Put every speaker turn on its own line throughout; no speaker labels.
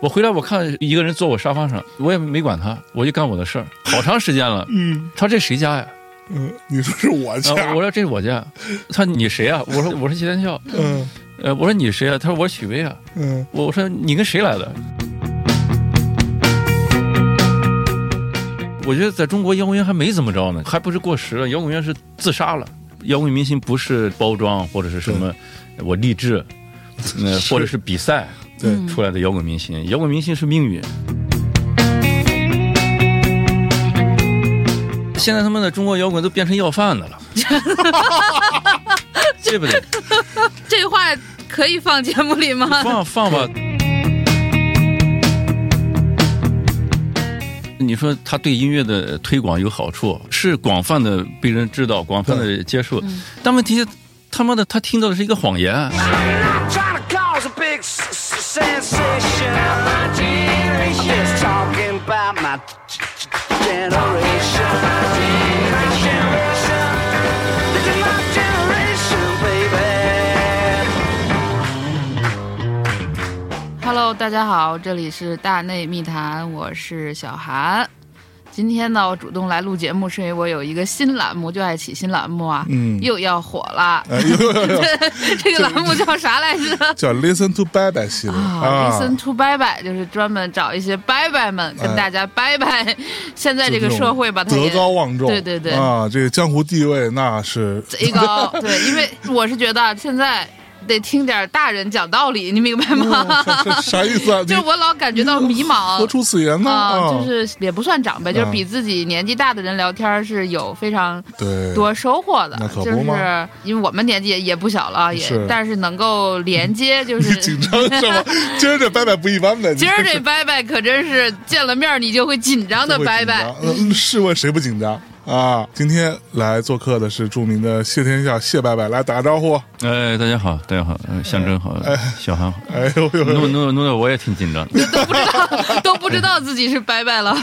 我回来我看一个人坐我沙发上，我也没管他，我就干我的事儿，好长时间了。
嗯
他说这谁家呀？
嗯，你说是我
啊、
家，
我说这是我家。他说你谁呀？我说我是齐天笑。
嗯
呃，我说你谁呀？他说我是许巍啊。
嗯，
我说你跟谁来的？我觉得在中国摇滚乐还没怎么着呢，还不是过时了。摇滚乐是自杀了，摇滚明星不是包装或者是什么，我励志， 呃，
是
或者是比赛
对
嗯
出来的摇滚明星，摇滚明星是命运。现在他妈的中国摇滚都变成要饭 的了，对不对？
这话可以放节目里吗？
放放吧。你说他对音乐的推广有好处，是广泛的被人知道，广泛的接受。但问题，他妈的，他听到的是一个谎言。
Trying to cause a big s- s- sensation. My generation is talking about my g- g- generation. My generation. This is my generation, baby.
Hello，大家好，这里是大内密谈，我是小韩。今天呢，我主动来录节目，是因为我有一个新栏目，就爱起新栏目啊，
嗯
又要火了。
哎呦呦呦呦，
这个栏目叫啥来着？
叫 Listen to Bye Bye 系列
啊
啊
，Listen to 拜拜，就是专门找一些拜拜们跟大家拜拜。现在这个社会吧，它
德
也
高望重，
对对对
啊，这个江湖地位那 是
贼高，对，因为我是觉得现在得听点大人讲道理，你明白吗？
这啥意思啊？
就是
你
我老感觉到迷茫，
何出此言呢？
啊、
啊，
就是也不算长辈，就是比自己年纪大的人聊天儿是有非常
对
多收获的
那可，不
就是
嘛
因为我们年纪也也不小了啊，也
是
但是能够 连接，就
你 紧
是
张什么？今儿这拜拜不一般的，
今儿
你
这拜拜可真是见了面儿你就会紧张的
会
拜
紧
拜
张。嗯，试问谁不紧张啊？今天来做客的是著名的谢天笑谢伯伯，来打个招呼。
哎，大家好，大家好，呃象征好，小 韩好。
哎呦呦
弄
呦！
弄弄得我也挺紧张的，
都不知道都不知道自己是拜 拜了，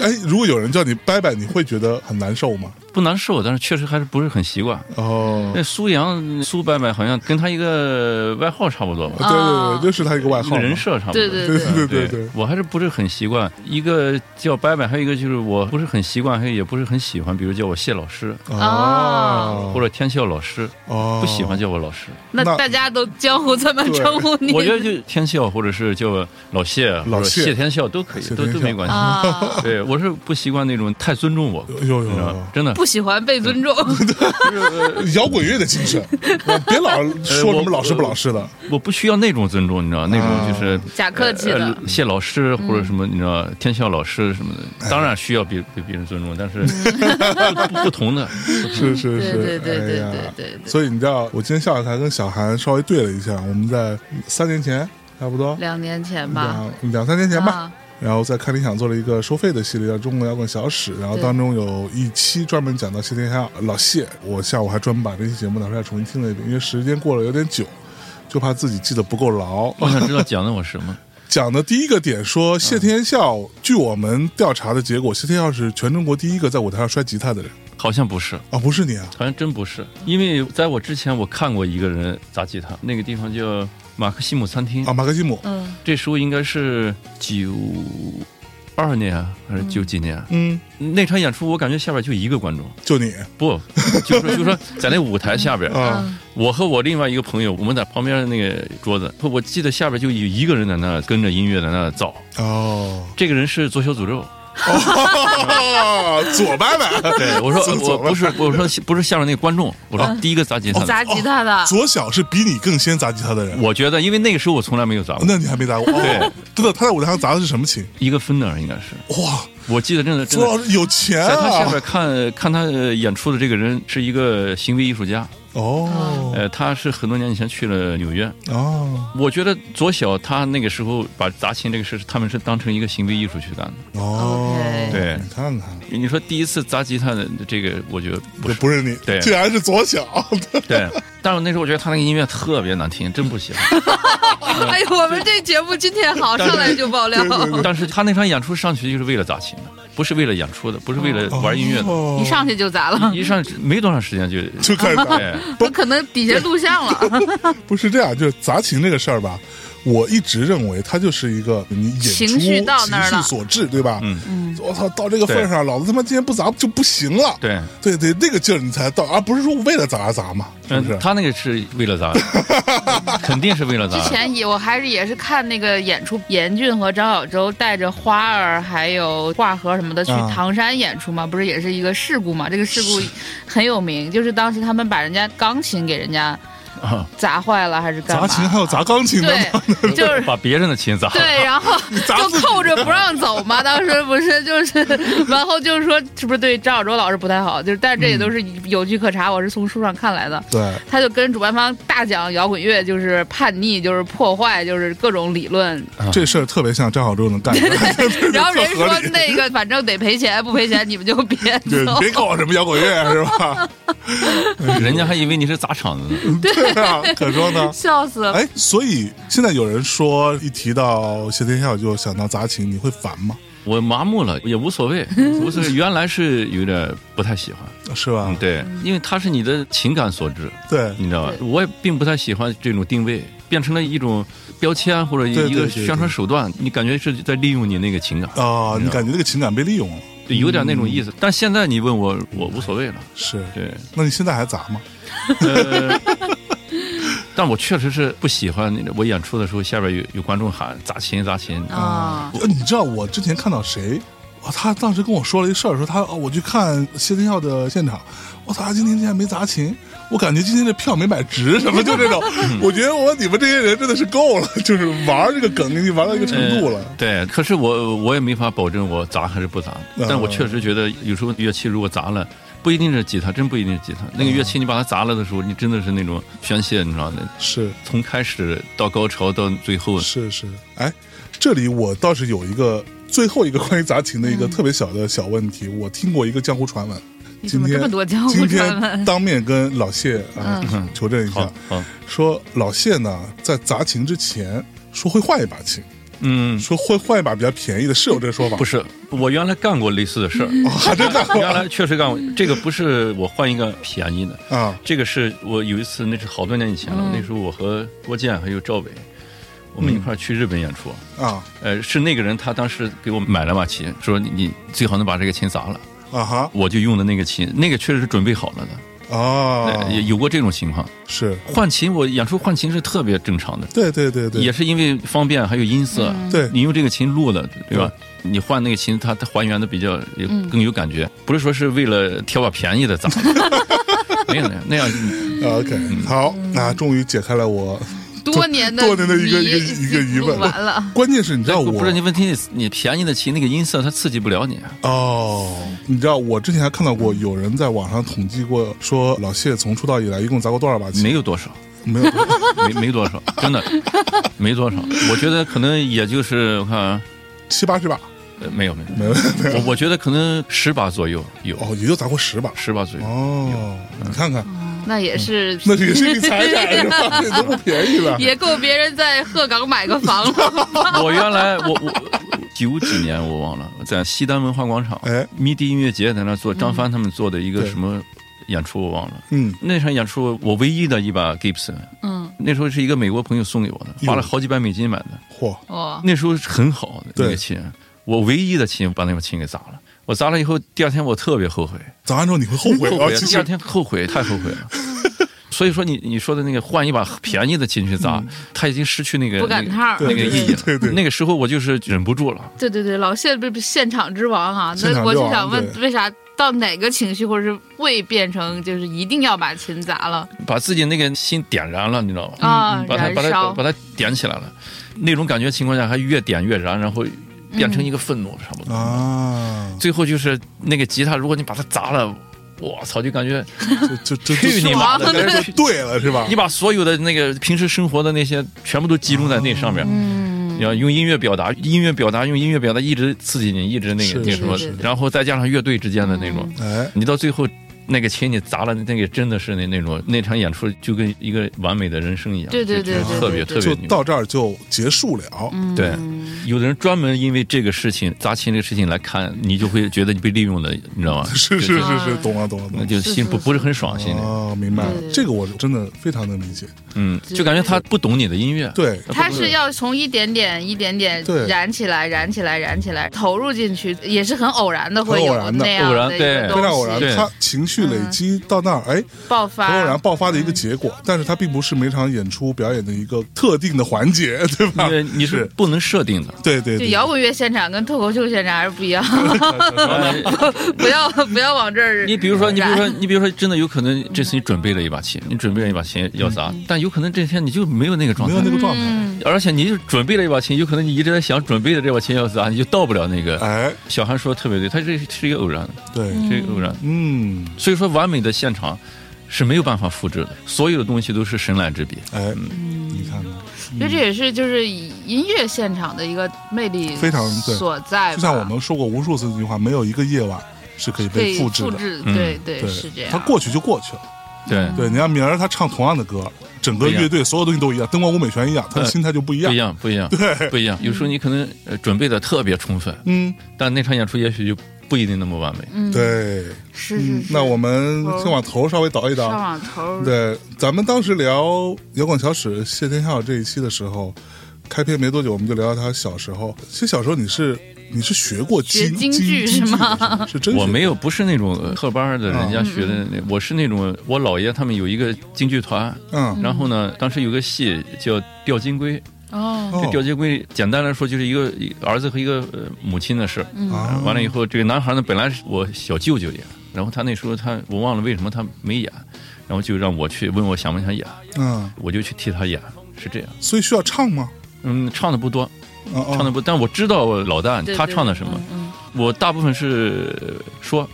哎，如果有人叫你伯伯，你会觉得很难受吗？
不难受，但是确实还是不是很习惯。
哦，
那苏阳苏伯伯好像跟他一个外号差不多吧，
啊对
啊
对对，这是他一个外
一
号
个
嘛。
人设差不多。
对对
对 对对对
对，我还是不是很习惯。一个叫伯伯，还有一个就是我不是很习惯，还有也不是很喜欢。比如叫我谢老师
啊
啊
哦
或者天笑老师，
哦，
不喜欢叫我老师。
那
那
大家都江湖怎么称呼你？
我觉得就天笑，或者是叫老谢，或
老谢
者谢天笑都可以
谢，
都
天
都
笑
没关系。
啊，
对，我是不习惯那种太尊重我，
哎呦呦
你知道
呦
吗？真的。
不喜欢被尊 重，
摇滚乐的精 神，别老说什么老师不老师的。
我不需要那种尊重，你知道，那
哦
种就是
假客气的嗯
呃谢老师或者什么，你知道，天笑老师什么的，当然需要被被别人尊重，但 是不不同的，
是是是，
呃对对对对
哎呀
对对对
所以你知道，我今天下午才跟小韩稍微对了一下，我们在三年前差不多
两年前吧，
两两三年前吧，
啊
然后在看理想做了一个收费的系列叫《中国摇滚小史》，然后
对
当中有一期专门讲到谢天笑老谢，我下午还专门把这期节目拿出来重新听了一遍，因为时间过了有点久，就怕自己记得不够牢。
我想知道讲的我什么。
讲的第一个点
嗯
说，谢天笑，据我们调查的结果，谢天笑是全中国第一个在舞台上摔吉他的人
好像不是，
啊，不是你啊？
好像真不是，因为在我之前我看过一个人砸吉他，那个地方叫马克西姆餐厅，
啊，马克西姆，
嗯
这时候应该是九二年啊还是九几年啊？
嗯，
那场演出我感觉下边就一个观众，
就你
不，就是说 就是说在那舞台下边，
啊，
嗯
我和我另外一个朋友，我们在旁边的那个桌子，我记得下边就有一个人在那跟着音乐在那造，
哦，
这个人是左小诅咒。
哦 左伯伯，
对， 我说
左
我不是，我说不是下面那个观众，我说第一个砸吉他的，
哦砸吉 他的，
左小是比你更先砸吉他的人，
我觉得因为那个时候我从来没有砸过，
那你还没砸过？哦，真的，他在舞台上砸的是什么琴？
一个芬尔应该是，
哇，
我记得真的真
左
的
老。师有钱
在他下边
啊！
看看他呃演出的这个人是一个行为艺术家，
哦
呃，他是很多年以前去了纽约。
哦
我觉得左小他那个时候把砸琴这个事，他们是当成一个行为艺术去干的。
哦
OK，
对
你看看，
你说第一次砸吉他的这个，我觉得不
这
是
不是你，
对
竟然是左小，
对，但是那时候我觉得他那个音乐特别难听，真不 行。
哎呦，我们这节目今天好，上来就爆料。
但是他那场演出上去就是为了砸琴的，不是为了演出的，不是为了玩音乐的。
哦
一上去就砸了，
一上没多长时 间就，
就开始砸。
哎，
我可能底下录像了。
不是这样，就是砸琴这个事儿吧，我一直认为它就是一个你演出
情绪到那儿
情
了
绪所致，对吧？
嗯
嗯，我操，到这个份儿上，老子他妈今天不砸就不行了。
对
对对，那个劲儿你才到，而不是说为了砸而砸嘛，是不是
嗯，？他那个是为 了砸，肯定是为了砸
之。前也我还是也是看那个演出，严俊和张小舟带着花儿还有画盒什么的去
啊
唐山演出嘛，不是也是一个事故嘛？这个事故很有名，就是当时他们把人家钢琴给人家
啊
砸坏了还是干
砸
嘛？
琴还有砸钢琴的吗？
对，就是
把别人的琴 砸了。
对，然后
砸
就
自己
扣着不让走 嘛。当时不是就是，然后就是说是不是对张小舟老师不太好？就是，但是这也都是有据可查，我是从书上看来的。
对，
他就跟主办方大讲摇滚乐就是叛逆，就是破坏，就是各种理论。
这事儿特别像张小舟能干的，
然后人
特合
说
理
那个反正得赔钱，不赔钱你们就别
对
走。。
别搞什么摇滚乐啊是吧？
人家还以为你是砸场子呢。
对啊，可说呢
笑死了！
哎，所以现在有人说一提到谢天笑就想到砸琴，你会烦吗？
我麻木了，也无所谓，
嗯
无所谓。原来是有点不太喜欢，
是吧？
嗯，对，因为它是你的情感所致，
对
你知道吧？
对
我也并不太喜欢这种定位，变成了一种标签啊或者
对对
一个
对对
宣传手段，你感觉是在利用你那个情感，
啊、你感觉这个情感被利用了，
有点那种意思。但现在你问我，我无所谓了，
是？
对。
那你现在还砸吗？
呃，但我确实是不喜欢那个我演出的时候，下边有有观众喊砸琴砸琴，
啊，
呃你知道我之前看到谁？哇他当时跟我说了一事儿，说他哦，我去看谢天笑的现场，我操，今天竟然没砸琴，我感觉今天这票没买值，什么就这种，我觉得我你们这些人真的是够了，就是玩这个梗已经玩到一个程度了。
呃对，可是我我也没法保证我砸还是不
啊
砸，但我确实觉得有时候乐器如果砸了。不一定是吉他，真不一定是吉他。那个乐器你把它砸了的时候，你真的是那种宣泄，你知道的。
是
从开始到高潮到最后，
是是，哎，这里我倒是有一个最后一个关于砸琴的一个特别小的小问题，我听过一个江湖传闻，
嗯你
今
怎么
天
这么多江湖
今
传
天
闻？嗯
当面跟老谢啊、求证一下
嗯好，好，
说老谢呢在砸琴之前说会换一把琴，
嗯，
说会换一把比较便宜的，是有这个说法？
不是，我原来干过类似的 事儿，
还哦真干过
原来确实干过。这个不是我换一个便宜的，
啊，
这个是我有一次，那是好多年以前了。
嗯
那时候我和郭健还有赵伟，我们一块儿去日本演出。
啊
呃，是那个人他当时给我买了把琴，说你你最好能把这个琴砸了。
啊哈
我就用的那个琴，那个确实是准备好了的，
啊
呃，也有过这种情况。
是，
换琴，我演出换琴是特别正常的，
对对对对，
也是因为方便还有音色。
对
你用这个琴录的，对吧？你换那个琴，它它还原的比较有更有感觉，不是说是为了挑把便宜的砸。没有那样，那样
啊
嗯
OK，好，那终于解开了我
多年的
多年的一个
谜
一个一个疑问
录完了，
关键是你知道
不
我
不是你问题，你便宜的琴那个音色它刺激不了你啊。
哦，你知道我之前还看到过有人在网上统计过，说老谢从出道以来一共砸过多少把琴？
没有多少，
没有，
没没多少，真的没多少。我觉得可能也就是我看啊，
七八十把，
呃没有没
没
有，
有，没有
我我觉得可能十把左右有，
哦，也就砸过十把。
十把左右。
哦，你看看，
那也是
那也是你财产是吧？这都不便宜 了。
也够别人在鹤岗买个房 了。
哦
我原来我我九几年我忘了，在西单文化广场
哎，嗯
迷笛音乐节在那做张帆他们做的一个
对
什么演出我忘了。
嗯，
那场演出我唯一的一把 Gibson，
嗯，
那时候是一个美国朋友送给我的，花了好几百美金买的。
嚯，
哇，
那时候是很好的
对
那个琴，我唯一的琴把那把琴给砸了。我砸了以后，第二天我特别后悔，
砸完之后你会后悔
后
啊
悔，！
其
第
实
二天后悔，太后悔 了。所以说你你说的那个换一把便宜的琴去砸，它已经失去那个
不赶趟儿
那个那个意义了。
嗯对对对
那个时候我就是忍不住了。
对对对，老谢不是现场之王啊！
现
那
场
我
之
就
王
想问，
对
为啥到哪个情绪或者是未变成就是一定要把琴砸了
把自己那个心点燃了，你知道
嗯
吧？
啊？
把它
燃
把它把
烧
把它点起来了，那种感觉情况下还越点越燃，然后变成一个愤怒，差不
嗯
多。
啊，
最后就是那个吉他，如果你把它砸了，我操，就感觉
就就就
去
就
你妈的！
爽
感觉
就对了 是吧
你？把所有的那个平时生活的那些全部都集中在那上面，
哦
嗯，要用音乐表达，音乐表达，用音乐表达，一直刺激你，一直那
是
个那个什么
是是，嗯
然后再加上乐队之间的那种，
哎，
你到最后那个琴你砸了，那个真的是那那种那场演出就跟一个完美的人生一样，
对对对
就
对嗯
特别嗯
对
特
就
别牛，
到这儿就结束了。
对，有的人专门因为这个事情砸琴这个事情来看，你就会觉得你被利用了，你知道吗？
是是是是
啊，
懂了懂了懂
那
了。
就心不
是是
不是很爽，心里
哦，明白了
对对，对
这个我真的非常能理解。
嗯，就感觉他不懂你的音乐，
对
它是要从一点点、一点点
对
燃起来、燃起来、燃起来，投入进去，也是很偶然的，
很
会有
偶然的
那样
偶然
的一
对
个
非
非
东
常偶然
西
对，
他情绪累积到那儿，哎，
爆发，
很偶然爆发的一个结果，但是它并不是每场演出表演的一个特定的环节，对吧
因为？你是不能设定的，
对对
就
对，
摇滚乐现场跟脱口秀现场还是不一样， 不要不要往这儿。
你比如说，你比如说，
燃，
你比如说，真的有可能这次你准备了一把琴，你准备了一把琴要砸，但有可能这天你就没有那个状
没有那
态，
个状态，
嗯，
而且你就准备了一把琴，有可能你一直在想准备的这把琴要砸，你就到不了那个。
哎，
小韩说的特别对，他这是一个偶然，
对，
是一个偶然。
嗯，
所以说，完美的现场是没有办法复制的，所有的东西都是神来之笔。
哎，你看看，
所以这也是就是音乐现场的一个魅力
非常对
所在吧，
嗯就像我们说过无数次这句话，没有一个夜晚是可以
可以
被
复
复制的。
嗯
对对
对，
是这样。
它过去就过去了。
对，
对，你看明儿他唱同样的歌，整个乐队所有东西都一样，灯光舞美全一样，他的
嗯
心态就不一
不
样
一。样，不一样，不一样。有时候你可能呃准备的特别充分，
嗯，
但那场演出也许就不一定那么完美。
嗯，
对，
是是
嗯
是。，
那我们先往头稍微倒一倒。
上网头儿
对，咱们当时聊摇滚小史谢天笑这一期的时候，开篇没多久我们就聊到他小时候。其实小时候你是你是学过
学
京
京剧
京
是吗
的吗？是嗯真
我
学
没有，不是那种呃科班儿的，人家学的那，我是那种我姥爷他们有一个京剧团，
嗯
然后呢，当时有个戏叫《吊金龟》，
哦，
这
哦
吊金龟简单来说就是一个一个儿子和一个呃母亲的事。
啊
完了以后，这个男孩呢，本来是我小舅舅演，然后他那时候他我忘了为什么他没演，然后就让我去问我想不想演，
嗯，
我就去替他演，是这样。
所以需要唱吗？
嗯，唱的不多，
啊啊
唱的不，但我知道老大
对
他
对
唱的什么，
嗯
我大部分是呃说，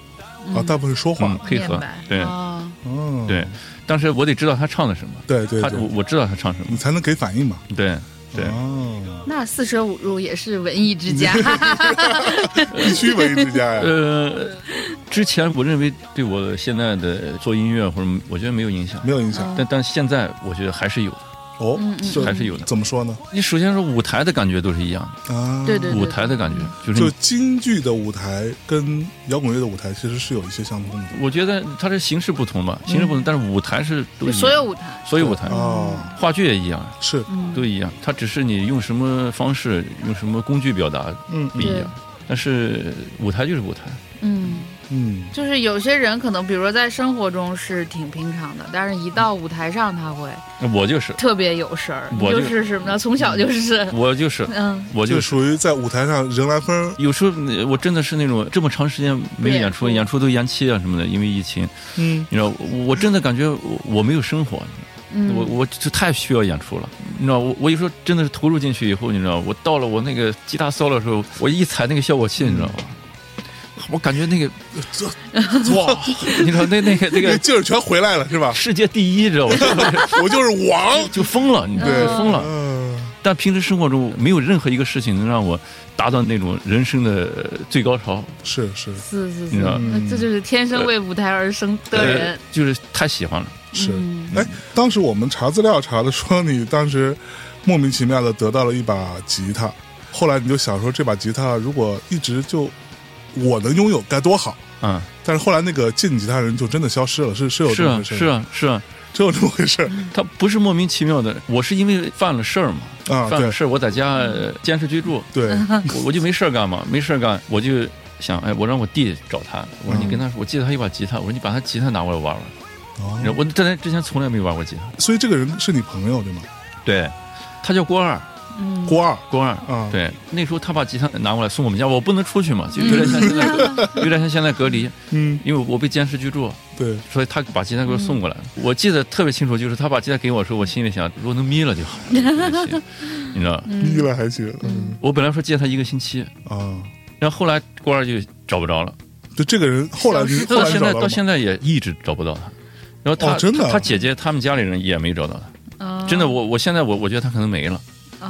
啊，大部分是说
嗯
话，，
配合
念白，
对
哦
嗯，
对，但是我得知道他唱的什么，
对对
他
对
我，我知道他唱什么
你，才能给反应嘛。
对对，
哦，
那四舍五入也是文艺 之家，
必须文艺之家 呀。
呃，之前我认为对我现在的做音乐或者我觉得没有影响，
没有影响
但但现在我觉得还是有的，
哦，
嗯
这
还是有的。
怎么说呢？
你首先说舞台的感觉都是一样的，
啊，
对对对
舞台的感觉就是
就
你。
京剧的舞台跟摇滚乐的舞台其实是有一些相通的
我觉得它是形式不同吧，形式不同，但是舞台是都一样
所有舞台，
所有舞台，
哦，
话剧也一样，
是，
嗯
都一样，它只是你用什么方式、用什么工具表达
嗯
不一
对
样。但是舞台就是舞台，
嗯，
嗯，
就是有些人可能，比如说在生活中是挺平常的，但是一到舞台上，他会
我就是，
特别有神儿，
我就是
什么呢？从小就是，
我就是，
嗯，
我
就
就是。
属于在舞台上人来 疯儿，
有时候呃我真的是那种这么长时间没有演出，
演出
演出都延期啊什么的，因为疫情，
嗯，
你知道，我我真的感觉我我没有生活，
嗯
我我就太需要演出了，你知道，我我有时候真的是投入进去以后，你知道，我到了我那个吉他 solo 的时候，我一踩那个效果器，你知道吗？我感觉那个，
哇，
你知道那那个那
那
个
劲儿全回来了 是吧？
世界第一，知道吗？
我就是王，
就疯了，你知道
对
吗？就疯了。
嗯，
但平时生活中没有任何一个事情能让我达到那种人生的呃最高潮，
是是
是是
你知
是，
道
那这就是天生为舞台而生的
呃
人，
就是太喜欢了。
是，
嗯
哎，当时我们查资料查的说你当时莫名其妙的得到了一把吉他，后来你就想说这把吉他如果一直就我能拥有该多好。
嗯，
但是后来那个借你吉他的人就真的消失了，是是有
是
这么
啊，嗯
回事，
是啊，是啊，
真有这么回事
他不是莫名其妙的，我是因为犯了事儿嘛，
啊，
犯了
对
事儿，我在家呃监视居住，
对，
我我就没事儿干嘛，没事儿干，我就想，哎，我让我弟找他，我说你跟他说，我借他一把吉他，我说你把他吉他拿过来玩玩，
哦
你知道我之前之前从来没玩过吉他，
所以这个人是你朋友对吗？
对，他叫郭二，嗯
郭二，
郭二，
啊
对，那时候他把吉他拿过来送我们家，我不能出去嘛，就有点像现在， 有点像现在隔离，
嗯，
因为我被监视居住，
对，
所以他把吉他给我送过来了。我记得特别清楚，就是他把吉他给我的时候，我心里想，如果能眯了就好了，对不起 你知道吧？
眯了还行，嗯
我本来说借他一个星期，
啊，
然后后来郭二就找不着了，
就这个人后来你后
到
来你
现
找
在
到
到
了
现
吗？
在也一直找不到他。然后他、
哦真的啊
他他姐姐他们家里人也没找到他，
嗯
真的，我我现在我我觉得他可能没了，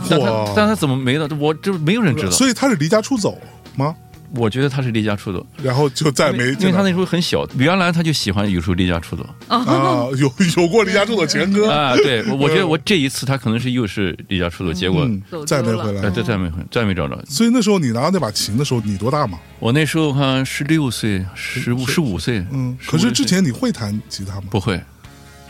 但他
哇
但他怎么没了？我这没有人知道。
所以他是离家出走吗？
我觉得他是离家出走，
然后就再没
因为
见
他
到
那时候很小，原来他就喜欢有时候离家出 走
啊，有有 过离家出走前歌，
啊。对，我我觉得我这一次他可能是又是离家出走，结果
嗯
走，
再没
丢了
回来
呃。再再没回，再没找着。
所以那时候你拿到那把琴的时候，你多大嘛？
我那时候好像十六岁，十五十五岁，
嗯，
15
可是之
岁
前你会弹吉他吗？
不会，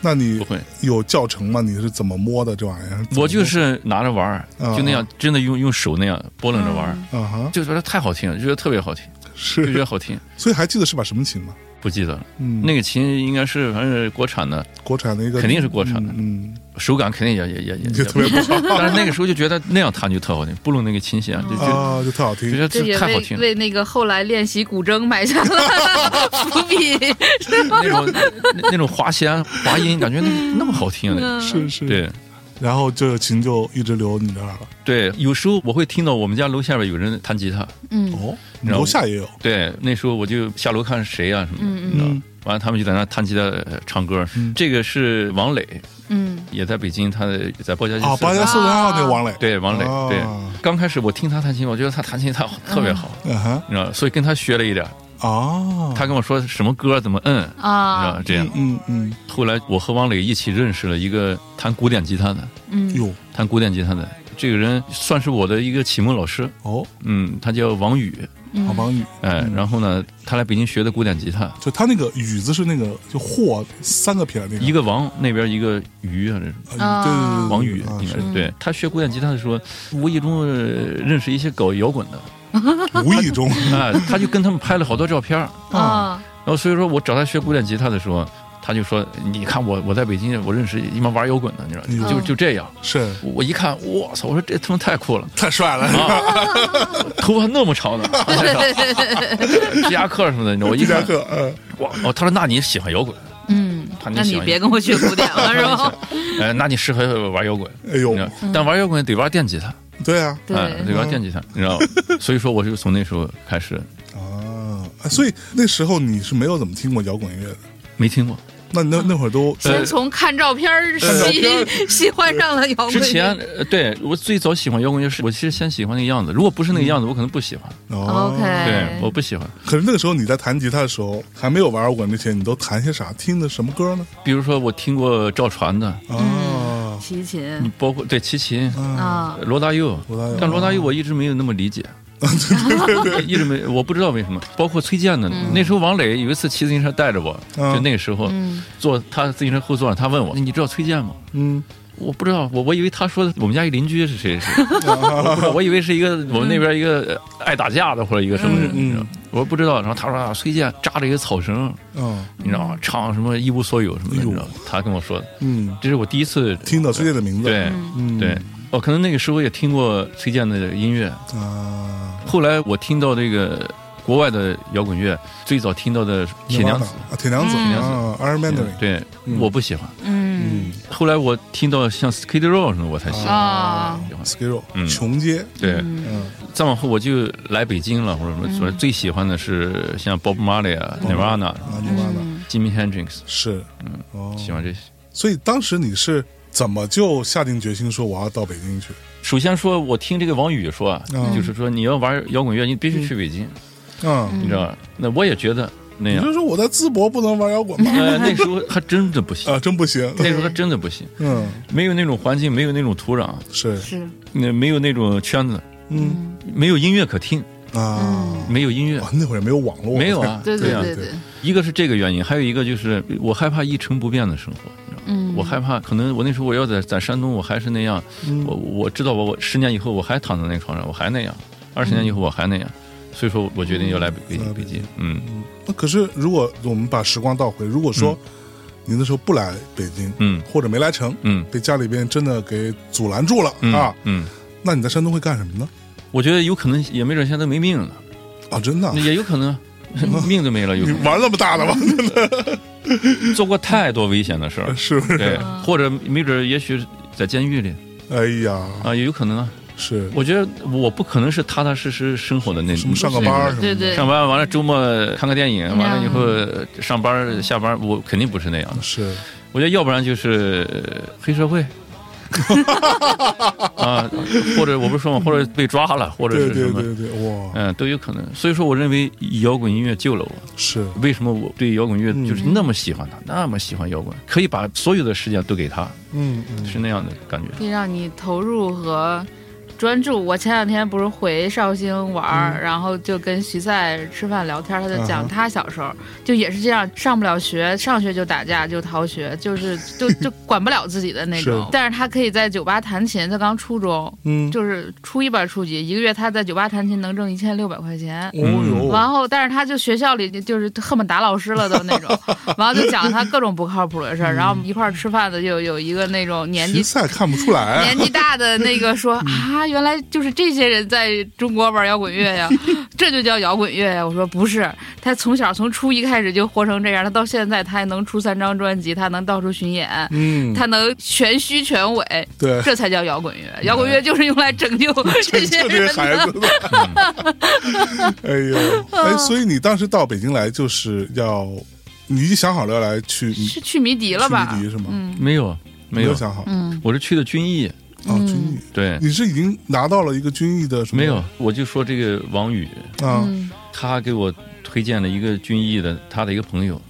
那你
不会
有教程吗？你是怎么摸的这玩意儿？
我就是拿着玩儿，
啊
就那样，真的用用手那样拨弄着玩儿，
嗯
啊哈，
就觉得太好听了，就觉得特别好听，就觉
是，
得好听。
所以还记得是把什么琴吗？
不记得了，
嗯，
那个琴应该是反正是国产的，
国产的一个，
肯定是国产的
嗯，
手感肯定也也也也
嗯就
也
特别不好
但是那个时候就觉得那样弹就特好听，布鲁那个琴弦就就
啊，就特好
就
听。
觉
这也
得太好
为
听了。
为那个后来练习古筝埋下了 伏 笔。
那种那那种滑弦滑音，感觉那那么好听
嗯
呢。
是是，
对
然后这个琴就一直留你这儿了。
对，有时候我会听到我们家楼下边有人弹吉他，
嗯
哦，
然后
楼下也有，
对，那时候我就下楼看谁啊什么的，
嗯
你知道
嗯
吧。完了，他们就在那弹吉他、呃唱歌。
嗯
这个是王磊，
嗯
也在北京，他的在包家街
啊，
四
八家
三
四十二号那王磊，
对王磊，
哦
对。刚开始我听他弹琴，我觉得他弹琴他特别好，
嗯哼，
你知道吧，所以跟他学了一点。
啊，
他跟我说什么歌怎么摁，你知道
啊
吧，这样。
嗯嗯，
后来我和王磊一起认识了一个弹古典吉他的，
嗯
嗯
哟，
弹古典吉他的这个人算是我的一个启蒙老师，
哦，
嗯，他叫王宇，
好
嗯，
王宇，
哎，然后呢，他来北京学的古典吉他，
就他那个宇字是那个就霍三个撇儿那个，
一个王那边一个鱼啊，这是
啊对对对对，对
王宇
啊
应该
是
是对。他学古典吉他的时候，无意中呃认识一些搞摇滚的，
无意中
啊，他就跟他们拍了好多照片儿，
啊
然后所以说我找他学古典吉他的时候。他就说：“你看我，我在北京，我认识一帮玩摇滚的，你知道，就
嗯
就这样。
是
我一看，我操！我说这他妈太酷了，
太帅了，
啊头发那么长呢， 皮夹克什么的，你知道，我一
皮夹
看，
克，嗯，
哇哦，他说那你喜欢摇滚，
嗯，
他
那
那喜
你
欢
别跟我学古典了，是吧？
呃，那你适合玩摇滚，
哎呦
你知，道但玩摇滚得玩电吉他，
对啊，
对
哎得玩电吉他，你知 道吗？所以说我就从那时候开始
啊，所以那时候你是没有怎么听过摇滚乐的，
没听过。
那你那那会儿都
呃
先从看照片儿
照
喜
片儿
喜欢上了摇滚
之
乐。
前呃对我最早喜欢摇滚乐是，我其实先喜欢那个样子，如果不是那个
嗯
样子，我可能不喜欢。
哦
OK
对，我不喜欢。
可是那个时候你在弹吉他的时候，还没有玩摇滚那些，你都弹些啥？听的什么歌呢？
比如说我听过赵传的，
啊，
齐
你
秦
包括对齐秦、
啊，
啊，
罗大佑
罗大佑，
但罗大佑我一直没有那么理解。 哎一直没，我不知道为什么。包括崔健的，那时候王磊有一次骑自行车带着我，
嗯
就那个时候
嗯
坐他自行车后座上，他问我：“你知道崔健吗？”
嗯，
我不知道，我我以为他说的我们家一邻居是谁是谁， 我不知道我以为是一个我们那边一个呃爱打架的或者一个什么人，
嗯
你知道吗我不知道。然后他说啊，崔健扎着一个草绳，
啊，
你知道吗？唱什么一无所有什么的，
哎呦
你知道吗？他跟我说的，
嗯，
这是我第一次
听到崔健的名字，
对
嗯
对，哦，可能那个时候也听过崔健的音乐。
啊，
后来我听到这个国外的摇滚乐，最早听到的是铁娘子，
啊，铁娘子，
嗯
啊，Iron Mandarin，
对，我不喜欢。
嗯
嗯
后来我听到像 Skid Row 什么，我才喜欢。
啊，
喜欢
，Skid Row，
嗯
穷街，
对，
嗯，
再往后我就来北京了，或者什么，最喜欢的是像 Bob Marley 啊、Nirvana、
啊，你妈的，
Jimmy Hendrix，
是，
嗯
哦，
喜欢这些。
所以当时你是怎么就下定决心说我要到北京去？
首先说，我听这个王宇说啊，
嗯
就是说你要玩摇滚乐，你必须去北京，
嗯，
你知道吧？那我也觉得那
你
样
就，说我在淄博不能玩 摇滚吗？
呃，那时候还真的不行，
啊，真 不行，
那时候还真的不行，
嗯，
没有那种环境，没有那种土壤，
是，
是
那没有那种圈子，
嗯
没有音乐可听，
啊，
没有音乐
哇，那会儿也没有网络，
没有啊，
对
对啊
对
对
对，
一个是这个原因，还有一个就是我害怕一成不变的生活，你知道吗？
嗯
我害怕，可能我那时候我要在在山东，我还是那样，
嗯
我我知道我我十年以后我还躺在那个床上，我还那样，二十年以后我还那样，所以说我决定要来北北
嗯
京，北京，嗯
那可是，如果我们把时光倒回，如果说你那时候不来北京，
嗯
或者没来成，
嗯
被家里边真的给阻拦住了、
嗯
啊，
嗯，
那你在山东会干什么呢？
我觉得有可能也没准现在都没命了，
啊，真的啊，
也有可能 命都没了，有
你
可能
玩那么大的吗？，
做过太多危险的事儿
是不是？
对，
嗯
或者没准也许在监狱里
哎呀，
啊，也有可能啊。
是
我觉得我不可能是踏踏实实生活的那
什么上个班儿什么
对
的，
对
上班完了，周末看个电影，
嗯
完了以后呃上班下班，我肯定不是那样的。
是
我觉得要不然就是呃黑社会，啊，或者我不是说嘛，或者被抓了，或者
对
是什
对
么，
对对，哇，
嗯，都有可能。所以说我认为摇滚音乐救了我。
是
为什么我对摇滚乐
嗯
就是那么喜欢它，那么喜欢摇滚，可以把所有的时间都给他，
嗯嗯
是那样的感觉。
可以让你投入和专注。我前两天不是回绍兴玩儿，然后就跟徐赛吃饭聊天，他就
嗯嗯哼
讲他小时候、就也是这样，上不了学，上学就打架就逃学，就是 就就管不了自己的那种
是。
但是他可以在酒吧弹琴，他刚初中，
嗯，
就是初一吧初几，一个月他在酒吧弹琴能挣一千六百块钱。
嗯
然
哦
后，但是他就学校里就是恨不得打老师了都 那种，完了就讲他各种不靠谱的
嗯
事儿。然后我们一块儿吃饭的就有一个那种
呦，
年纪
芹菜看不出来 啊
年，纪大的那个说
嗯
啊，原来就是这些人在中国玩摇滚乐 呀，这就叫摇滚乐呀。我说不是，他从小从初一开始就活成这样，他到现在他还能出三张专辑，他能到处巡演，
嗯，
他能全虚全伪，
对，
这才叫摇滚乐。摇滚乐就是用来拯救这些
就嗯 这
人
孩
的。
子的，哎呦，哎，
嗯
所以你当时到北京来就是要，你已经想好了要来去去
是去迷笛了吧？
迷笛是吗？
嗯
没有，没有，
想好啊，
嗯，
我是去的军艺，
军艺，
对，
你是已经拿到了一个军艺的什么？
没有，我就说这个王宇，
啊，
嗯
他给我推荐了一个军艺的，他的一个朋友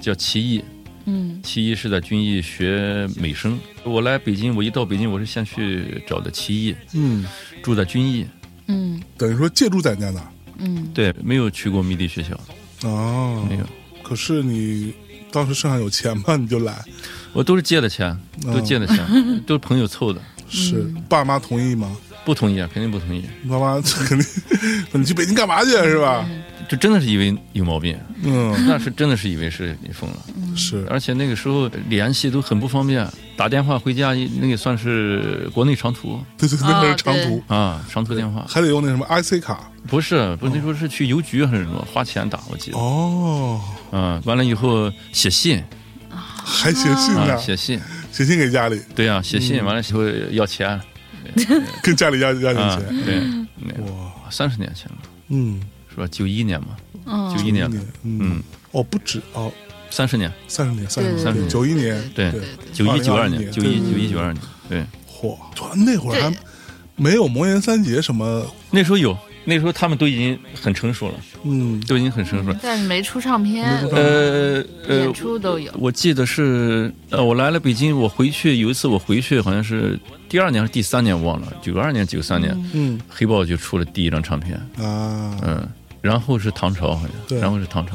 叫齐毅，
嗯
齐毅是在军艺学美声。我来北京，我一到北京，我是先去找的齐毅，
嗯，
住在军艺，
嗯
等于说借住在人家那儿
嗯，
对，没有去过迷笛学校，
哦，
没有，
可是你当时身上有钱嘛，你就来，
我都是借的钱，都借的钱， 都是朋友凑的。
是
嗯
爸妈同意吗？
不同意啊，肯定不同意，
你爸妈肯定， 你去北京干嘛去是吧？
就真的是以为有毛病，
嗯，
那是真的是以为是你疯了。
是，
而且那个时候联系都很不方便，打电话回家那个算是国内长途
对对，
哦
那是长途，
啊，长途电话
还得用那什么 IC 卡
不是不是那时候是去邮局还是什么花钱打，我记得
哦，
啊，完了以后写信
还写信
啊，
呢，
写信，
写信给家里，
对啊，写信完了以后要钱
跟家里要要点
啊，
钱，
对，那
哇，
三十年前了
嗯，
是吧？九一年嘛，
嗯
九一年了，
年，嗯
嗯，
哦，不止哦，
三十年，
三十年，三十
对对
年，
对
九一年，
对
对，
九一九二
2021
年，
年
九一
对
九一九二年，对，
嚯，那会儿还没有魔岩三杰什么，
那时候有，那时候他们都已经很成熟了，
嗯，
都已经很成熟了。
但是没出唱片，
呃呃
演，出都有。
我记得是呃，我来了北京，我回去有一次我回去好像是第二年还是第三年忘了，九二年九三年，
嗯
黑豹就出了第一张唱片，
啊，
嗯，然后是唐朝好
对
像，然后是唐朝。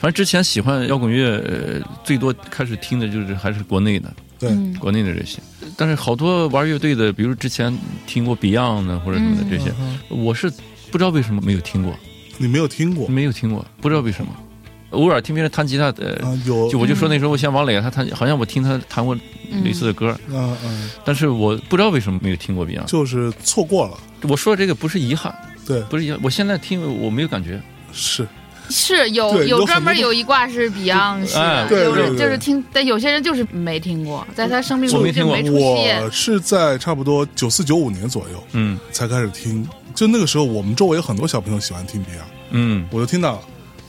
反正之前喜欢摇滚乐，呃，最多开始听的就是还是国内的，
对，
嗯
国内的这些。但是好多玩乐队的，比如之前听过 Beyond 的或者什么的这些，
嗯
我是不知道为什么没有听过，
你没有听过
没有听过，不知道为什么。偶尔听别人弹吉他，
啊
呃，？
有
就我就
嗯
说那时候我像王磊，他弹好像我听他弹过类似的歌，
啊嗯，
但是我不知道为什么没有听过 Beyond。
就是错过了，
我说的这个不是遗憾，
对，
不是遗憾，我现在听我没有感觉。
是
是有
对有
有专
很多
门有一挂是 Beyond 系
哎
的，
对
有
对
人
对
就是听，但有些人就是没听过，在他生命
我
中
没听
就
过
没出
我
现。
是在差不多九四九五年左右
嗯
才开始听，就那个时候我们周围有很多小朋友喜欢听 Beyond，
嗯
我就听到了。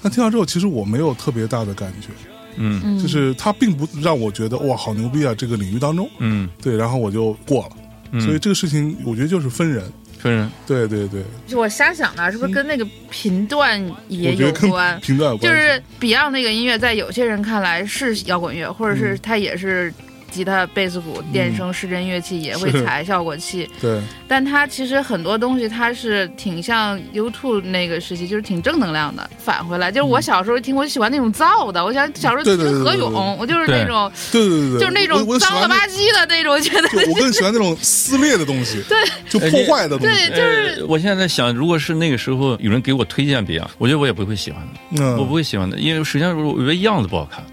但听到之后，其实我没有特别大的感觉，
嗯
就是它并不让我觉得哇好牛逼啊这个领域当中，
嗯
对，然后我就过了。
嗯，
所以这个事情我觉得就是分人，
确实
呃
对对对，
就我瞎想的，是不是跟那个频段也
我觉
有
得跟
关？
评断有
就
关系。
是 Beyond 那个音乐，在有些人看来是摇滚乐，或者
嗯
是它也是吉他、贝斯、鼓、电声、失真乐器，也会
是
踩效果器，
对，
但它其实很多东西，它是挺像 YouTube 那个时期，就是挺正能量的。返回来，就是我小时候听，我喜欢那种燥的，我想小时
嗯
候
对
听
对对
何
对对
勇，我就是
对
那种。
对对对对，
就是那
我
种
我喜
脏
欢
了吧
那
唧的那种，觉得
就我更喜欢那种撕裂的东 西，哎对，就破坏的东西，
对，就是
呃我现在在想，如果是那个时候有人给我推荐 Beyond，我觉得我也不会喜欢的，
嗯，
我不会喜欢的，因为首先我觉得样子不好看，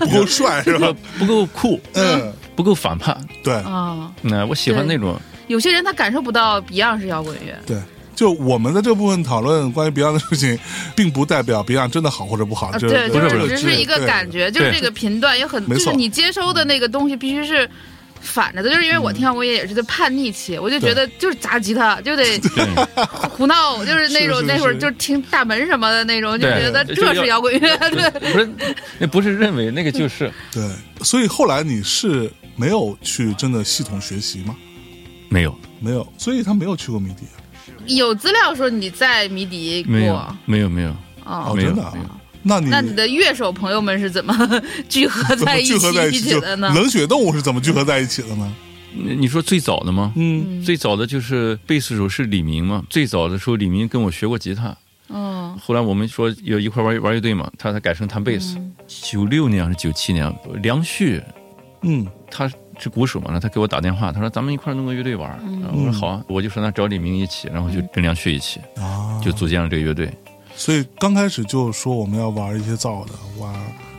不够帅是吧？
不够酷，
嗯，
不够反叛。
对
啊，
那我喜欢
对
那种，
有些人他感受不到 Beyond 是摇滚乐，
对。就我们在这部分讨论关于 Beyond 的事情，并不代表 Beyond 真的好或者不好，
啊，
这
对，
不
就是
这
不是
是只
这
是一个
对
感觉，就是这个频段也很，
没
就
错
是你接收的那个东西必须是。反着的，就是因为
嗯
我听摇滚乐也是在叛逆期，我就觉得就是砸吉他 就得胡闹，就是那
啊是
种
是
那会儿
是
就听大门什么的那种，就
对
觉得
就
这
要
是摇滚乐，对，嗯
不是，那不是认为那个就是，
对，所以后来你是没有去真的系统学习吗？
没有，
没有，所以他没有去过迷笛
有资料说你在迷笛
没有
过，，
没有，没有，
啊，
哦
哦，
没有
真的啊
没有。
那你
那你的乐手朋友们是怎么 聚合
怎
在
么
一起
聚合在一起？
起
就
的呢？
冷血动物是怎么聚合在一起的呢？
你你说最早的吗？
嗯，
最早的就是贝斯手是李明嘛。最早的时候，李明跟我学过吉他。
嗯，
后来我们说有一块玩玩乐队嘛，他他改成弹贝斯。九六年还是九七年，梁旭
嗯，
他是鼓手嘛，他给我打电话，他说咱们一块儿弄个乐队玩儿。然后我说好啊，我就说那找李明一起，然后就跟梁旭一起
啊，
就组建了这个乐队。
所以刚开始就说我们要玩一些造的，玩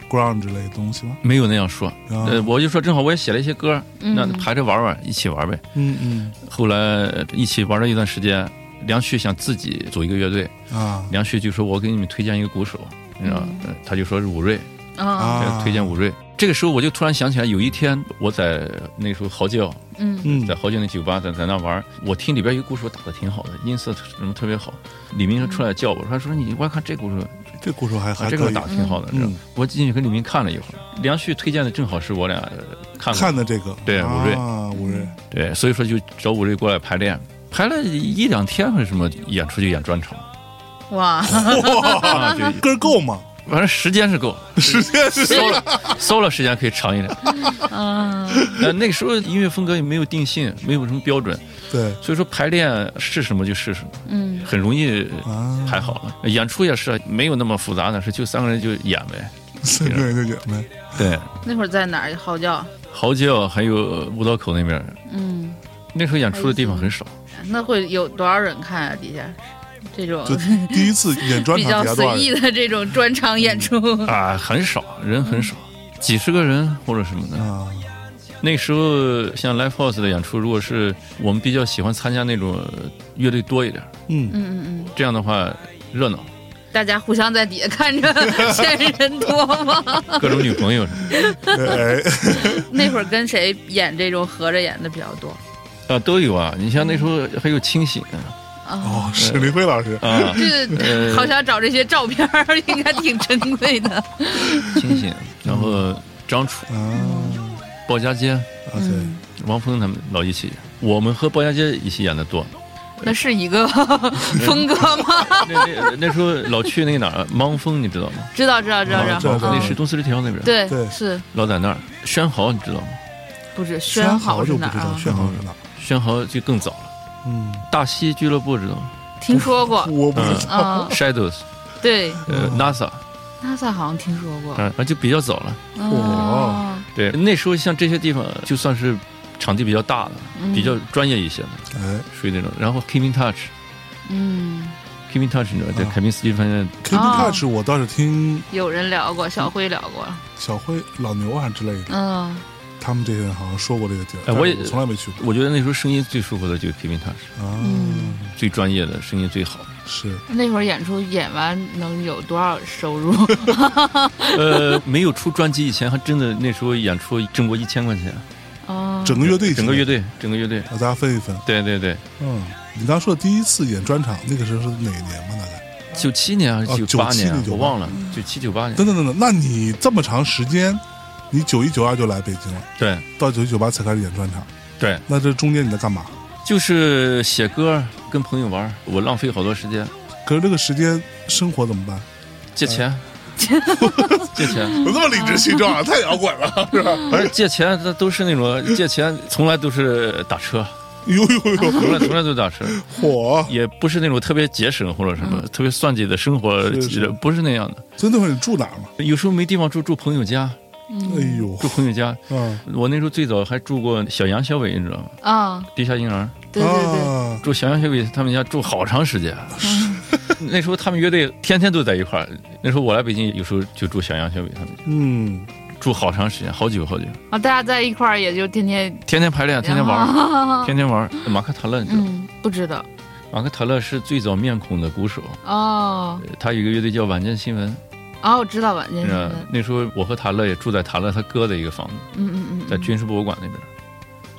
ground 类的东西吗？
没有那样说，
啊
呃，我就说正好我也写了一些歌，那排着玩玩，一起玩呗。
嗯
后来呃一起玩了一段时间，梁旭想自己组一个乐队，
嗯啊
梁旭就说：“我给你们推荐一个鼓手，你知道吧？”呃他就说是武瑞，
嗯
啊，
推荐武瑞。这个时候我就突然想起来，有一天我在那时候嚎叫，
嗯
嗯
在嚎叫那酒吧，在在那玩儿，我听里边一个鼓手打的挺好的，音色什么特别好。李明出来叫我，他说：“你我看这鼓手，
这鼓手还
啊
还
这个
可以
打得挺好的。
嗯
是吧我进去跟李明看了一会儿，梁旭推荐的正好是我俩呃看过的
看的这个，
对
啊
武瑞
武瑞，
对，所以说就找武瑞过来排练，排了一两天还是什么，演出就演专 场，
嗯哇，
啊，就
根儿够吗？
反正时 间是够，
时间 是
搜了搜了时间可以长一点。
嗯
呃，那个时候音乐风格也没有定性，没有什么标准，
对
所以说排练是什么就是什么，
嗯
很容易
啊，
排好了。演出也是没有那么复杂的事，就三个人就演呗。
对对对对对，
对，
那会儿在哪儿嚎叫？
嚎叫还有五道口那边，
嗯，
那时候演出的地方很少，
那会有多少人看啊？底下这种
就第一次演专
比
场
较
底下多少
嗯随
人
意的这种专场演出，
啊，很少人很少，
嗯
几十个人或者什么的。
啊？
那时候像 Live House 的演出，如果是我们比较喜欢参加那种呃乐队多一点，
嗯，
嗯嗯嗯，
这样的话热闹，
大家互相在底下看 着嫌人多吗？
各种女朋友什么的
哎，
那会儿跟谁演这种合着演的比较多？
啊都有啊。你像那时候还有清醒
哦，史立辉老师，
啊，
这好想找这些照片儿，应该挺珍贵的。
清醒，然后张楚、
啊
嗯鲍家街、
啊
嗯
对，
王峰他们老一起演，我们和鲍家街一起演的 多。
那是一个风格 吗？
那那那时候老去那个哪儿芒峰，你知道吗？
知道知道知道
啊知道
道
知道
那是东四十条那边，，
对
对
是
老在那儿。宣豪你知道吗？
不是
宣
豪
豪
是
就
哪
不
儿
知道，宣
啊？
豪是哪儿？
宣豪就更早了，
嗯，
大西俱乐部知道吗
听说 过
我不知道，
啊？
？Shadows，
对，
呃，NASA，
拉萨好像听说过。
啊，就比较早了。
哦，
对，那时候像这些地方，就算是场地比较大的、比较专业一些的，
哎，
属于那种。然后 Kevin Touch，Kevin
嗯，
Touch 你知道，在
啊
凯宾斯基饭店
K D
啊
Touch 我倒是听
有人聊过，小辉聊过，
小辉、老牛啊之类的，
嗯，
他们这些人好像说过这个地儿，
哎
但
我也
是从来没去过
我觉得那时候声音最舒服的就是 Kevin Touch，
啊。
嗯
最专业的声音最好。
是
那会儿演出演完能有多少收 入？
呃，没有出专辑以前，还真的那时候演出挣过一千块钱，
哦，
整个乐队，
整个乐，队，整个乐队。
啊，大家分一分。
对对对，
嗯，你刚说的第一次演专场，那个时候是哪一年吗？大概？
九七年还是
哦
九八年啊，
97
我忘了，九七九八年。
等等等等，那你这么长时间，你九一九二就来北京了，
对
到九一九八才开始演专场，
对，
那这中间你在干嘛？
就是写歌，跟朋友玩儿，我浪费好多时间，
可是这个时间生活怎么办？
借钱， 借钱。
我这么理直气壮，太摇滚 了，是吧？
不是借钱，他都是那 种借钱，从来都是打车，
呦呦呦，
从来从来都打车，
火！
也不是那种特别节省或者什么特别算计的生活
嗯是是，
不是那样的。
所以那会儿你住哪儿嘛？
有时候没地方住，住朋友家，
哎呦，
住朋友家。
嗯，
我那时候最早还住过小杨、小伟，你知道吗？
啊，
地下婴儿
对对对，
啊
住小杨、小伟他们家住好长时 间。那时候他们乐队天天都在一块儿。那时候我来北京，有时候就住小杨、小伟他们家，
嗯，
住好长时间，好久好久，
啊，大家在一块儿也就天天，
天天排练，天天玩儿，
哦
玩，
天天玩儿。马克·塔勒，你知道吗？
嗯，不知道
马克·塔勒是最早面孔的鼓手。
哦，
他有一个乐队叫晚间新闻，
哦，我知道晚间新
嗯，
闻，
那时候我和塔勒也住在塔勒他哥的一个房子，
嗯嗯
在军事博物馆那边，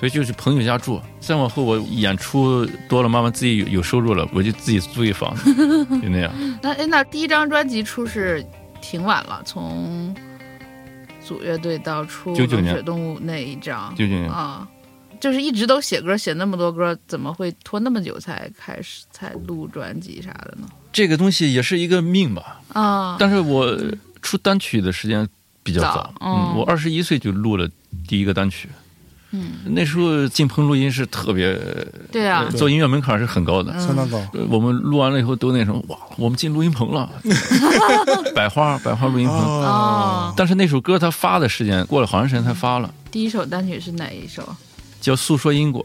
所以就是朋友家住。再往后我演出多了，慢慢自己有有收入了，我就自己租一房， 就那样。
嗯，那哎，那第一张专辑出是挺晚了，从组乐队到出《
99
冷
年
血动物》那一张
九九年，
啊，就是一直都写歌，写那么多歌，怎么会拖那么久才开始才录专辑啥的呢？
这个东西也是一个命吧。
啊，
但是我出单曲的时间比较早
早，嗯
嗯，我二十一岁就录了第一个单曲。嗯，那时候进棚录音是特别，
对啊
呃，做音乐门槛是很高的。
相当高。
呃我们录完了以后都那什么，哇，我们进录音棚了， 百花百花录音棚。
哦
啊，
但是那首歌它发的时间过了好长时间才发了，
第一首单曲是哪一首？
叫《诉说因果》。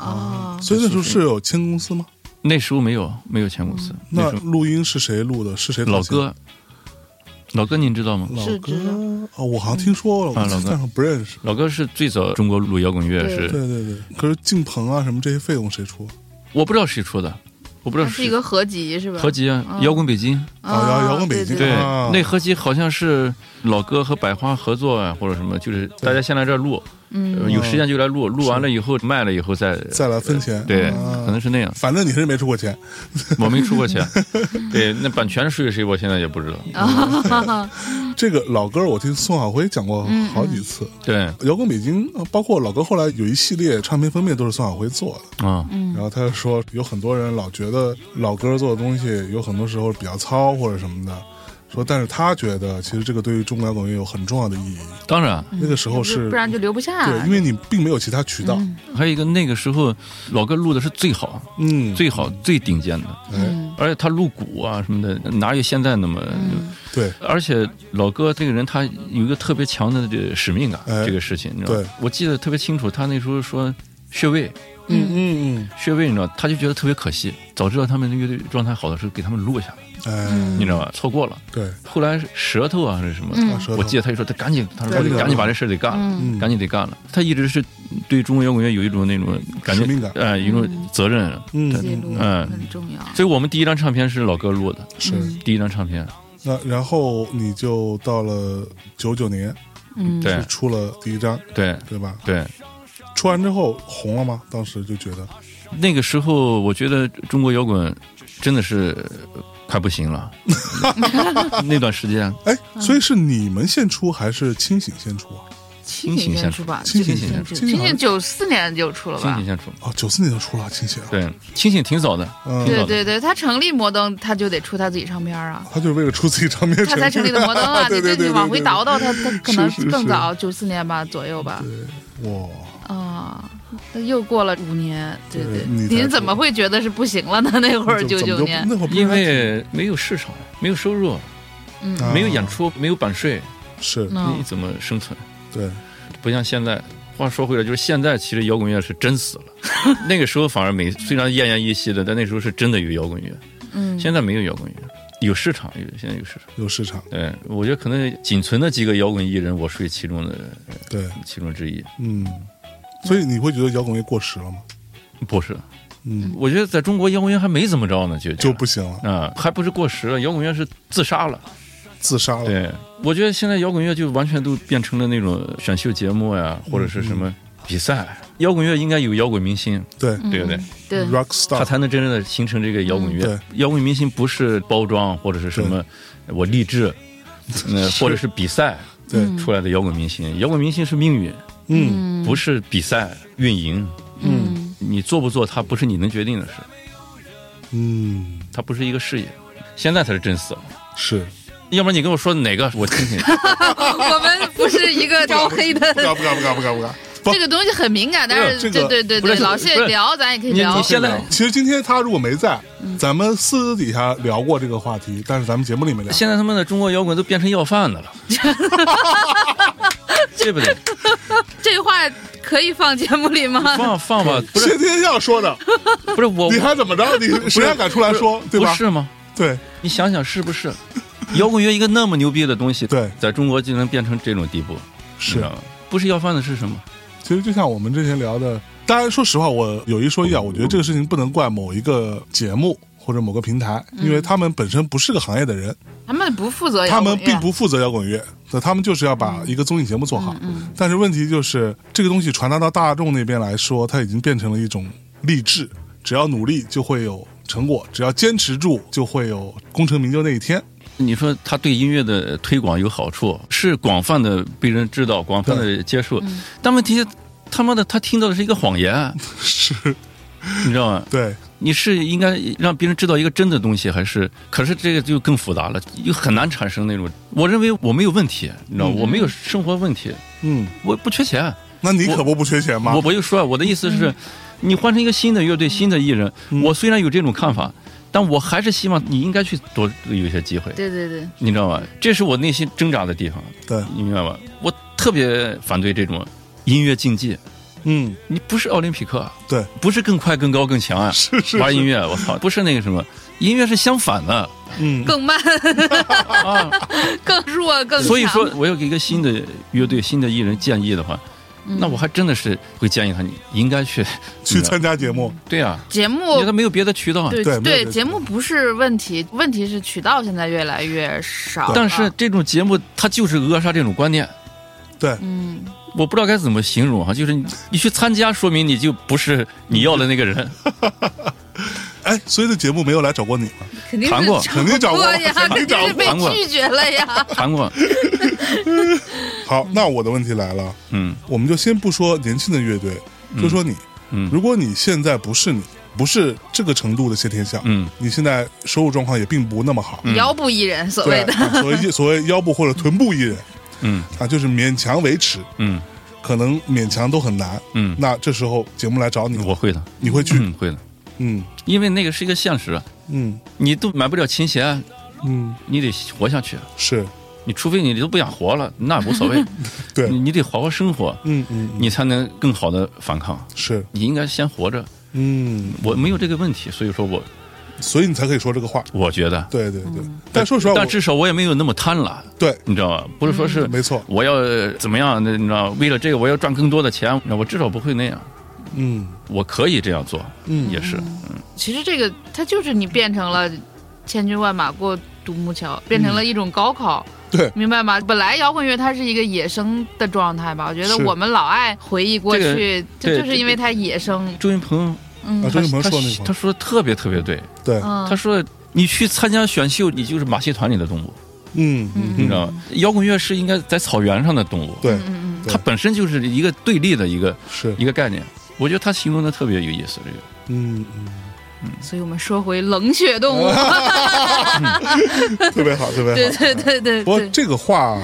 啊，
所以那时候是有签公司吗？
那时候没有没有前公司，
嗯那
时候
录音是谁录的？是谁
老
掏钱？
哥，老哥您知道吗？
老
是
哥
知道
哦，我好像听说
啊
了，我
老哥
但是不认识。
老哥是最早中国录摇滚乐
对
是，
对对对，可是进棚啊什么这些费用谁出？
我不知道谁出的，我不知
它
道
是
谁
一个合集是吧？
合集啊，摇滚北京，
啊，
哦摇摇滚北京
对
啊，
那合集好像是老哥和百花合作啊，或者什么，就是大家先来这儿录，
嗯
呃有时间就来录，录完了以后卖了以后再
嗯再来分钱。
对，
啊，
可能是那样
反正你是没出过钱，
我没出过钱，对，那版权属于谁，我现在也不知道，
这个老歌我听宋晓辉讲过好几次。
对，
摇滚北京，呃包括老哥后来有一系列唱片封面都是宋晓辉做的。
啊，
然后他就说，有很多人老觉得老哥做的东西有很多时候比较糙或者什么的，说，但是他觉得其实这个对于中国摇滚乐有很重要的意义。
当然，啊
那个时候
就是不然就留不下。
对，因为你并没有其他渠道。
还有一个那个时候老哥录的是最好、
嗯，
最好、最顶尖的，
哎，
而且他录鼓啊什么的，哪有现在那么？
对，
而且老哥这个人，他有一个特别强的这个使命感，
哎
这个事情，你知道
对
吗？我记得特别清楚，他那时候说穴位，
嗯嗯
穴位，你知道，他就觉得特别可惜，早知道他们那乐队状态好的时候给他们录下来，
嗯，哎，
你知道吧？错过了。
对，
后来舌头啊还是什么，
嗯
大舌头
我记得他就说他赶紧，他说
对
我得
对
赶紧把这事儿得干了，
嗯
赶紧得干了。他一直是对中国摇滚乐有一种那种感觉，
使命感
哎，有一种责任。
嗯
记录
嗯，
嗯
很重要。
所以我们第一张唱片是老哥录的，
是。
第一张唱片，
那然后你就到了九九年，
嗯，
对
就出了第一张，
对
对吧？
对。
出完之后红了吗？当时就觉得，
那个时候，我觉得中国摇滚真的是呃快不行 了。那段时间，
嗯
哎，所以是你们先出还是清醒先出啊？
清
清醒
醒先
先
出吧，
清
醒
清
先
出
清
清醒
醒九四年就出了
清
吧
醒？先出，
哦，九四年就出了清醒啊，
对，清醒挺早的，
嗯
挺
对
早的。
对对，他成立摩登，他就得出他自己唱片啊。
他 就是为了出自己唱片，
他才成立的摩登 啊，
对
你
对
这
对，
你
对
往回倒，倒，他他可能
是是
更早，九四年吧左右吧，
对对哇，
啊，那又过了五年，对
对
对，
你才
您怎么会觉得是不行 了呢？那会儿
怎
九
么
九
就
年，
那会儿不
因为没有市场，没有收入，
啊
没有演出，没有版税，
是，
你
嗯，
怎么生存？
对，
不像现在。话说回来，就是现在其实摇滚乐是真死了，那个时候反而没，虽然奄奄一息的，但那时候是真的有摇滚乐。
嗯
现在没有摇滚乐，有市场，有现在有市场。
有市场，
对，我觉得可能仅存的几个摇滚艺人，我属于其中的
对，
其中之一。
嗯，所以你会觉得摇滚乐过时了吗？
不是，
嗯，
我觉得在中国摇滚乐还没怎么着呢，就
就不行了，
啊、还不是过时了，摇滚乐是自杀了。
自杀了，
对，我觉得现在摇滚乐就完全都变成了那种选秀节目呀，或者是什
嗯
么比赛。摇滚乐应该有摇滚明星，
对
嗯
对不对？
对，
，rock
他
star，
才能真正的形成这个摇滚乐
嗯。
摇滚明星不是包装或者是什么，我励 志，呃，或者是比赛
对，
出来的摇滚明星。摇滚明星是命运，
嗯，
不是比赛运营。
嗯，
你做不做，它不是你能决定的事，
嗯，
它不是一个事业。现在才是真死了，
是，
要不然你跟我说哪个，我听 听。
我们不是一个招黑的，
不敢不敢不敢不敢不敢。不
这个东西很敏感，但
这
是
个
对对对
不是
对，老
不
谢
是
聊咱也可以
你
聊
你，现在
其实今天他如果没在，咱们私底下聊过这个话题，但是咱们节目里面聊。
现在他妈的中国摇滚都变成要饭 的了，对不对？
这话可以放节目里吗？
放放吧，不是
谢天笑说的，
不是我
你还怎么着？你谁还敢出来说，对
不
吧？
是吗？
对，
你想想是不是？摇滚乐一个那么牛逼的东西，
对
在中国就能变成这种地步，你知
是
道。吗？不是要饭的是什么？
其实就像我们之前聊的，当然说实话，我有一说一啊，我觉得这个事情不能怪某一个节目或者某个平台，因
嗯
为他们本身不是个行业的人，
他们不负责，
他们并，不负责摇滚乐，那他们就是要把一个综艺节目做好。但是问题就是，这个东西传达到大众那边来说，它已经变成了一种励志，只要努力就会有成果，只要坚持住就会有功成名就那一天。
你说它对音乐的推广有好处，是广泛的被人知道，广泛的接触，但问题他妈的他听到的是一个谎 言，啊
是，
你知道吗？
对，
你是应该让别人知道一个真的东西，还是？可是这个就更复杂了，又很难产生那种。我认为我没有问题，你知道吗，我没有生活问题，
嗯，
我不缺钱。
那你可不不缺钱吗？
我我就说，我的意思
嗯
是，你换成一个新的乐队、新的艺人，
嗯
我虽然有这种看法，但我还是希望你应该去多有一些机会，
对对对，
你知道吗？这是我内心挣扎的地方，
对，
你明白吧？我特别反对这种音乐竞技，
嗯，
你不是奥林匹克啊，
对，
不是更快、更高、更强啊！
是是
玩音乐，我操，不是那个什么，音乐是相反的
嗯，
更慢，
啊。
更弱，更强
所以说，我要给一个新的乐队、新的艺人建议的话，
嗯
那我还真的是会建议他，你应该去
去参加节目，
对啊，
节
因
目
为他没有别的渠道啊。
对
对没有这
节目不是问题，问题是渠道现在越来越
啊
少了。啊
但是这种节目，它就是扼杀这种观念。
对，
嗯，
我不知道该怎么形容哈、就是你你去参加，说明你就不是你要的那个人。
哎，所以这节目没有来找过你吗？
肯定
谈过
是
肯定找过
呀，
肯定
肯定是被
谈过
拒绝了呀。
韩 国，
好，那我的问题来了，
嗯
我们就先不说年轻的乐队，就说你，
嗯
如果你现在不是你，不是这个程度的谢天笑，
嗯，
你现在收入状况也并不那么好，
腰部艺人所
嗯对啊
谓的，
所 谓所谓腰部或者臀部艺人
嗯
啊，就是勉强维持，
嗯
可能勉强都很难，
嗯
那这时候节目来找你，
我会的，
你会去，
嗯会的，
嗯
因为那个是一个现实啊，
嗯
你都买不了琴弦，
嗯，
你得活下去啊。
是
你除非你都不想活了，那无所谓。
对，
你你得好好生活，
嗯嗯
你才能更好的反抗。
是，
你应该先活着。
嗯，
我没有这个问题，所以说我
所以你才可以说这个话，
我觉得，
对对对，
嗯
但说实话，我嗯
但至少我也没有那么贪婪，
对
你知道吧？不是说是
没错
我要怎么样？那你知道，为了这个我要赚更多的钱，那我至少不会那样。
嗯
我可以这样做，
嗯
也是，
其实这个它就是你变成了千军万马过独木桥，变成了一种高考。
对
明白吗？本来摇滚乐它是一个野生的状态吧，我觉得
是
我们老爱回忆过去，
这个
就
对
是因为它野生。
周云鹏
嗯
啊，周云鹏
他
说那
他
话，
说的特别特别对，
对，
嗯
他说你去参加选秀，你就是马戏团里的动物，
嗯
你知
嗯，
道吗？摇滚乐是应该在草原上的动物，
对，
嗯嗯
它本身就是一个对立的一个
是，
一个概念。我觉得他形容的特别有意思，这个
嗯嗯，
嗯，所以我们说回冷血动物，
哦特别好，特别
对
好。
对对对
不过
对。
这个话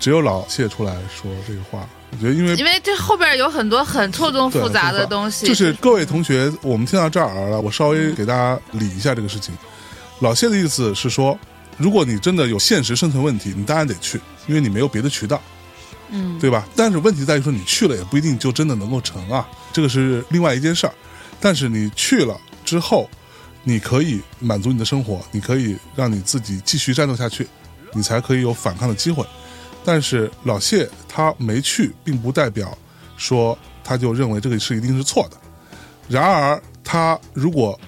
只有老谢出来说这个话，我觉得因为
因为这后边有很多很错综
对
复杂的
很复
东西，
就是各位同学，我们听到这儿了，我稍微给大家理一下这个事情。老谢的意思是说，如果你真的有现实生存问题，你当然得去，因为你没有别的渠道，
嗯，
对吧？但是问题在于说，你去了也不一定就真的能够成啊，这个是另外一件事儿。但是你去了之后，你可以满足你的生活，你可以让你自己继续战斗下去，你才可以有反抗的机会。但是老谢他没去，并不代表说他就认为这个是一定是错的。然而，他如果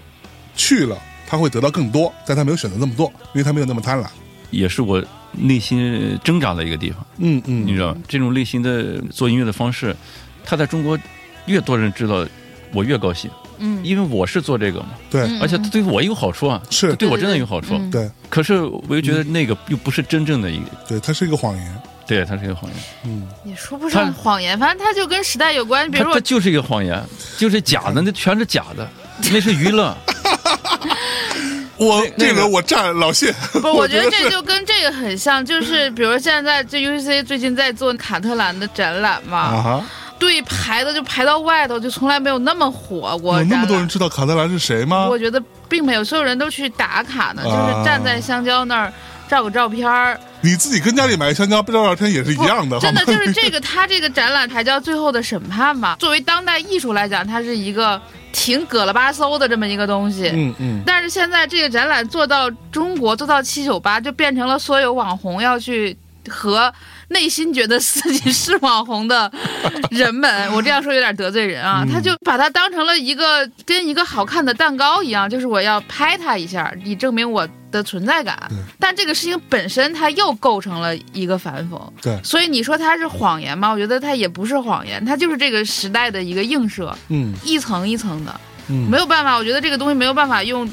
去了，他会得到更多，但他没有选择那么多，因为他没有那么贪婪。
也是我内心挣扎的一个地方。
嗯
你
嗯，
知道吗这种类型的做音乐的方式，他在中国越多人知道，我越高兴，
嗯
因为我是做这个嘛，
对，
嗯
而且它对我有好处啊，
是
它对我真的有好处。
嗯
对
可是我又觉得那个又不是真正的一个，
对，它是一个谎言。
对，它是一个谎言，
嗯，
也说不上谎言，反正它就跟时代有关。比
它
如嗯
它
我
就是一个谎言，就是假的，那全是假的，那是娱 乐。
我
那
这
个
轮我站老谢，
不， 我觉得这就跟这个很 像，就是比如现在这 UCC 最近在做卡特兰的展览
啊
嘛，
哈，
对排的就排到外头，就从来没有那么火过。
有那么多人啊
展
知道卡特兰是谁吗
览，我？觉得并没有，所有人都去打卡
啊
呢，就是站在香蕉那儿照个照片儿。
你自己跟家里买香蕉不照照片也是一
不
样的，
真的
好吗
就是这个，他这个展览还叫《最后的审判》嘛。作为当代艺术来讲，它是一个挺葛了吧嗖的这么一个东 西。
嗯嗯，
但是现在这个展览做到中国，做到七九八，就变成了所有网红要去和内心觉得自己是网红的 人们，我这样说有点得罪人
嗯
啊，他就把它当成了一个跟一个好看的蛋糕一样，就是我要拍它一下，以证明我的存在感
对。
但这个事情本身，它又构成了一个反讽。
对，
所以你说它是谎言吗？我觉得它也不是谎言，它就是这个时代的一个映射，
嗯
一层一层的。
嗯
没有办法，我觉得这个东西没有办法用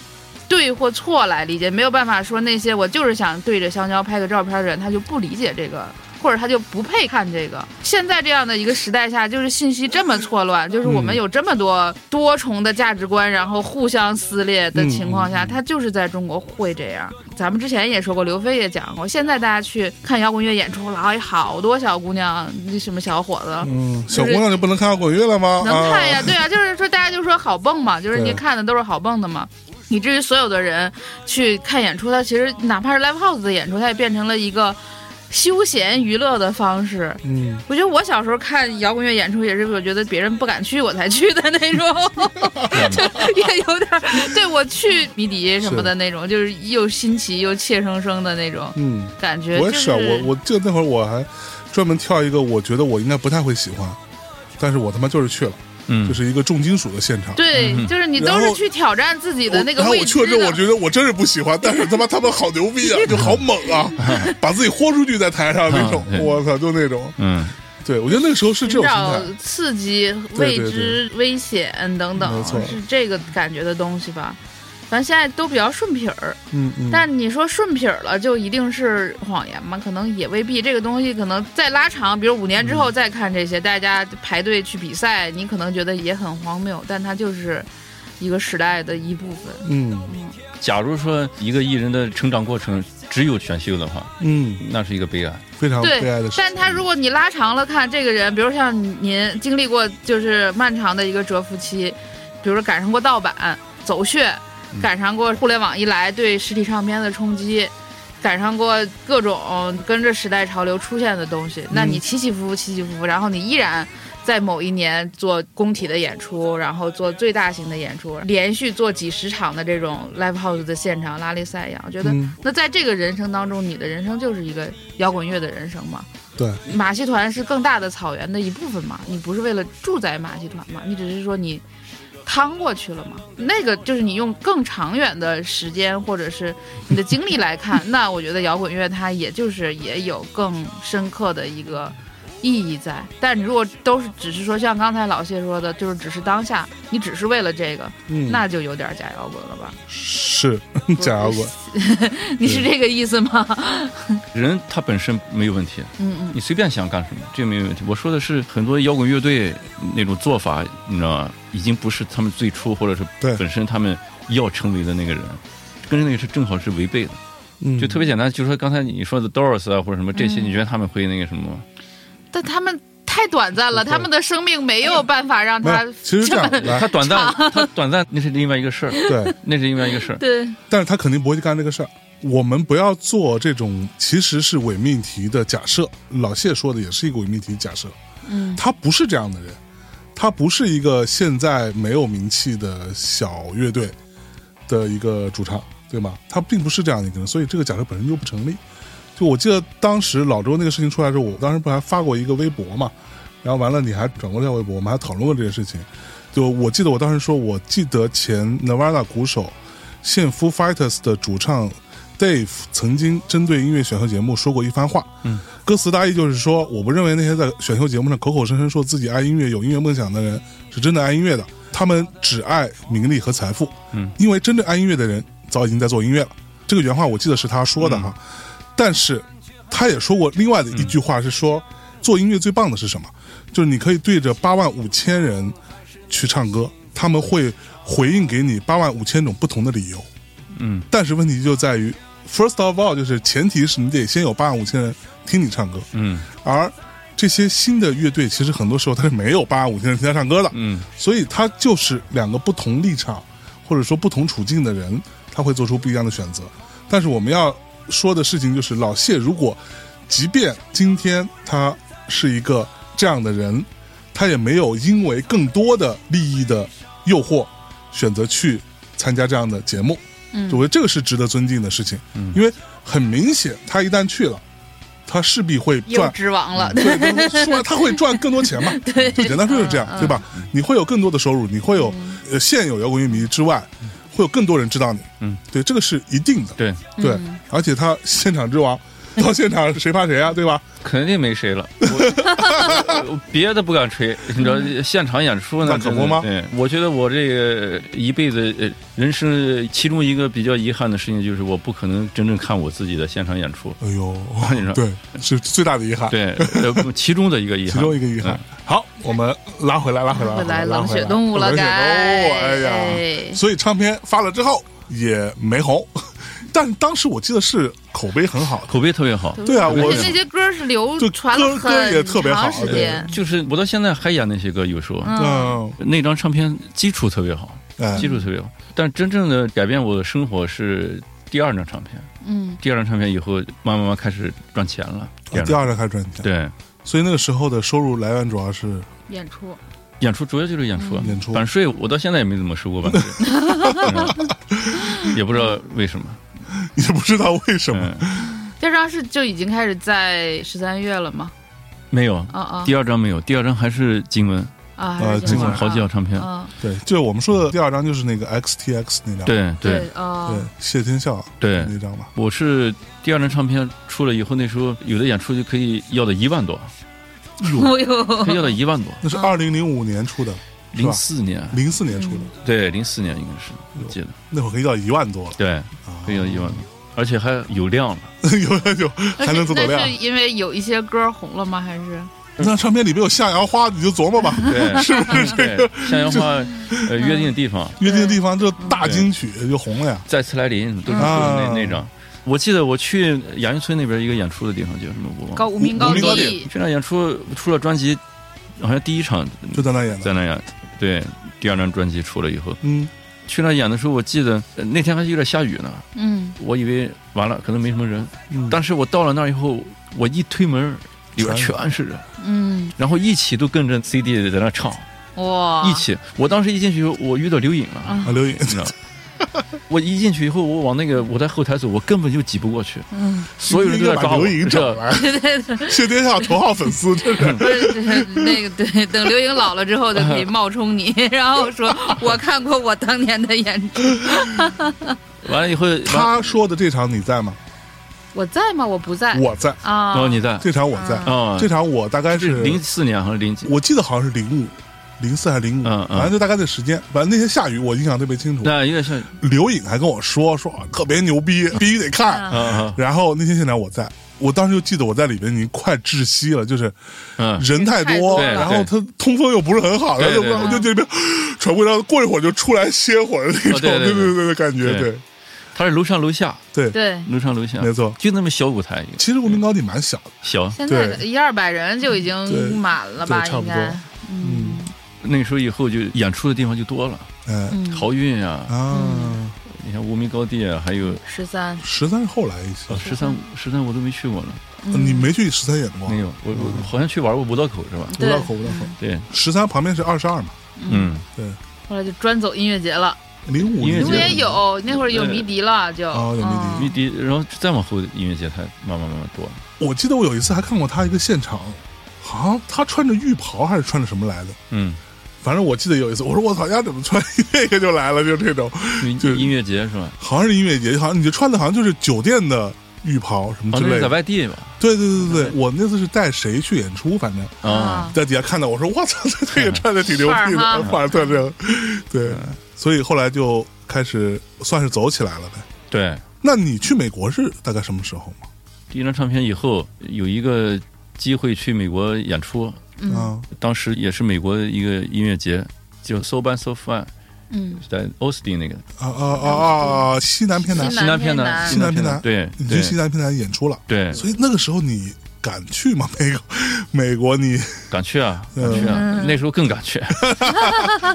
对或错来理解，没有办法说那些我就是想对着香蕉拍个照片的人，他就不理解这个，或者他就不配看这个。现在这样的一个时代下，就是信息这么错乱，就是我们有这么多多重的价值观，然后互相撕裂的情况下，他就是在中国会这样。咱们之前也说过，刘飞也讲过，现在大家去看摇滚乐演出了，哎，好多小姑娘，什么小伙子，
嗯，小姑娘就不能看摇滚乐了吗？
能看呀，
啊，
对呀，就是说大家就说好蹦嘛，就是你
对
看的都是好蹦的嘛。以至于所有的人去看演出，它其实哪怕是 live house 的演出，它也变成了一个休闲娱乐的方式。
嗯，
我觉得我小时候看摇滚乐演出也是，我觉得别人不敢去我才去的 那种，就也有点儿对我去迷笛什么的那种，就是又新奇又怯生生的那种
嗯，
感觉。
我也
就是
啊，我我记得那会儿我还专门跳一个，我觉得我应该不太会喜欢，但是我他妈就是去了，
嗯
就，是一个重金属的现场。
对，就是你都
嗯然
是
后
去挑战自己的那个
然后
位
我
置。
去了之后，我觉得我真是不喜欢，但是他妈他们好牛逼啊，就好猛 啊，
哎
把自己豁出去在台上那种
啊，对
我操，就那种。
嗯，
对，我觉得那个时候是这
寻
种心态
找。刺激、
对
未
对
知、危险等
没
等，
错
是这个感觉的东西吧。反正现在都比较顺撇儿，
嗯嗯。
但你说顺撇儿了，就一定是谎言吗？可能也未必。这个东西可能再拉长，比如五年之
嗯
后再看这些，大家排队去比赛，你可能觉得也很荒谬，但它就是一个时代的一部分。
嗯
假如说一个艺人的成长过程只有选秀的话，
嗯，
那是一个悲哀。
非常
对
悲哀的，事。
但他如果你拉长了看这个人，比如像您经历过就是漫长的一个蛰伏期，比如说赶上过盗版、走穴，赶上过互联网一来对实体唱片的冲击，赶上过各种跟着时代潮流出现的东西，
嗯
那你起起伏伏，起起伏伏，然后你依然。在某一年做工体的演出，然后做最大型的演出，连续做几十场的这种 live house 的现场拉力赛一样，我觉得、
嗯
那在这个人生当中，你的人生就是一个摇滚乐的人生嘛。
对，
马戏团是更大的草原的一部分嘛，你不是为了住在马戏团嘛，你只是说你趟过去了嘛。那个就是你用更长远的时间或者是你的经历来 看，那我觉得摇滚乐它也就是也有更深刻的一个意义在。但你如果都是只是说像刚才老谢说的，就是只是当下，你只是为了这个，
嗯，
那就有点假摇滚了吧？
是 假摇滚，嗯
你是这个意思吗？
人他本身没有问题，
嗯嗯
你随便想干什么，这没有问题。我说的是很多摇滚乐队那种做法，你知道吗？已经不是他们最初或者是
对
本身他们要成为的那个人，跟那个是正好是违背的。
嗯，
就特别简单，就说刚才你说的 Doors 啊或者什么这些，
嗯
你觉得他们会那个什么吗？
但他们太短暂了，
不会
他们的生命没有办法让
嗯没
他
有，其实这样来
他，短暂，他短暂那是另外一个事儿，
对，
那是另外一个事儿。
对
但是他肯定不会去干这个事儿。我们不要做这种其实是伪命题的假设，老谢说的也是一个伪命题假设，
嗯，
他不是这样的人，他不是一个现在没有名气的小乐队的一个主唱，对吗？他并不是这样的一个人，所以这个假设本身就不成立。就我记得当时老周那个事情出来的时候，我当时不还发过一个微博嘛，然后完了你还转过这条微博，我们还讨论过这件事情。就我记得我当时说，我记得前 Nirvana 鼓手现 Foo Fighters 的主唱 Dave 曾经针对音乐选秀节目说过一番话，嗯，歌词大意就是说，我不认为那些在选秀节目上口口声声说自己爱音乐、有音乐梦想的人是真的爱音乐的，他们只爱名利和财富，嗯，因为真正爱音乐的人早已经在做音乐了。这个原话我记得是他说的哈，但是他也说过另外的一句话是说，做音乐最棒的是什么？就是你可以对着八万五千人去唱歌，他们会回应给你八万五千种不同的理由。
嗯，
但是问题就在于，first of all，就是前提是你得先有八万五千人听你唱歌，
嗯
而这些新的乐队其实很多时候它是没有八万五千人听他唱歌的，
嗯，
所以他就是两个不同立场或者说不同处境的人，他会做出不一样的选择。但是我们要说的事情就是，老谢如果即便今天他是一个这样的人，他也没有因为更多的利益的诱惑，选择去参加这样的节目。
嗯
就我觉得这个是值得尊敬的事情，因为很明显，他一旦去了，他势必会
又
赚
知网了，
对，那说白 了他会赚更多钱嘛，就简单说就是这样，对吧？
嗯
你会有更多的收入，你会有呃现有摇滚乐迷之外，会有更多人知道你，
嗯，
对，这个是一定的，
对，
对，而且他现场之王，到现场谁怕谁啊，对吧？
肯定没 谁了。我我别的不敢吹，你知道，现场演出
嗯那
呢？
可不吗
对，我觉得我这个一辈子呃人生其中一个比较遗憾的事情，就是我不可能真正看我自己的现场演出。
哎呦
你说，
对，是最大的遗憾，
对， 呃，其中的一个遗憾，嗯
其中一个遗憾。好，我们拉回来，拉回来，
回来
拉
冷
回
血动物了
冷血动物，
该
哎呀，
哎
所以唱片发了之后 也没红，但当时我记得是口碑很好的，
口碑特别好。
对啊，
而
我
且那些歌是流
就
传了
歌歌也
很
特别好
长时间。
就是我到现在还演那些歌，有时候、
嗯，
那张唱片基础特别好，
哎
基础特别好。但真正的改变我的生活是第二张唱片，
嗯，
第二张唱片以后，慢慢慢开始赚钱了。第二
哦第
张
二张开始赚钱，
对。
所以那个时候的收入来源主要是
演出
演出主要就是演出啊，
嗯演出
版税我到现在也没怎么收 过版税，嗯也不知道为什么。
也不知道为什么
嗯，，
第二张是就已经开始在十三月了吗？
没有，
啊啊
第二张没有，第二张还是金文，
呃
啊，还是
哦金
金
文
文哦
啊
嚎叫唱片。
嗯，
对，就是我们说的第二张就是那个 XTX 那张，
对对
对啊
对，，谢天笑
对，
那张吧，
我是第二张唱片出了以后，那时候有的演出就可以要到一万 多，
哦呦，
可以要到一万多，
那
嗯
是二零零五年出的，是吧
零四年，
零四年出的，
嗯
对，零四年应该是，我记得，
那会儿可以到一万多了。
对，
哦
可以要一万多，而且还有量了。
有有 还能做走
那
量
是。因为有一些歌红了吗？还
嗯
是
那唱片里面有向阳花，你就琢磨吧。
对，是不是这个？向阳花，呃，约定的地方，
约定的地方，这大金曲就红了呀。
再次来临，都是那那张。我记得我去杨峪村那边一个演出的地方叫什么？我忘
高
了。
无名
无名高
地？
这场演出出了专辑，好像第一场
就在那演的。
在那演，对，第二张专辑出了以后，
嗯，
去那演的时候，我记得呃那天还有点下雨呢，
嗯，
我以为完了可能没什么人，
嗯
但是我到了那儿以后，我一推门，里边
全
全是人，
嗯，
然后一起都跟着 CD 在那唱，
哇，
一起，我当时一进去，我遇到刘颖
嗯
了。
啊，刘颖，
你知 道吗？我一进去以后，我往那个我在后台走，我根本就挤不过去，
嗯，
所有人都在抓
把
我。
刘颖整
这
来，
对对 对，
谢天笑头号粉丝，这是
不是 对那个对，等刘颖老了之后就可以冒 充你，然后说我看过我当年的演出，
完了以后，完
他说的这场你在吗？
我在吗？我不在
我在，
啊，
然哦后你在
这场我在，
啊，
这场我大概
是
是
零四年还是零几？
我记得好像是零五。零四还是零五，
嗯嗯
反正就大概这时间。反正那天下雨，我印象特别清楚。
那有点像
刘颖还跟我说说啊特别牛逼，必须得看。
啊啊
然后那天现场我在，我当时就记得我在里面已经快窒息了，就是
嗯，
人太
太
多，
多
了
然后它通风又不是很好，然后
对对
就就这边喘不过气，然后过一会儿就出来歇会儿的那种，
哦对对
对
对
对的感觉，
对
对
他是楼上楼下，
对。
对。
楼上楼下，
没错
就那么小舞台，
其实无名高地蛮小的，
小。
现在
对
一二百人就
对
已经满了吧？
对差
应
不
该
多，
嗯
那个时候以后就演出的地方就多了，
嗯
嗯，
漕运啊，
啊，
你看无名高地啊，还有
十三，
十三是后来一些，
十三十三我都没去过呢，
嗯
你没去十三演过
没？有，我我好像去玩过五道口是吧？
五
对
道口，五道口，
对，
十三旁边是二十二嘛？
嗯，
对，
后来就专走音乐节了。
零五
音乐
年
节
因
目
为有那会儿有
对
迷笛了，就
哦有迷
迷
嗯
笛，然后再往后音乐节才慢慢慢慢多了。
我记得我有一次还看过他一个现场，好像他穿着浴袍还是穿着什么来的，
嗯，
反正我记得有一次，我说我操，丫怎么穿这个就来了，就这种，就
音音乐节是吧？
好像是音乐节，好像你就穿的好像就是酒店的浴袍什么
哦，
之
那是
类
在
的。
外地吧？
对对对对对，我那次是带谁去演出，反正
嗯
啊，
在底下看到，我说我操，这这个穿的挺牛逼的，
范儿哈
范儿特正。对，所以后来就开始算是走起来了呗。
对，
那你去美国是大概什么时候嘛？
第一张唱片以后有一个机会去美国演出，
啊，
当时也是美国的一个音乐节，就 So Bad So Fun，
嗯，
在奥斯汀那个
啊啊啊啊！西南偏南，
西
西南偏
南
西南偏
偏南
对
你去西
对
南偏南演出了，
对，
所以那个时候你敢去吗？ 美国，美国你
敢去啊，敢去啊，那时候更敢去，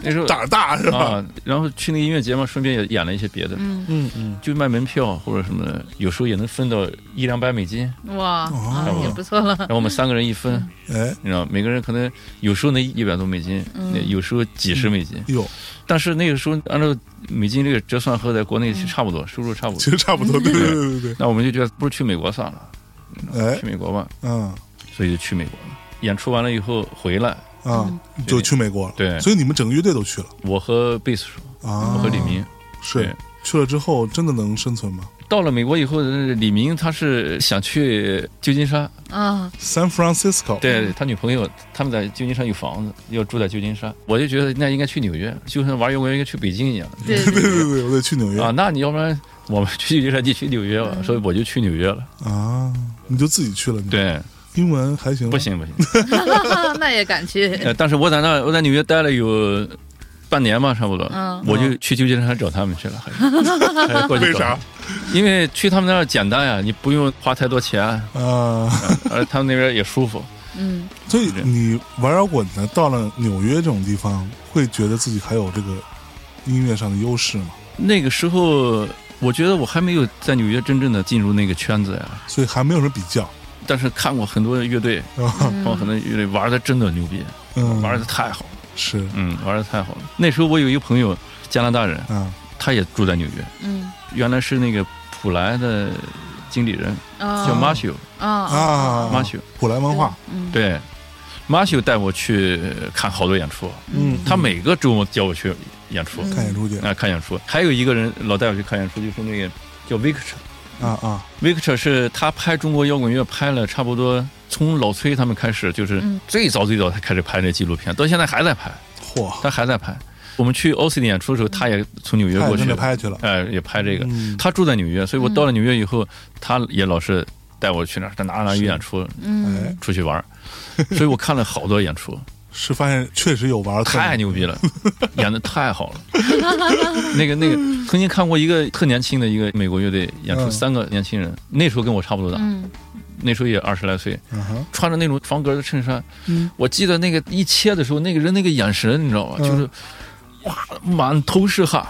那 时候
胆儿大是吧？
啊，然后去那个音乐节嘛，顺便也演了一些别的，
嗯嗯，
就卖门票或者什么的，有时候也能分到一两百美金，
哇，
哦
啊
差不多
也不错了
然。后我们三个人一分，
哎
你知道，每个人可能有时候那一百多美金，那有时候几十美金，
哟，
但是那个时候按照美金这个折算和在国内其实差不多，收入差不
其
多。
实差不多，对对对对
那我们就觉得不如去美国算了，
对，哎
去，美国吧，
嗯。
所以就去美国了。演出完了以后回来，
啊，就去美国了。
对
所以你们整个乐队都去了
我和贝斯手，
啊
我和李明，
是
对
去了之后真的能生存吗
到了美国以后，呃李明他是想去旧金山，
嗯，
？San Francisco，，
对他女朋友他们在旧金山有房子，要住在旧金山。我就觉得那应该去纽约，就跟玩摇滚乐应该去北京一样。
对
对对对，我得去纽约
啊，那你要不然我们去旧金山，你去纽约吧，所以我就去纽约了。
啊！你就自己去了，你，
对，
英文还行吗，
不行不行，
那也敢去，
呃，但是我在那我在纽约待了有半年吧，差不多，
嗯
我就去旧金山找他们去了，还是还是过去
为
找
啥
他们？因为去他们那儿简单呀，你不用花太多钱，
啊？
而他们那边也舒服。
嗯，
所以你玩摇滚的，到了纽约这种地方，会觉得自己还有这个音乐上的优势吗？
那个时候，我觉得我还没有在纽约真正的进入那个圈子呀，
所以还没有人比较
但是看过很多乐队，
啊，
看过
嗯
很多乐队玩的真的牛逼，
嗯，
嗯玩的太好了，
是
嗯，玩的太好了。那时候我有一个朋友，加拿大人，
啊，
他也住在纽约，
嗯，
原来是那个普莱的经理人，叫
啊
Matthew，Matthew、
啊，
啊，普莱文化，
嗯，
对。Matthew 带我去看好多演出，
嗯，
他每个周末叫我去演出，
嗯
看演出去
啊，看演出。还有一个人老带我去看演出，就是那个叫 Victor。
啊啊，
Victor 是他拍中国摇滚乐拍了差不多，从老崔他们开始，就是
嗯
最早最早他开始拍这纪录片，到现在还在拍，
嚯，
他还在拍。我们去 o s t i n 演出的时候，他也从纽约
他也
过
跟
去
着，拍去了，
哎，也拍这个
嗯。
他住在纽约，所以我到了纽约以后，他也老是带我去那儿，他哪哪有演出，
哎，
出去玩儿。所以我看了好多演出，
是发现确实有玩儿的特
太
点
牛逼 了，演的太好了。
嗯
那个那个，曾经看过一个特年轻的一个美国乐队演出，
嗯
三个年轻人，那时候跟我差不多大，
嗯
那时候也二十来岁，
嗯哼，
穿着那种方格的衬衫。
嗯
我记得那个一切的时候，那个人那个眼神，你知道吧？
嗯
就是哇，满头是汗。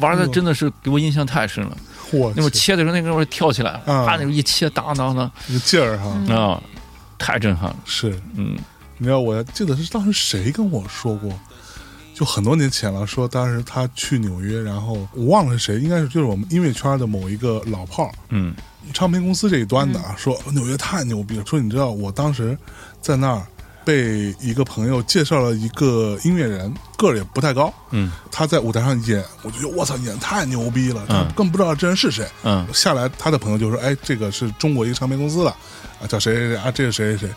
玩的真的是给我印象太深了，
嚯，
那么
去
切的时候，那哥们儿跳起来了，
嗯
啪，那种一切当当当
这个劲儿哈，
啊，太震撼了，
是，
嗯，
你知道，我记得是当时谁跟我说过，就很多年前了，说当时他去纽约，然后我忘了是谁，应该是就是我们音乐圈的某一个老炮儿，
嗯，
唱片公司这一端的啊，说纽约太牛逼了，说你知道我当时在那儿被一个朋友介绍了一个音乐人，个儿也不太高，
嗯，
他在舞台上演，我就觉得我操，演太牛逼了，
嗯
更不知道这人是谁，
嗯
下来他的朋友就说，哎，这个是中国一个唱片公司的，啊，叫谁谁谁啊，这是谁谁谁，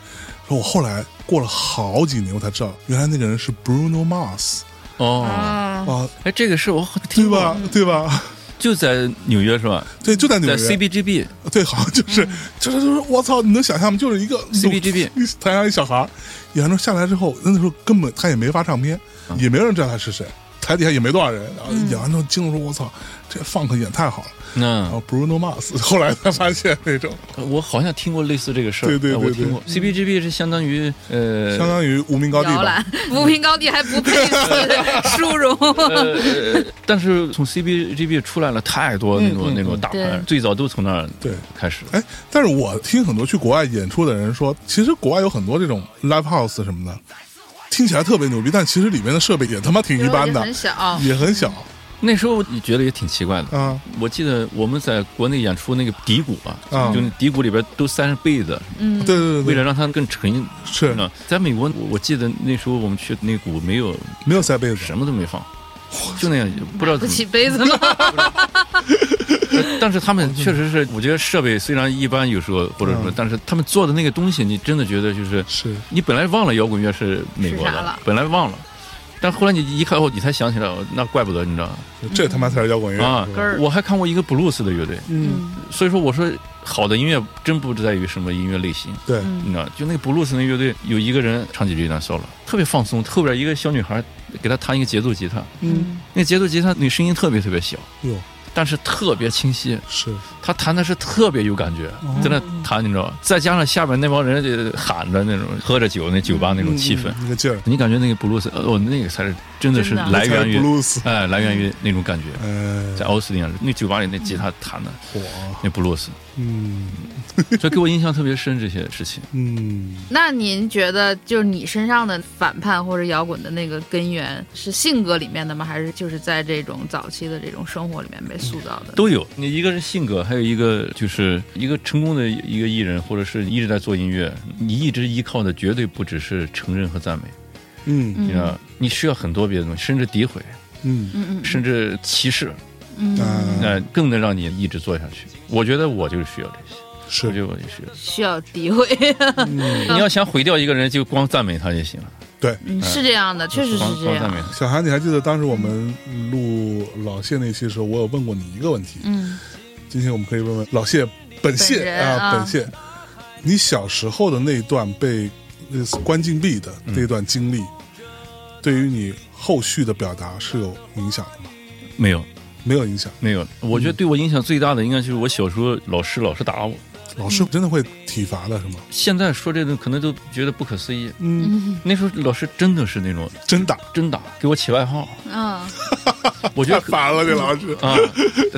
说我后来过了好几年我才知道，原来那个人是 Bruno Mars
哦，
啊，
啊，
哎，这个是我
对
听过
吧，对吧？
就在纽约是吧？
对，就在纽
在
约。
CBGB，
对，好像就是，就是就是，我操！你能想象吗？就是一个
CBGB
一台上一小孩儿，演完之后下来之后，那时候根本他也没发唱片，
嗯
也没有人知道他是谁，台底下也没多少人。然后演完之后惊了说：“我操，这 funk 演太好了。”然
那
后 Bruno Mars 后来才发现那种
呃我好像听过类似这个事儿，
对对
哎
对
我
对
听过 CBGB 是相当于呃，
相当于无名高地
摇
吧
篮，扶贫高地还不配此 殊荣，
呃，但是从 CBGB 出来了太多那种、
嗯嗯
那种大牌
对，
最早都从那儿
对。
开始。
哎，但是我听很多去国外演出的人说，其实国外有很多这种 live house 什么的，听起来特别牛逼，但其实里面的设备也他妈挺一般的，
很小，
也很小
那时候你觉得也挺奇怪的。
啊
我记得我们在国内演出那个底鼓啊，
啊
就那底鼓里边都塞上被子，
对对
为
对对，
了让它更沉。
是
呢，在美国，我我记得那时候我们去那鼓没有
没有塞被子，
什么都没放，就那样，不知道
不
怎么
起杯子吗？
但是他们确实是，我觉得设备虽然一般，有时候或者说
哦嗯，
但是他们做的那个东西，你真的觉得就是，
是
你本来忘了摇滚乐是美国
是啥
的
了，
本来忘了，但后来你一看后，你才想起来，哦那怪不得你知道吗
这他妈才是摇滚乐
啊
是吧
根儿！
我还看过一个布鲁斯的乐队，
嗯，
所以说我说好的音乐真不在于什么音乐类型，
对，
嗯
你知道，就那个布鲁斯那乐队有一个人唱几句那 solo，特别放松，后边一个小女孩给他弹一个节奏吉他，
嗯，
那节奏吉他那声音特别特别小，
哟，
但是特别清晰，
是
他弹的是特别有感觉，
哦
在那弹，你知道吧？再加上下边那帮人就喊着那种喝着酒那酒吧那种气氛，
嗯啊那个劲儿，
你感觉那个布鲁斯，哦，那个才是真的是
真的
来源于
布鲁斯，
哎，来源于那种感觉，
哎
在，奥斯汀那酒吧里那吉他弹的
火，
那布鲁斯，
嗯
所以给我印象特别深这些事情。
嗯，
那您觉得，就是你身上的反叛或者摇滚的那个根源，是性格里面的吗？还是就是在这种早期的这种生活里面被塑造的？
都有，你一个是性格，还有一个就是一个成功的一个艺人，或者是一直在做音乐，你一直依靠的绝对不只是承认和赞美，
嗯
你知道，你需要很多别的东西，甚至诋毁，
嗯
嗯嗯
甚至歧视，
嗯，
那呃更能让你一直做下去。我觉得我就是需要这些，我觉
是
得我就需要。
需要诋毁，
你要想毁掉一个人，就光赞美他就行了，
对。
嗯是这样的，确实
光
是这
光赞
样。
美他。
小韩，你还记得当时我们录老谢那期的时候，我有问过你一个问题。
嗯，
今天我们可以问问老谢本
本
谢
人
啊，
啊
本谢，你小时候的那段被类似关禁闭的那段经历，
嗯
对于你后续的表达是有影响的吗？
没有，
没有影响。
没有。我觉得对我影响最大的应该就是我小时候老师老是打我。
老
嗯
师真的会体罚的是吗？
现在说这个可能都觉得不可思议。
嗯，
那时候老师真的是那种
真 打，
真打，给我起外号。
嗯，
我觉
太
得
烦了，这老师。
啊，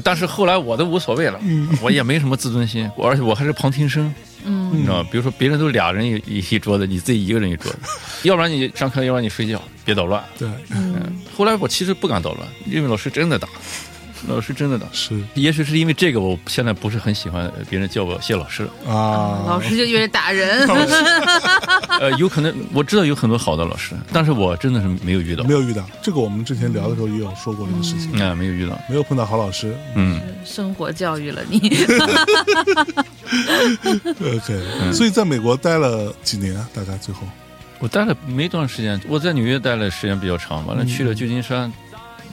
但是后来我都无所谓了，我也没什么自尊心，我而且我还是旁听生，嗯，你知道吗，比如说别人都俩人一一桌子，你自己一个人一桌子，要不然你上课，要不然你睡觉，别捣乱。
对，
嗯，后来我其实不敢捣乱，因为老师真的打， 老师真的打。
是
也许是因为这个，我现在不是很喜欢别人叫我谢老师了。
啊，
老师就以为打 人，
呃，有可能我知道有很多好的老师，但是我真的是没有遇到
没，有遇到这个，我们之前聊的时候也有说过这个事情，
嗯，没有遇到，
没有碰到好老师。
嗯。
生活教育 了你。
嗯
OK，所以在美国待了几年啊？大概最后
我待了没多长时间，我在纽约待了时间比较长，完了去了旧金山，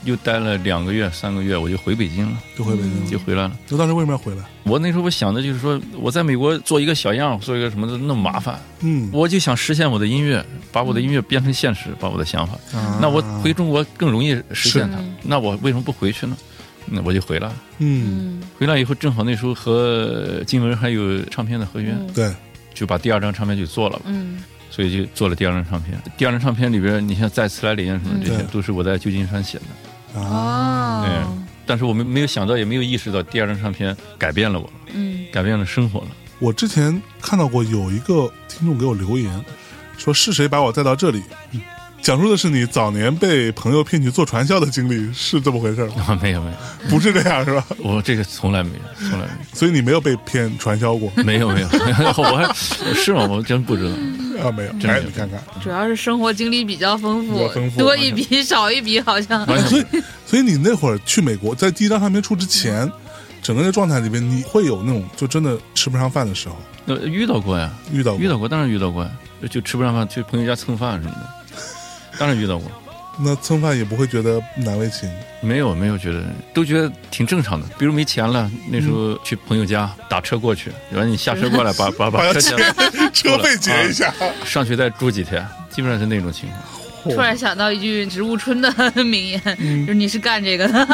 又待了两个月、三个月，我就回北京了，
就回北京了。
就回来了。
那当时为什么要回来？
我那时候我想的就是说，我在美国做一个小样，做一个什么的那么麻烦，
嗯，
我就想实现我的音乐，把
嗯
我的音乐变成现实，把我的想法。
啊
那我回中国更容易实现它
是，
那我为什么不回去呢？那我就回来了。
嗯，
回来以后，正好那时候和金文还有唱片的合约，
嗯
对，
就把第二张唱片就做了吧。
嗯
所以就做了第二张唱片。第二张唱片里边，你像《再次来临》什么的这些
嗯，
都是我在旧金山写的。
啊，
哦
嗯，但是我们没有想到，也没有意识到，第二张唱片改变了我了，
嗯
改变了生活了。
我之前看到过有一个听众给我留言，说是谁把我带到这里？嗯讲述的是你早年被朋友骗去做传销的经历，是这么回 事儿吗？
啊，没有没有，
不是这样是吧？
我这个从来没有，从来
所以你没有被骗传 销过
没有，没有没有， 我还是吗？我真不知道。
啊？没有，
真没
哎，
有
你看看，
主要是生活经历比较丰
比
富
较丰，富
多一笔少一笔，好像
完
哎，
全
所以，所以你那会儿去美国，在第一张唱片出之前，整个人的状态里边，你会有那种就真的吃不上饭的时候，
那呃遇到过呀，
遇到过
遇到过，当然遇到过呀，就吃不上饭，去朋友家蹭饭什么的，当然遇到过。
那蹭饭也不会觉得难为情，
没有没有觉得，都觉得挺正常的。比如没钱了，那时候去朋友家打车过去，然后你下车过来把把把车钱
车费结一下。
上去再住几天，基本上是那种情况。
突 然想到一句植物春的名言，
嗯
就是你是干这个的，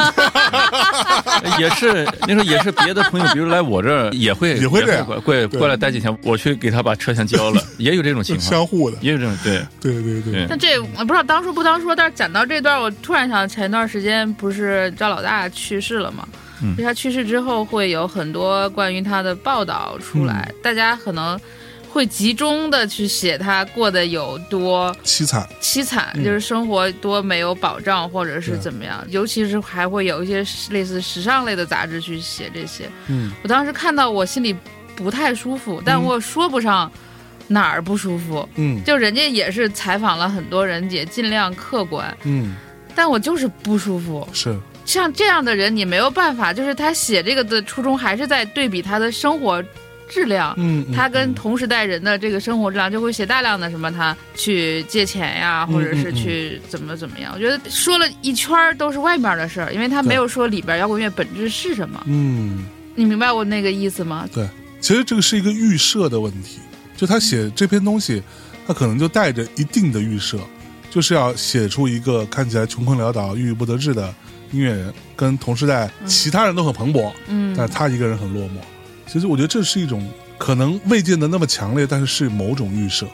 也是那时候也是别的朋友，比如来我这儿也会
也会这样
过过过来待几天，我去给他把车钱交了，也有这种情况，
相互的，
也有这种对
对对对
嗯对，
但这我不知道当说不当说，但是讲到这段，我突然想，前段时间不是赵老大去世了吗？
嗯
就他去世之后，会有很多关于他的报道出来，大家可能会集中的去写他过得有多
凄惨，
凄惨，就是生活多没有保障，或者是
对
怎么样。尤其是还会有一些类似时尚类的杂志去写这些。
嗯，
我当时看到，我心里不太舒服，但我说不上哪儿不舒服。
嗯
就人家也是采访了很多人，也尽量客观，
嗯，
但我就是不舒服。
是
像这样的人，你没有办法，就是他写这个的初衷还是在对比他的生活质量。
嗯，
他跟同时代人的这个生活质量，就会写大量的什么他去借钱
嗯
呀，或者是去怎么怎么样。我觉得说了一圈儿都是外面的事儿，因为他没有说里边摇滚乐本质是什么。
嗯，
你明白我那个意思吗？
对，其实这个是一个预设的问题，就他写这篇东西，他可能就带着一定的预设，就是要写出一个看起来穷困潦倒、郁郁不得志的音乐人，跟同时代其他人都很蓬勃，
嗯，
但他一个人很落寞。其实我觉得这是一种可能未见得那么强烈，但是是某种预设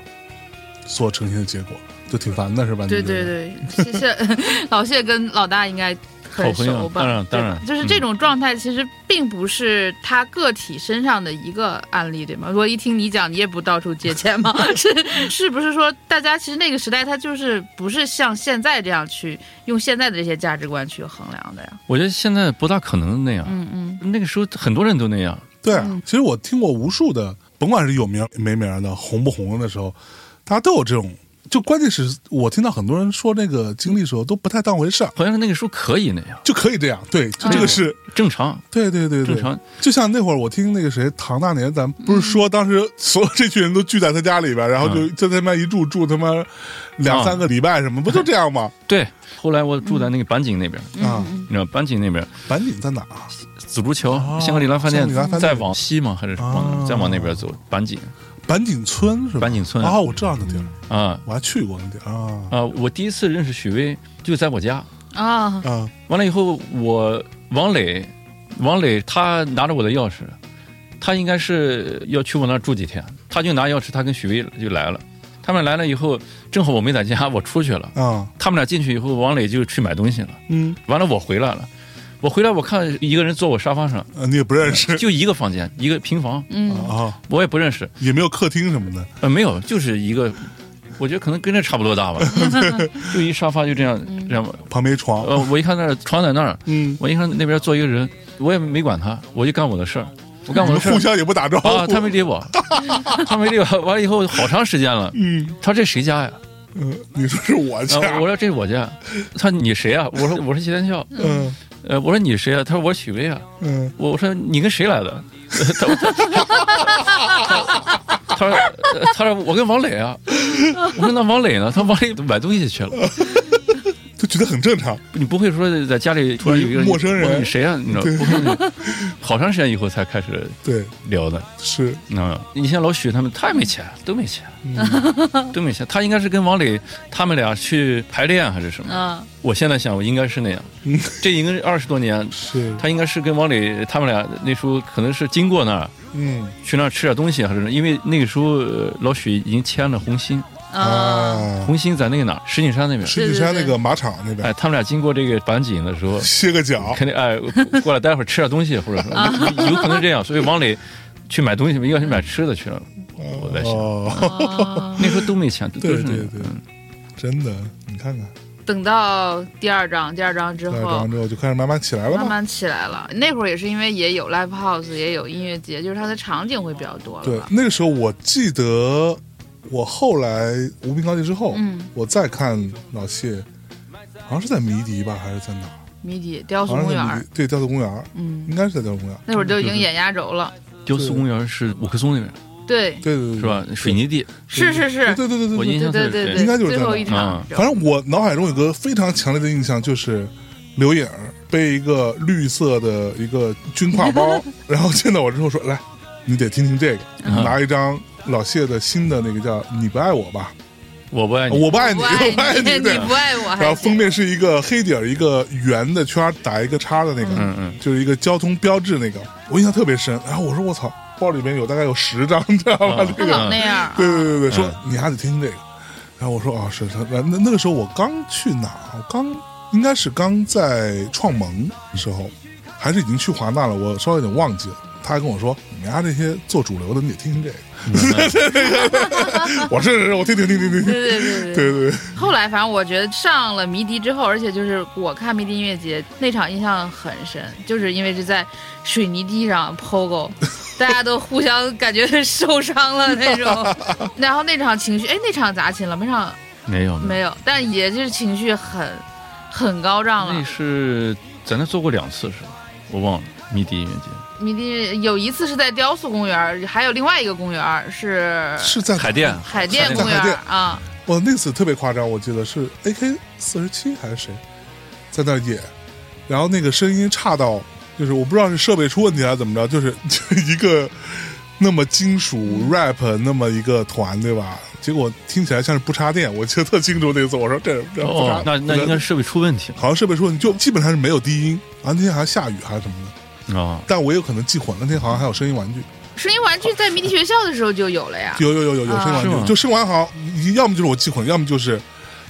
所呈现的结果，就挺烦的，是吧？
对
你觉得，
对对， 谢谢老谢跟老大应该很熟吧？
嗯好朋友当然
对吧
当然嗯
就是这种状态其实并不是他个体身上的一个案例，对吗？我一听你讲，你也不到处借钱吗？是是不是说大家其实那个时代他就是不是像现在这样去用现在的这些价值观去衡量的呀？
我觉得现在不大可能那样，
嗯嗯
那个时候很多人都那样，
对啊，其实我听过无数的，甭管是有名儿没名儿的，红不红的时候，大家都有这种就关键是我听到很多人说那个经历的时候都不太当回事儿，
好像是那个时候可以那样，
就可以这样。对，就这个是、
正常。
对对对对，
正常
就像那会儿我听那个谁唐大年，咱不是说当时所有这群人都聚在他家里边，然后就
嗯
就在他妈一住住他妈两
啊
三个礼拜什么， 不就这样吗？
对，后来我住在那个板井那边，
啊，
你知道板井那边
板井在哪儿啊？
紫竹桥、香格里拉饭店
哦香格里拉饭店，
再往西嘛，还是往哪
啊
儿？再往那边走，板井
板井村是吧？
板井村
啊，我知道那地儿，
啊
我还去过那地儿啊
啊！我第一次认识许巍就在我家，
啊，
啊
完了以后，我王磊，王磊他拿着我的钥匙，他应该是要去我那儿住几天，他就拿钥匙，他跟许巍就来了。他们来了以后，正好我没在家，我出去了。
啊
他们俩进去以后，王磊就去买东西了。
嗯，
完了，我回来了，我回来我看一个人坐我沙发 上，
啊你也不认识
就一个房间，一个平房，
嗯，
啊，
我也不认识，
也没有客厅什么的，
呃，没有，就是一个，我觉得可能跟这差不多 大吧， 就一沙发就这样这样吧。
旁边一床，
呃，我一看那儿床在那儿，
嗯，
我一看那边坐一个人，我也没管他，我就干我的事儿，我干
你
我
们
的事
互
儿。
相也不打招呼
啊，他没理 我，他没理我。完了以后，好长时间了。
嗯
他说这谁家呀？
嗯，你说是我
啊
家，，
我说这是我家。他说你谁啊？我说我是谢天笑。
嗯
呃，我说你谁啊？他说我是许巍啊。
嗯，
我说你跟谁来的？他他他他说呃他说我跟王磊啊。我说那王磊呢？他王磊买东西去了。
就觉得很正常，
你不会说在家 里突然有一个
陌生人
我说你谁啊？你知道
对
不会？好长时间以后才开始
对，
聊的。
是
嗯，你像老许他们，他也没钱，都没钱，都没钱。他应该是跟王磊他们俩去排练还是什么？
嗯，
我现在想，我应该是那样。这应该是二十多年，
嗯是，
他应该是跟王磊他们俩那时候可能是经过那儿，
嗯
去那儿吃点东西还是什么？因为那个时候呃老许已经签了红星，
啊，
啊，
红星在那个哪儿？石景山那边。
石景山
对对对
那个马场那边
哎，他们俩经过这个板井的时候，
歇个脚，
肯定哎过来待会儿吃点东西，或者说
啊
有有可能是这样。所以王磊去买东西，应该是买吃的去了。我在想，
哦，
啊
那时候都没钱，都都
对
是那
对
样
对
嗯，
真的，你看看，
等到第二章，第二章之
那这
后
样。之后就开始慢慢起来了
慢
嘛，
慢起来了，那会儿也是因为也有 live house，也有音乐节，就是它的场景会比较多了
对
吧。，
那个时候我记得，我后来无名高地之后，
嗯
我再看老谢，好像是在迷笛吧，还是在哪儿？
迷笛、雕塑
好像
公
是
园
在迷
儿
笛，，对，雕塑公园儿，
嗯，
应该是在雕塑公园儿。
那会儿就已经演压轴了。
雕塑公园是五棵松那边
对，
对对对，
是吧？水泥地
是是
对？
是，
对对对对
我
对
印
对。
象
对对对
对
对，
应该就是
最
在
后
那
一场
嗯，
反正我脑海中有个非常强烈的印象，就是刘颖儿背一个绿色的一个军挎包，然后见到我之后说：“来，你得听听这个，
嗯
拿一张老谢的新的那个叫‘你不爱我吧
我不爱’，你，
我不爱你， 我不
不
爱
爱
你，
你，
对啊
你不爱我，
然后
还
封面是一个黑底儿，一个圆的圈儿，打一个叉的那个，
嗯嗯
就是一个交通标志那个，我印象特别深。然后我说我操，包里面有大概有十张，你知道吧？
嗯
这
不
个，
老那样啊。
对对对对，说、你还得听这个。然后我说啊，是他那那那个时候我刚去哪儿？我刚应该是刚在创盟的时候，还是已经去华纳了，我稍微有点忘记了。他还跟我说，你们家这些做主流的，你得听听这个。 我是是是，我听听听听听听。
对对对
对
对
对对，
后来，反正我觉得上了迷笛之后，而且就是我看迷笛音乐节那场印象很深，就是因为是在水泥地上 POGO，大家都互相感觉受伤了那 种。然后那场情绪，哎，那场砸琴了没场
没有
没有，但也是情绪很很高涨
那
了。
是在那做过两次是吧？我忘了迷笛音乐节，
迷笛有一次是在雕塑公园，还有另外一个公园是
是 在
海淀
海淀
在
公园
海淀
啊。
我那次特别夸张，我记得是 AK 四十七还是谁在那儿演，然后那个声音差到，就是我不知道是设备出问题还是怎么着，就是就一个那么金
嗯
属 rap 那么一个团，对吧？结果听起来像是不插电，我记得特清楚那次，我说这这不插，
哦，那那应该是设备出问题
好像设备出问题，就基本上是没有低音，然后那天还下雨还是什么的，
啊。
但我有可能记混了，那天好像还有声音玩具，
声音玩具在迷笛学校的时候就有了呀。
有有有有有
啊
生完
是
就
吗
就生完好，一要么就是我记混，要么就是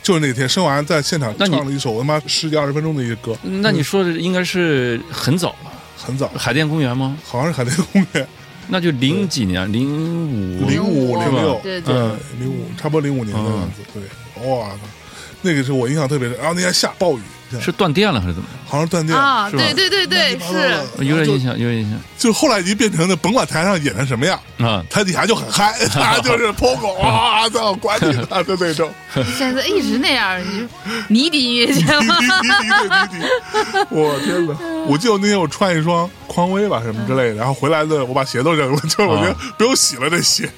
就是那天生完在现场
那你
唱了一首我他妈十几二十分钟的一个歌，
那你说的应该是很早了，
很早，
海淀公园吗？
好像是海淀公园
那就零几年，零五嗯
零五
05
零六，
对
对
对
零五差不多零五年的样子，对，哇，那个是我印象特别深。然后那天下暴雨，
是断电了还是怎么？
好像断电了，
啊，
是吧
对对对对，
完了
是，
有点印象，有点印象
就后来已经变成了，甭管台上演成什么样，
啊。
台底下就很嗨，大家就是抛狗啊，操，管你呢就那种。
现在一直那样，你泥底音乐节
滴
吗？
滴滴滴滴滴，我天哪！我记得我那天我穿一双匡威吧什么之类的，然后回来的我把鞋都扔了，就是我觉得不用洗了这鞋，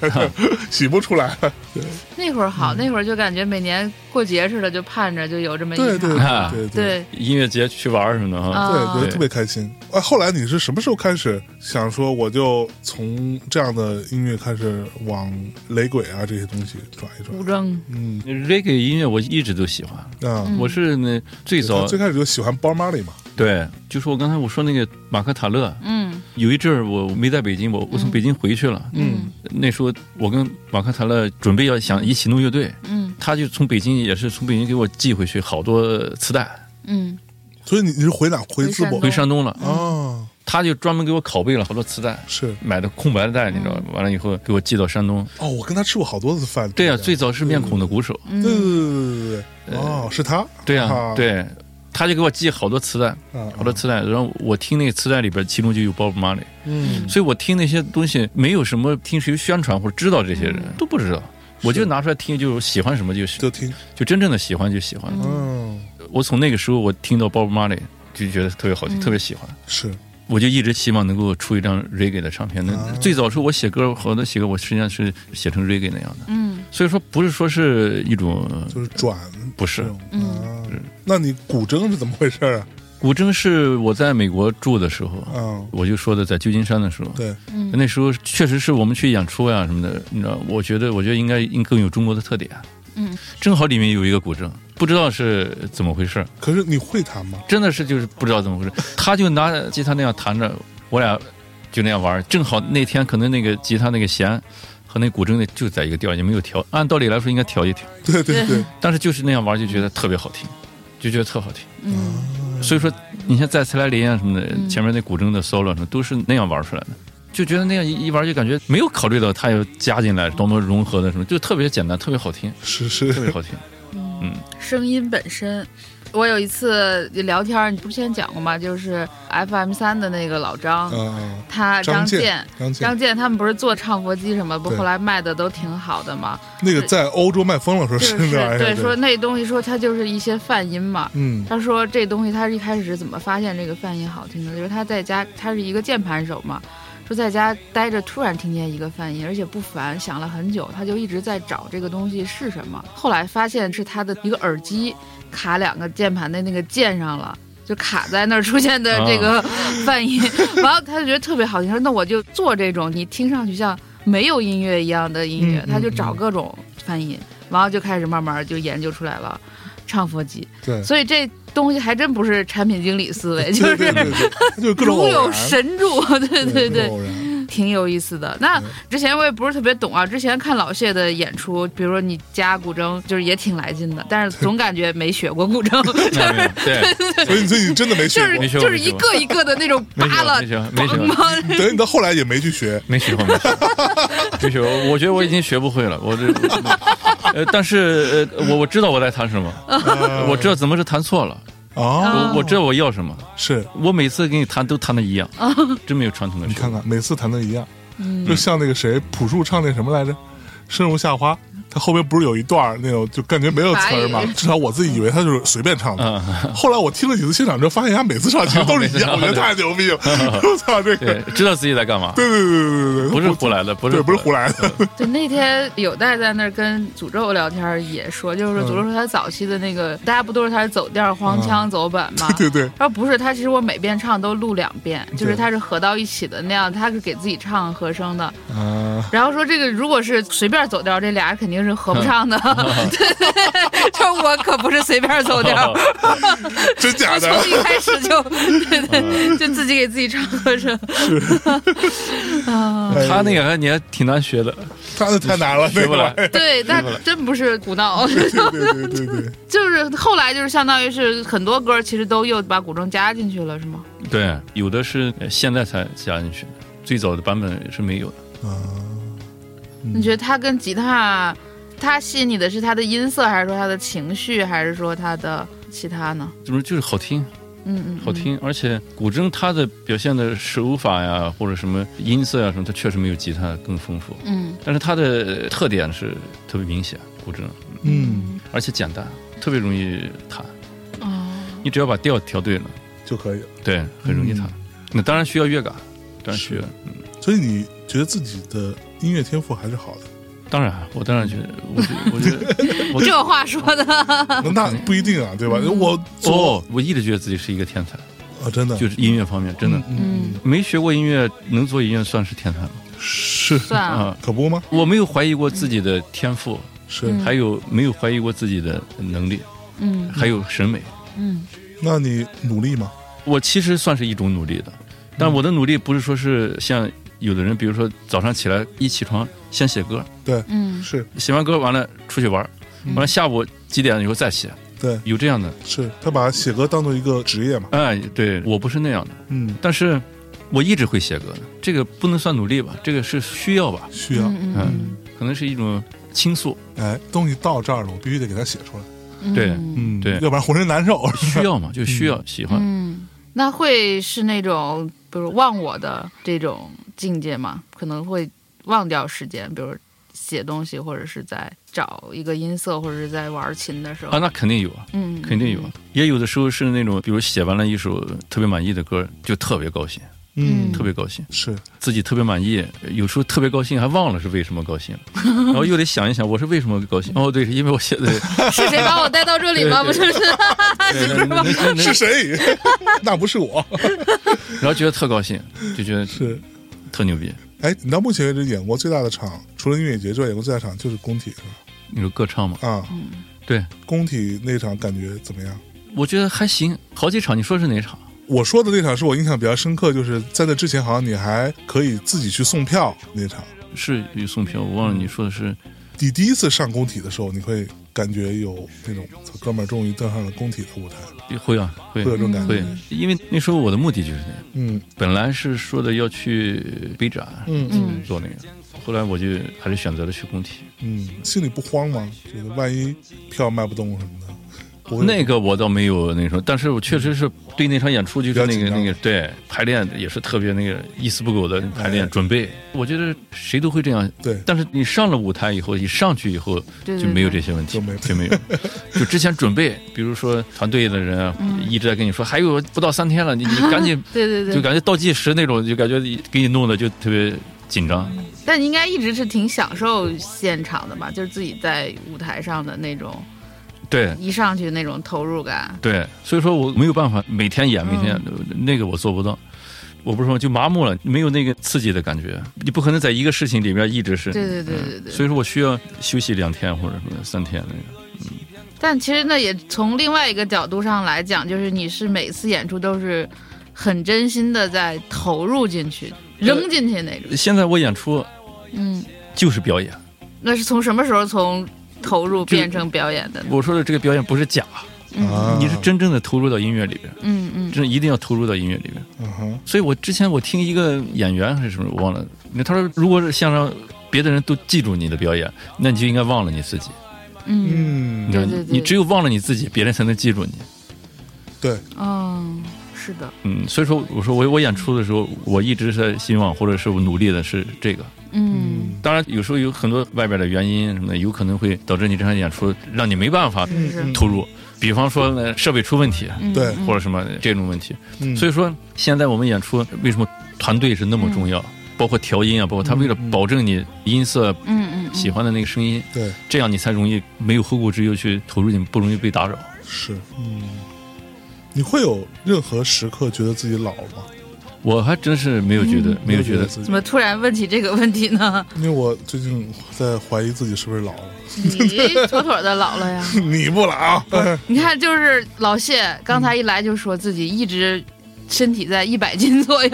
洗不出来了。
那会儿好，那会儿就感觉每年过节似的，就盼着就有这么一
对对
场，
啊
对对。
对
音乐节去玩儿什么的哈，
对，
啊
对，特别开心。哎，后来你是什么时候开始想说，我就从这样的音乐开始往雷鬼啊这些东西转一转
古？筝，
嗯
reggae 音乐我一直都喜欢。
啊，
我是呢最
他
早
最开始就喜欢 Bob Marley 嘛，
对，就是我刚才我说那个马克塔勒，
嗯
有一阵儿我没在北京，我我从北京回去了。
嗯，
那时候我跟马克塔勒准备要想一起弄乐队，
嗯
他就从北京也是从北京给我寄回去好多磁带，
嗯，
所以你你是回哪回淄
哦
博
回山东了，
啊？
他就专门给我拷贝了好多磁带。
是
买的空白的带，你知道吗？完了以后给我寄到山
嗯
东。
哦，我跟他吃过好多次饭。
对呀、
这个
最早是面孔的鼓手，
嗯
对对对对对，哦，是他，
对呀、
啊
对，他就给我寄好多磁带，
啊
嗯
好多磁带。然后我听那个磁带里边，其中就有 Bob Marley，
嗯，
所以我听那些东西没有什么听谁宣传或者知道这些
嗯
人、都不知道，我就拿出来听，就喜欢什么就
就听，
就真正的喜欢就喜欢。
嗯，
我从那个时候我听到 Bob Marley 就觉得特别好
嗯
听，特别喜欢。
是
我就一直希望能够出一张 reggae 的唱片。那
啊
最早是我写歌，好多写歌，我实际上是写成 reggae 那样的。
嗯，
所以说不是说是一种，
就是转，
不是
嗯，那你古筝是怎么回事啊？
古筝是我在美国住的时候，
嗯，
我就说的在旧金山的时候，
对，
那时候确实是我们去演出呀、什么的，你知道，我觉得我觉得应该应更有中国的特点。啊
嗯，
正好里面有一个古筝，不知道是怎么回事，
可是你会弹吗？
真的是就是不知道怎么回事，他就拿吉他那样弹着，我俩就那样玩儿。正好那天可能那个吉他那个弦和那古筝那就在一个调，也没有调。按道理来说应该调一调，
对对对，
但是就是那样玩儿就觉得特别好听，就觉得特好听。嗯，所以说你像在斯莱林啊什么的，前面那古筝的 solo 什么都是那样玩出来的。就觉得那样一一玩就感觉没有考虑到它要加进来多么融合的什么，就特别简单，特别好听，
是
特别
是，
好听。
声音本身。我有一次聊天儿，你不是之前讲过吗？就是 FM 三的那个老张，
嗯，
他
张
健
健，张健
张健他们不是做唱佛机什么，不
对
后来卖的都挺好的吗？
那个在欧洲卖疯了，说
就 是
是哎那玩意儿，
说那东西说它就是一些泛音嘛。
嗯
他说这东西他是一开始是怎么发现这个泛音好听的？就是他在家，他是一个键盘手嘛，说在家待着突然听见一个泛音，而且不烦，想了很久，他就一直在找这个东西是什么。后来发现是他的一个耳机卡两个键盘的那个键上了。就卡在那儿出现的这
啊
个泛音，然后他就觉得特别好听，说那我就做这种你听上去像没有音乐一样的音乐，
嗯
他就
嗯
找各种泛音，然后就开始慢慢就研究出来了唱佛机。
对，
所以这东西还真不是产品经理思维，就
对对
是
对对就是各种
如
偶
有
然，
神助，对对
各种
对，
偶然。
挺有意思的。
嗯
那之前我也不是特别懂啊，之前看老谢的演出，比如说你加古筝，就是也挺来劲的， 但是总感觉没学过古筝，
没有 对，
所以你所以你真的没学
就是
没
过，
学
就是一
过
个一个的那种
没学
扒
过
拉，
没学过没学过
梆梆
等你到后来也没去学，
没学过，没学过，没学过。我觉得我已经学不会了，我这，呃，但是呃，我我知道我在弹 什么，我知道怎么是弹错了，
哦，
我我
嗯
知道我要什么。
是
我每次给你弹都弹的一样，真没有传统的
你
学
看
过。
看，每次弹的一样，就像那个谁朴树唱那什么来着，《生如夏花》，他后边不是有一段儿那种就感觉没有词儿嘛
白蚁，
至少我自己以为他就是随便唱的。
嗯，
后来我听了几次现场之后，发现他每次唱其实都是一样，我
每
觉
次
得
唱嗯
太牛逼了！ 我操，这个
对，知道自己在干嘛，
对对对对对对，
不是胡来的，不是
对，不是胡来的，
对，那天有代在那儿跟诅咒聊天，也说，就是
嗯
说诅咒说他早期的那个，大家不都是他是走调、黄腔、走本吗？
嗯 对对对
他说不是，他其实我每遍唱都录两遍，就是
对
他是合到一起的那样，他是给自己唱和声的。
嗯
啊，
然后说这个如果是随便走调，这俩人肯定是合不上的。
嗯
对对对，就是我可不是随便走调，
嗯真假
我
的
从一开始就对
嗯
对，就自己给自己唱和声。
哎
他那个还你还挺难学的，
他那太难了，那
学不
个玩
来
意。儿，
对，但真不是胡闹。
对对对对对，
就是后来就是相当于是很多歌其实都又把古筝加进去了，是吗？
对，有的是呃现在才加进去的，最早的版本是没有的。
你觉得它跟吉他？他吸引你的是他的音色，还是说他的情绪，还是说他的其 他呢？
怎么就是好听，
嗯嗯，
好听，而且古筝它的表现的手法呀，或者什么音色呀什么，它确实没有吉他更丰富，
嗯，
但是它的特点是特别明显，古筝，
嗯
而且简单，特别容易弹，
哦，
你只要把调调对了，
就可以了。
对，很容易弹。那当然需要乐感，当然需要，嗯，
所以你觉得自己的音乐天赋还是好的？
当然，啊我当然觉得，我觉得，我觉得，我
这话说的，
那不一定啊，对吧？我做
哦，我一直觉得自己是一个天才，
啊，真的
就是音乐方面真的。
嗯，
没学过音乐，能做音乐算是天才吗？
是
算了，
啊、
可不吗？
我没有怀疑过自己的天赋，
是。
嗯
还有没有怀疑过自己的能力，
嗯
还有审美。
嗯
那你努力吗？
我其实算是一种努力的，但我的努力不是说是像有的人，比如说早上起来一起床先写歌，
对，
嗯
是
写完歌完了出去玩儿，完了下午几点以后再写，
对，
有这样的。
是他把写歌当做一个职业嘛？
哎，对我不是那样的，
嗯，
但是我一直会写歌的，这个不能算努力吧，这个是需要吧，
需要。
嗯
嗯，可能是一种倾诉，
哎，东西到这儿了，我必须得给他写出来。
嗯
对
嗯
对
要不然浑身难 受。
需要嘛，就需要喜欢。
嗯，那会是那种，比如忘我的这种境界吗？可能会忘掉时间，比如写东西，或者是在找一个音色，或者是在玩琴的时候。
啊，那肯定有啊，
嗯，
肯定有啊。也有的时候是那种，比如写完了一首特别满意的歌，就特别高兴，
嗯
特别高兴，
是
自己特别满意。有时候特别高兴，还忘了是为什么高兴了，然后又得想一想，我是为什么高兴？哦，对，是因为我写的，
是谁把我带到这里吗？不
嗯对
就是
对能能能能
是 谁？那不是我。
然后觉得特高兴，就觉得
是。
特牛逼。
哎，你到目前为止演过最大的场，除了音乐节之外，演过最大场就是工体是吧？
那个歌唱嘛，
啊，
嗯
对
工体那场感觉怎么样？
我觉得还行，好几场。你说是哪场？
我说的那场是我印象比较深刻，就是在那之前好像你还可以自己去送票那场。
是有送票，我忘了你说的是
你第一次上工体的时候，你会感觉有那种操哥们儿终于登上了工体的舞台，
会啊会
会有这种感觉。
会，因为那时候我的目的就是那样。
嗯
本来是说的要去北展，
嗯
嗯
做那个，后来我就还是选择了去工体。
嗯，心里不慌吗？觉得万一票卖不动什么的，不会
那个我倒没有那什么，但是我确实是对那场演出就是那
比较紧
个
张
那个对排练也是特别那个一丝不苟的排
哎
练准备。我觉得谁都会这样，
对
但是你上了舞台以后，一上去以后
对对
就没有这些问题，
对
就 没有。就之前准备，比如说团队的人啊一直在跟你说，还有不到三天了， 你你赶紧
嗯对对对，
就感觉倒计时那种，就感觉给你弄的就特别紧张。
但你应该一直是挺享受现场的吧？就是自己在舞台上的那种
对，
一上去那种投入感。
对，所以说我没有办法每天
嗯
演，每天、那个我做不到。我不是说就麻木了，没有那个刺激的感觉。你不可能在一个事情里面一直是。嗯
对对对对对
所以说我需要休息两天或者什么三天那个。
但其实呢，也从另外一个角度上来讲，就是你是每次演出都是很真心的在投入进去、扔进去那种。
现在我演出
嗯，
就是表演，
那是从什么时候从投入
就
变成表演的呢？
我说的这个表演不是假，
啊，
嗯你是真正的投入到音乐里边，
嗯嗯
真的一定要投入到音乐里边。
嗯哼，
所以我之前我听一个演员还是什么我忘了，他说如果是想让别的人都记住你的表演，那你就应该忘了你自己。
嗯
你
嗯，
知道，
对对对
你只有忘了你自己，别人才能记住你。
对，
嗯，是的，
嗯，所以说我说我我演出的时候，我一直在希望或者是我努力的是这个。
嗯
当然，有时候有很多外边的原因什么的，有可能会导致你这场演出让你没办法
是是
投入，比方说呢设备出问题
嗯
对
或者什么这种问题。
嗯
所以说，现在我们演出为什么团队是那么重要？包括调音啊，包括他为了保证你音色
嗯嗯嗯
喜欢的那个声音，
对
这样你才容易没有后顾之忧去投入，你不容易被打扰。
是，嗯，你会有任何时刻觉得自己老了吗？
我还真是没有觉得，没有觉得
自己
怎么突然问起这个问题呢？
因为我最近在怀疑自己是不是老了。
你妥妥的老了呀！
你不老，
你看，就是老谢刚才一来就说自己一直身体在一百 斤左右，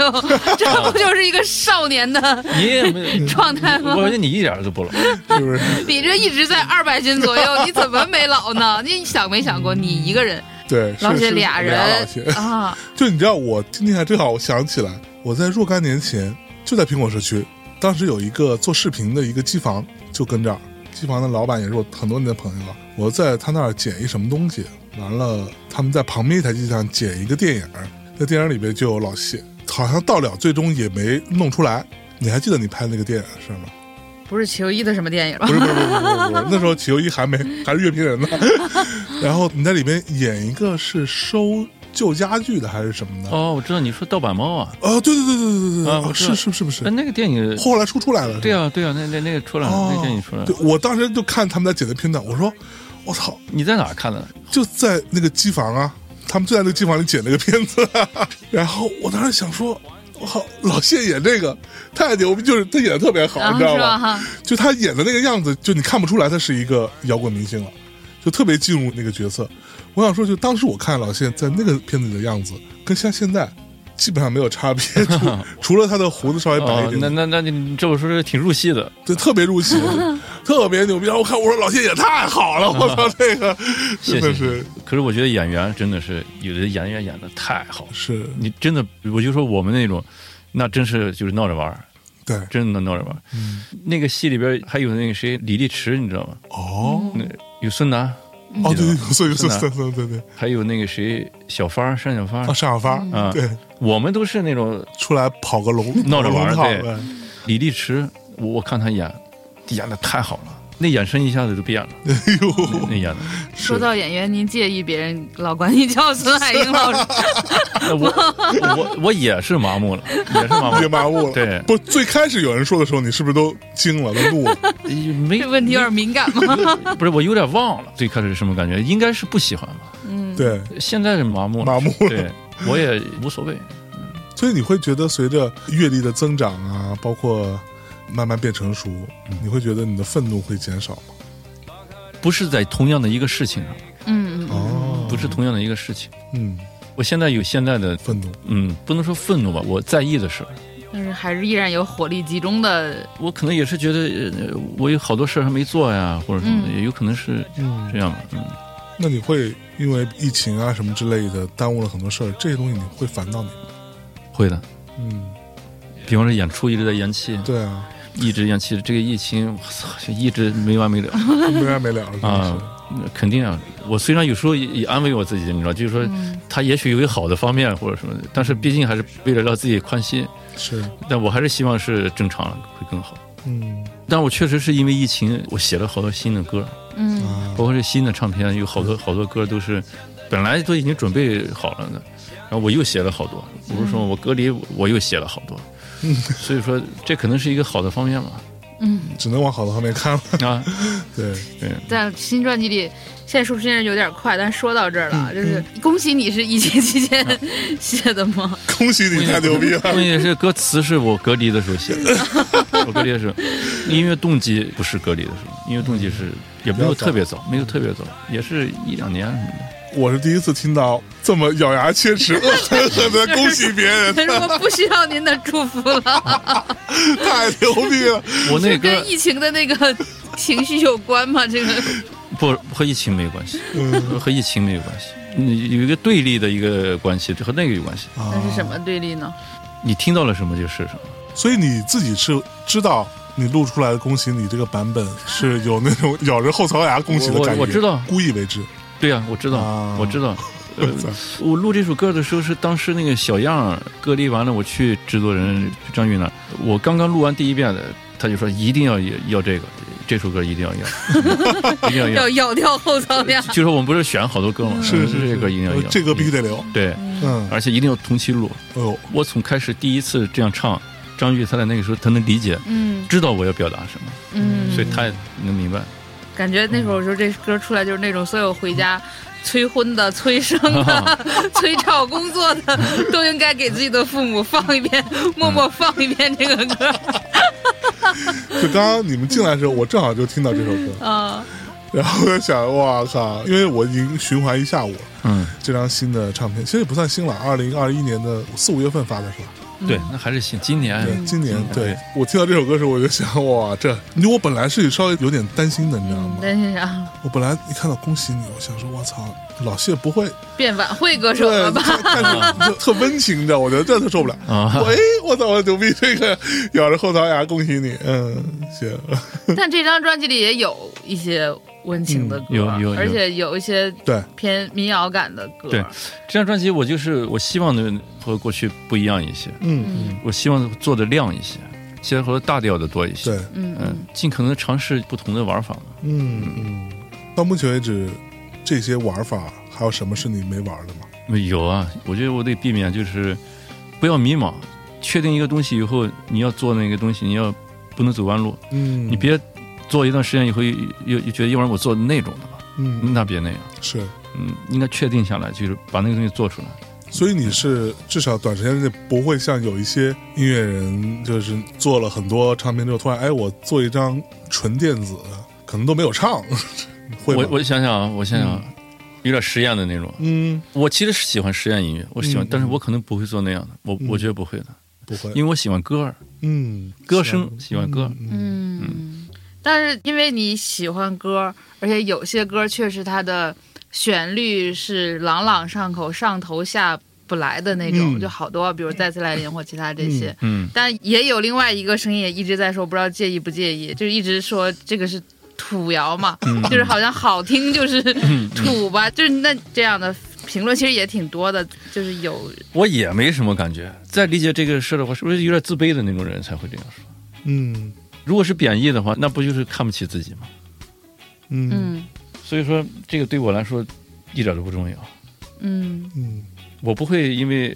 这不就是一个少年的。
你也没有
状态吗
我？感觉你一点儿都不老。
是不是？
你这一直在二百斤左右，你怎么没老呢？你想没想过你一个人，
对，
老
是
谢
是
俩人
俩老谢。
啊？
就你知道，我今天还正好我想起来，我在若干年前就在苹果社区，当时有一个做视频的一个机房，就跟这儿。机房的老板也是我很多年的朋友啊了。我在他那儿剪一什么东西，完了他们在旁边一台机器上剪一个电影儿，那电影里边就有老谢，好像到了最终也没弄出来。你还记得你拍那个电影是吗？
不是齐优一的什么电影吧
不？是不是不是不是不是，那时候启优一还没还是乐评人呢。然后你在里边演一个是收旧家具的还是什么的？
哦，我知道你说盗版猫啊，
啊，对对对对对对对，
啊我
啊
知
是
道
是是不是
但？那个电影，
后来出出来了，
对
啊，
啊对啊，那那那个出来了，
哦
那电影出来了
对。，我当时就看他们在剪的片段，我说我操，
你在哪儿看的？
就在那个机房啊，他们就在那个机房里剪那个片子、啊 然后我当时想说，我靠，老谢演这个太牛逼，就是他演的特别好，
啊，
你
是
知道
吧？
吗？
哈，
就他演的那个样子，就你看不出来他是一个摇滚明星了，就特别进入那个角色。我想说，就当时我看老谢在那个片子里的样子，跟像现在基本上没有 差别，除除了他的胡子稍微白一
哦，
点，
那那那你这么说是挺入戏的，
对，特别入戏， 特别牛逼。然后我看，我说老谢也太好了，我操，这个真
谢
的
谢。
是
谢谢可是我觉得演员真的是有的演员演的太好，了，
是，
你真的，我就说我们那种，那真是就是闹着玩儿，
对，
真的闹着玩儿。那个戏里边还有那个谁李立池，你知道吗？
哦。
那有孙楠，
哦，对对，
吧
所以
是
是
的
对对对对，
还有那个谁小芳单小芳
啊，，单小
嗯
发，对，
我们都是那种
出来跑个龙，
闹着玩儿
跑个
对
龙套，
李立池，我我看他演，演的太好了，那眼神一下子就变了，
对哎呦，
那演的。
说到演员，您介意别人老管你叫孙海英老师？
那我我我也是麻木了，也是麻木
别
了，
麻木了。
对
不，最开始有人说的时候，你是不是都惊了，都怒了？
没
这问题有点敏感吗？
不是我有点忘了最开始是什么感觉，应该是不喜欢吧，
对，
现在是麻木了，
麻木了。
对我也无所谓。
所以你会觉得随着阅历的增长啊，包括慢慢变成熟，
嗯
你会觉得你的愤怒会减少吗？
不是在同样的一个事情上，
嗯嗯，
哦，
不是同样的一个事情。
嗯，
我现在有现在的，
愤怒，
嗯，不能说愤怒吧，我在意的事儿。
但是还是依然有火力集中的，
我可能也是觉得，呃我有好多事儿还没做呀，或者什么的，
嗯
也有可能是
嗯，
这样吧。嗯，
那你会因为疫情啊什么之类的耽误了很多事儿，这些东西你会烦到你吗？
会的。
嗯，
比方说演出一直在延期，
对啊，
一直延期，这个疫情，我操，一直没完没了。
没完没了了，真的是。
啊，那肯定啊！我虽然有时候也也安慰我自己，你知道，就是说他也许有一个好的方面或者什么的，但是毕竟还是为了让自己宽心，
是，
但我还是希望是正常会更好。
嗯
但我确实是因为疫情，我写了好多新的歌，
嗯
啊
包，括这新的唱片，有好多好多歌都是本来都已经准备好了的，然后我又写了好多。我不是说我隔离，我又写了好 多，所以说这可能是一个好的方面吧。
嗯。
只能往好的方面看了。
啊，
对，
对，
在新专辑里，现在说时间有点快，但说到这儿
嗯
了，就是恭喜你是疫情期间写的 吗？
恭喜你太牛逼了。
关键是歌词是我隔离的时候写 的，我隔离的时候，音乐动机不是隔离的时候，音乐动机是也没有特别早，没有特别早，也是一两年什么的。
我是第一次听到这么咬牙切齿、恶狠狠的恭喜别人，
他说不需要您的祝福了，
太牛逼了！
我 那歌
跟疫情的那个情绪有关吗？这个
不和疫情没有关系，
嗯
和疫情没有关系，你有一个对立的一个关系，这和那个有关系。
那是什么对立呢？
你听到了什么就是什么。
所以你自己是知道你录出来的恭喜你这个版本是有那种咬着后槽牙恭喜的
我我
感觉，
我知道
故意为之。嗯
对呀、我知道，
啊
我知道。 呃
我操，
我录这首歌的时候是当时那个小样儿隔离完了，我去制作人张宇那儿，我刚刚录完第一遍的，他就说一定要要这个，这首歌一定要要， 一定要
要
要。
咬掉后槽牙。
就说我们哦不是选好多歌吗？
是
嗯
是
这歌一定要
是
要，
这歌必须得留。
对，
嗯，
而且一定要同期录。
哎呦，
我从开始第一次这样唱，张宇他在那个时候他能理解，
嗯
知道我要表达什么，
嗯，
所以他也能明白。
感觉那时候就这歌出来，就是那种所有回家催婚的、催生的、
哦
催找工作的，都应该给自己的父母放一遍，默默放一遍这个 歌。
就刚刚你们进来的时候，我正好就听到这首歌，
啊，
然后我在想，哇靠，因为我已经循环一下午了。
嗯，
这张新的唱片其实也不算新了，二零二一年的四五月份发的是吧？
对，那还是新今年
对，
嗯
今年嗯对我听到这首歌的时候，我就想，哇，这因为我本来是稍微有点担心的，你知道吗？
担心啥？
我本来一看到恭喜你，我想说，我操，老谢不会
变晚会歌手
对
了，吧？
但是就特温情，你知道，我觉得这特受不了。
啊
我哎，我操，我牛逼，这个咬着后槽牙，恭喜你，嗯，谢谢。
但这张专辑里也有一些温情的歌，
嗯有有有
而且有一些
对
偏民谣感的歌。
对这张专辑，我就是我希望的和过去不一样一些，
嗯，
我希望做的亮一些，希望和大调的多一些。
对，，
嗯
嗯，尽可能尝试不同的玩法嘛。
嗯嗯。到目前为止，这些玩法还有什么是你没玩的吗？
有啊，我觉得我得避免就是不要迷茫，确定一个东西以后，你要做那个东西，你要不能走弯路，
嗯
你，别做一段时间以后又又又觉得要不然我做那种的吧，
嗯，
那别那样。
是。
嗯，应该确定下来，就是把那个东西做出来。
所以你是至少短时间内不会像有一些音乐人，就是做了很多唱片之后，突然哎，我做一张纯电子，可能都没有唱， 会
我
吗？
我想想啊，我想想啊，有点实验的那种。
嗯，
我其实是喜欢实验音乐，我喜欢，
嗯
但是我可能不会做那样的，我我觉得不会的，
不会，
因为我喜欢歌儿，
嗯，
歌声喜欢歌儿。
嗯嗯。但是因为你喜欢歌，而且有些歌确实它的旋律是朗朗上口、上头下不来的那种，
嗯
就好多，比如《再次来临》或其他这些。
嗯，
但也有另外一个声音也一直在说，不知道介意不介意，就是一直说这个是土谣嘛，
嗯
就是好像好听就是土吧，就是那这样的评论其实也挺多的，就是有
我也没什么感觉。在理解这个事儿的话，是不是有点自卑的那种人才会这样说？
嗯
如果是贬义的话，那不就是看不起自己吗？
嗯
嗯
所以说，这个对我来说一点都不重要。
嗯
嗯
我不会因为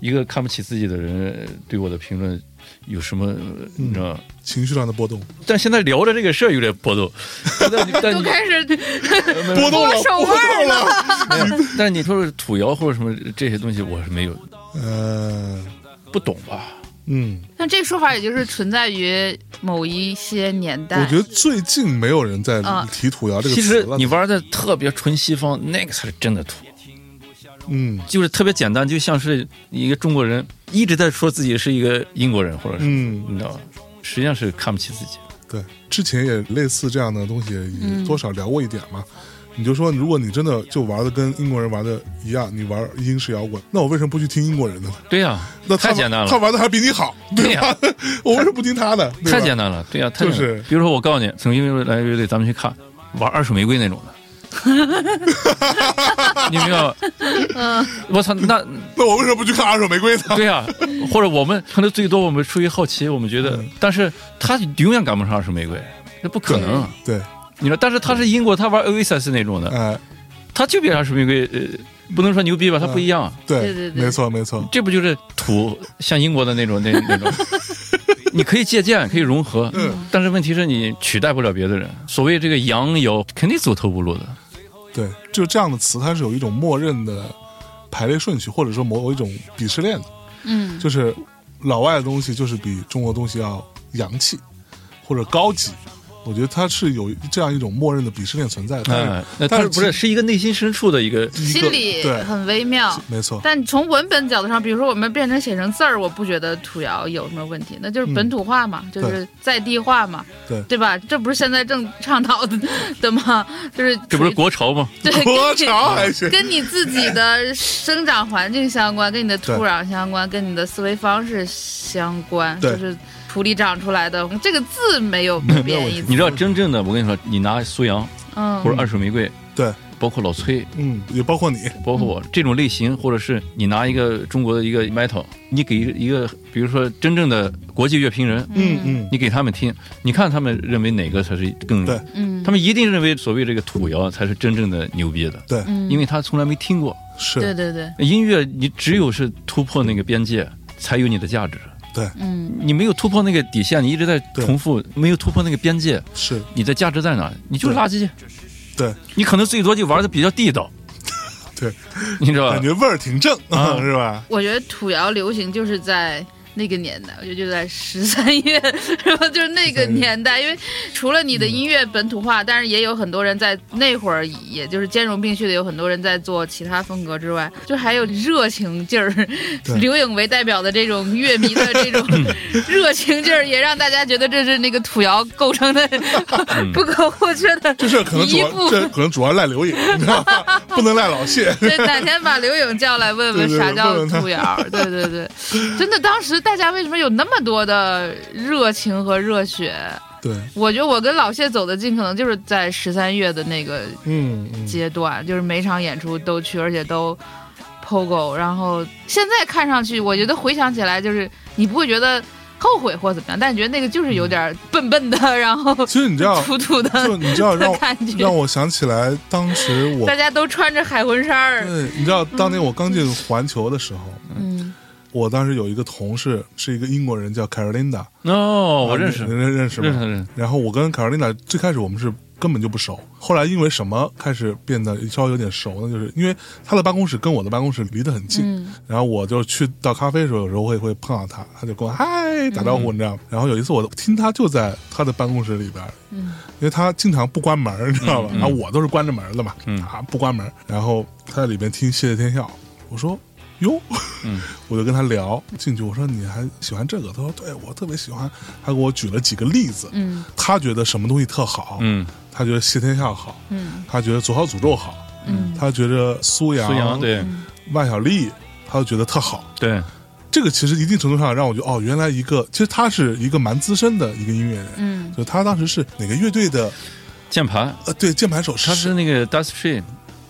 一个看不起自己的人对我的评论有什么，你知道？
情绪上的波动，
但现在聊着这个事儿有点波 动，但你但
都
你
开始
波嗯 动了，
手
波动了，
但是你说是土窑或者什么这些东西，我是没有
嗯
不懂吧？
嗯，
像这说法也就是存在于某一些年代，
我觉得最近没有人在
啊
提土窑这个
其
词
实
了，
你玩的特别纯西方，那个才是真的土。
嗯
就是特别简单，就像是一个中国人一直在说自己是一个英国人，或者是、
嗯。
你知道吧？实际上是看不起自己。
对，之前也类似这样的东西，
嗯
也多少聊过一点嘛。你就说，如果你真的就玩的跟英国人玩的一样，你玩英式摇滚，那我为什么不去听英国人的呢？
对呀、
那他
太
玩
简单
他
了，
玩的还比 你好，对吧？我为什么不听他的？对吧
太简单了，对呀、太
就
简单了
是
比如说我告诉你，从英国来乐队，咱们去看玩二手玫瑰那 种的，你明白吗？我操，那
那我为什么不去看二手玫瑰呢？
对呀、或者我们可能最多我们出于好奇，我们觉得，但是他永远赶不上二手玫瑰，那不可能、啊。
对，
你知道，但是他是英国，他玩 Oasis 那种的，
哎、
他就比二手玫瑰，呃，不能说牛逼吧，他不一样啊。
对
对对对
没错没错，
这不就是土像英国的那 种那那种？你可以借鉴，可以融合，但是问题是你取代不了别的人。所谓这个洋谣，肯定走投无路的。
对，就这样的词，它是有一种默认的排列顺序，或者说某一种鄙视链的。
嗯
就是老外的东西就是比中国东西要洋气或者高级，我觉得它是有这样一种默认的鄙视链存在的。
哎，那
但
他不是
其
是一个内心深处的一个，
一个
心里
对，
很微妙。
没错，
但从文本角度上，比如说我们变成写成字儿，我不觉得土窑有什么问题，那就是本土化嘛，就是在地化嘛，
对
对吧？这不是现在正倡导的 的吗？就是
这不是国潮吗？
对
国
跟你
潮还是
跟你自己的生长环境相关，跟你的土壤相关，跟你的思维方式相关，
对
就是土里长出来的。这个字没有贬义词，
你知道真正的，我跟你说，你拿苏阳
嗯
或者二手玫瑰，
对，
包括老崔，
嗯，也包括你，
包括我这种类型，或者是你拿一个中国的一个 metal，你给一个比如说真正的国际乐评人，
嗯嗯，
你给他们听，你看他们认为哪个才是更
对
嗯
他们一定认为所谓这个土窑才是真正的牛逼的，
对，
嗯
因为他从来没听过
对
是，
对对，
音乐，你只有是突破那个边界，才有你的价值。
嗯
你没有突破那个底线，你一直在
对
重复，没有突破那个边界，
是，
你的价值在哪？你就是垃圾，
对
你可能最多就玩的比较地道，
对，
你知道
感
吧？
觉味儿挺正，
呃啊
是吧？
我觉得土窑流行就是在那个年代，我 就就在十三月， 然后就是那个年代，因为除了你的音乐本土化，但是也有很多人在那会儿，也就是兼容并蓄的，有很多人在做其他风格之
嗯
外，就还有热情劲儿。刘颖为代表的这种乐迷的这 种热情劲儿，也让大家觉得这是那个土窑构成的 不可或缺的
这事嗯儿可能主
一
要
部
这可能主要赖刘颖，你知道吧？不能赖老谢。
对，哪天把刘颖叫来问问
对对
啥叫
问问他
土窑？对对对，真的，当时大家为什么有那么多的热情和热血？
对，
我觉得我跟老谢走的近，可能就是在十三月的那个
嗯嗯，
阶段，就是每场演出都去，而且都 POGO。然后现在看上去，我觉得回想起来，就是你不会觉得后悔或怎么样，但你觉得那个就是有点笨笨的，然后
其实嗯你知道，
土土的
就你知道让
的
我
感
让
觉。
我想起来当时我
大，家都穿着海魂衫儿，
对，你知道当年我刚进环球的时候，
嗯，
我当时有一个同事是一个英国人叫 Carolina，
哦，我认识，
认认认识吧
认识认识。
然后我跟 Carolina 最开始我们是根本就不熟，后来因为什么开始变得稍微有点熟呢？就是因为他的办公室跟我的办公室离得很近，
嗯
然后我就去到咖啡的时候，有时候会会碰到他，他就跟我嗨
嗯
打招呼，你知道吗？然后有一次我听他就在他的办公室里边，
嗯
因为他经常不关门，你知道吧？
嗯嗯
啊，我都是关着门的嘛，
嗯
啊不关门，然后他在里面听谢谢天笑，我说哟，
嗯
我就跟他聊进去，我说你还喜欢这个？他说对我特别喜欢，他给我举了几个例子，
嗯
他觉得什么东西特好，
嗯，
他觉得谢天笑好，
嗯
他觉得左小诅咒好，
嗯
他觉得苏阳
苏阳对
万晓利，他就觉得特好。
对，
这个其实一定程度上让我觉得，哦，原来一个其实他是一个蛮资深的一个音乐人，
嗯
就他当时是哪个乐队的
键盘，
呃，对，键盘手
他是那个 Dust Tree，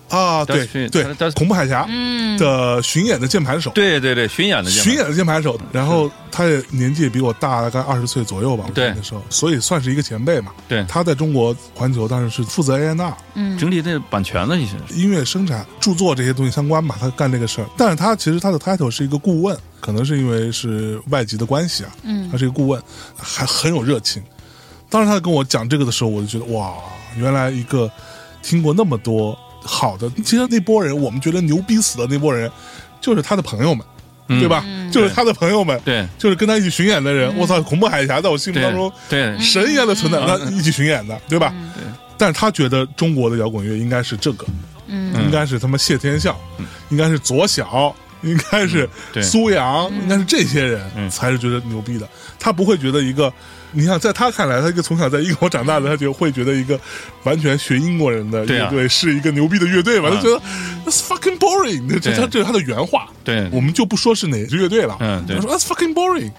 啊，对
Dust Street，他
对，
是
恐怖海峡
嗯，
的巡演的键盘手，
对对对，巡演的键盘，
巡演的键盘手，然后他也年纪也比我大大概二十岁左右吧，我
对
那时候，所以算是一个前辈嘛。
对
他在中国环球当时是负责 A&R
嗯
整理那版权的一些，
音乐生产、著作这些东西相关吧，他干这个事儿。但是他其实他的 title 是一个顾问，可能是因为是外籍的关系啊，
嗯
他是一个顾问，还很有热情。当时他跟我讲这个的时候，我就觉得哇，原来一个听过那么多好的，其实那波人我们觉得牛逼死的那波人，就是他的朋友们，
嗯
对吧？就是他的朋友们，
对
就是跟他一起巡演的人。我操，恐怖海峡在我心目
对
当中
对，
神一样的存在，那一起巡演的，对吧？但是他觉得中国的摇滚乐应该是这个，
嗯
嗯
应该是他妈谢天笑，应该是左小， 应该是
嗯对
苏阳，应该是这些人
嗯
才是觉得牛逼的。他不会觉得一个，你想在他看来，他一个从小在英国长大的，他就会觉得一个完全学英国人的
对
乐
啊
队是一个牛逼的乐队嘛？
嗯
他觉得 that's fucking boring，这
对
他这是他的原话。
对
我们就不说是哪支乐队了，
嗯对
他说 that's fucking boring。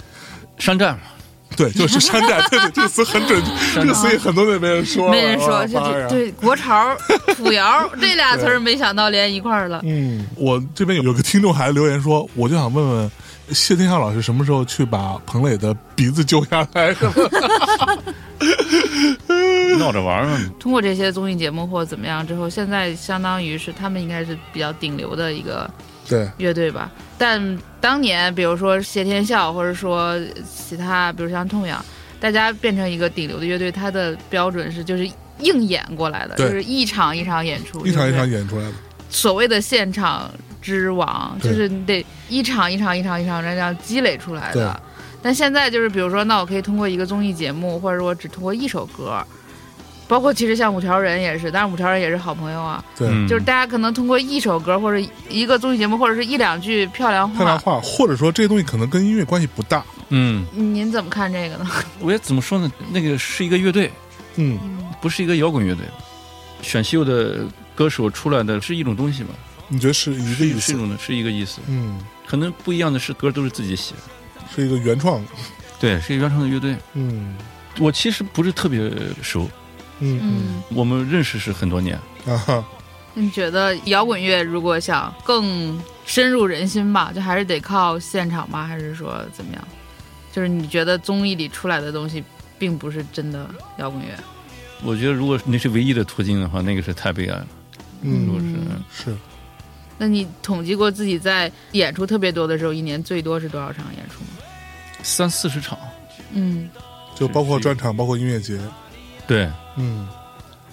山寨嘛，
对，就是山寨，对对，这个词很准，这个词也很多人没人说了，啊
没人
哇
说，
妈
这
呀
对国 潮、土窑这俩词儿，没想到连一块儿了。
嗯，我这边有有个听众还留言说，我就想问问谢天笑老师什么时候去把彭磊的鼻子揪下来？ 嗯
闹着玩儿嘛，
通过这些综艺节目或怎么样之后，现在相当于是他们应该是比较顶流的一个
对，
乐队吧。但当年，比如说谢天笑，或者说其他，比如像痛痒，大家变成一个顶流的乐队，它的标准是就是硬演过来的，
对
就是一场一场演出，
一场
就
一
是
场演出来的。
所谓的现场之王，
对
就是你得一场一场一场一场这样积累出来的
对。
但现在就是，比如说，那我可以通过一个综艺节目，或者我只通过一首歌，包括其实像五条人也是，但是五条人也是好朋友啊，
对，
嗯
就是大家可能通过一首歌或者一个综艺节目，或者是一两句漂亮
漂亮
话，
话，或者说这些东西可能跟音乐关系不大。
嗯，
您怎么看这个呢？
我也怎么说呢？那个是一个乐队，
嗯，
不是一个摇滚乐队，选秀的歌手出来的是一种东西嘛，
你觉得是一个意
是
思
一？种的，是一个意思。
嗯，
可能不一样的是，歌都是自己写的，
是一个原创。
对，是原创的乐队。
嗯
我其实不是特别熟，
嗯
嗯，
我们认识是很多年，
嗯啊哈，
你觉得摇滚乐如果想更深入人心吧，就还是得靠现场吗？还是说怎么样？就是你觉得综艺里出来的东西，并不是真的摇滚乐。
我觉得如果那是唯一的途径的话，那个是太悲哀了。如
嗯
果是
是。
那你统计过自己在演出特别多的时候，一年最多是多少场演出吗？
三四十场，
嗯，
就包括专场，包括音乐节。
对，
嗯，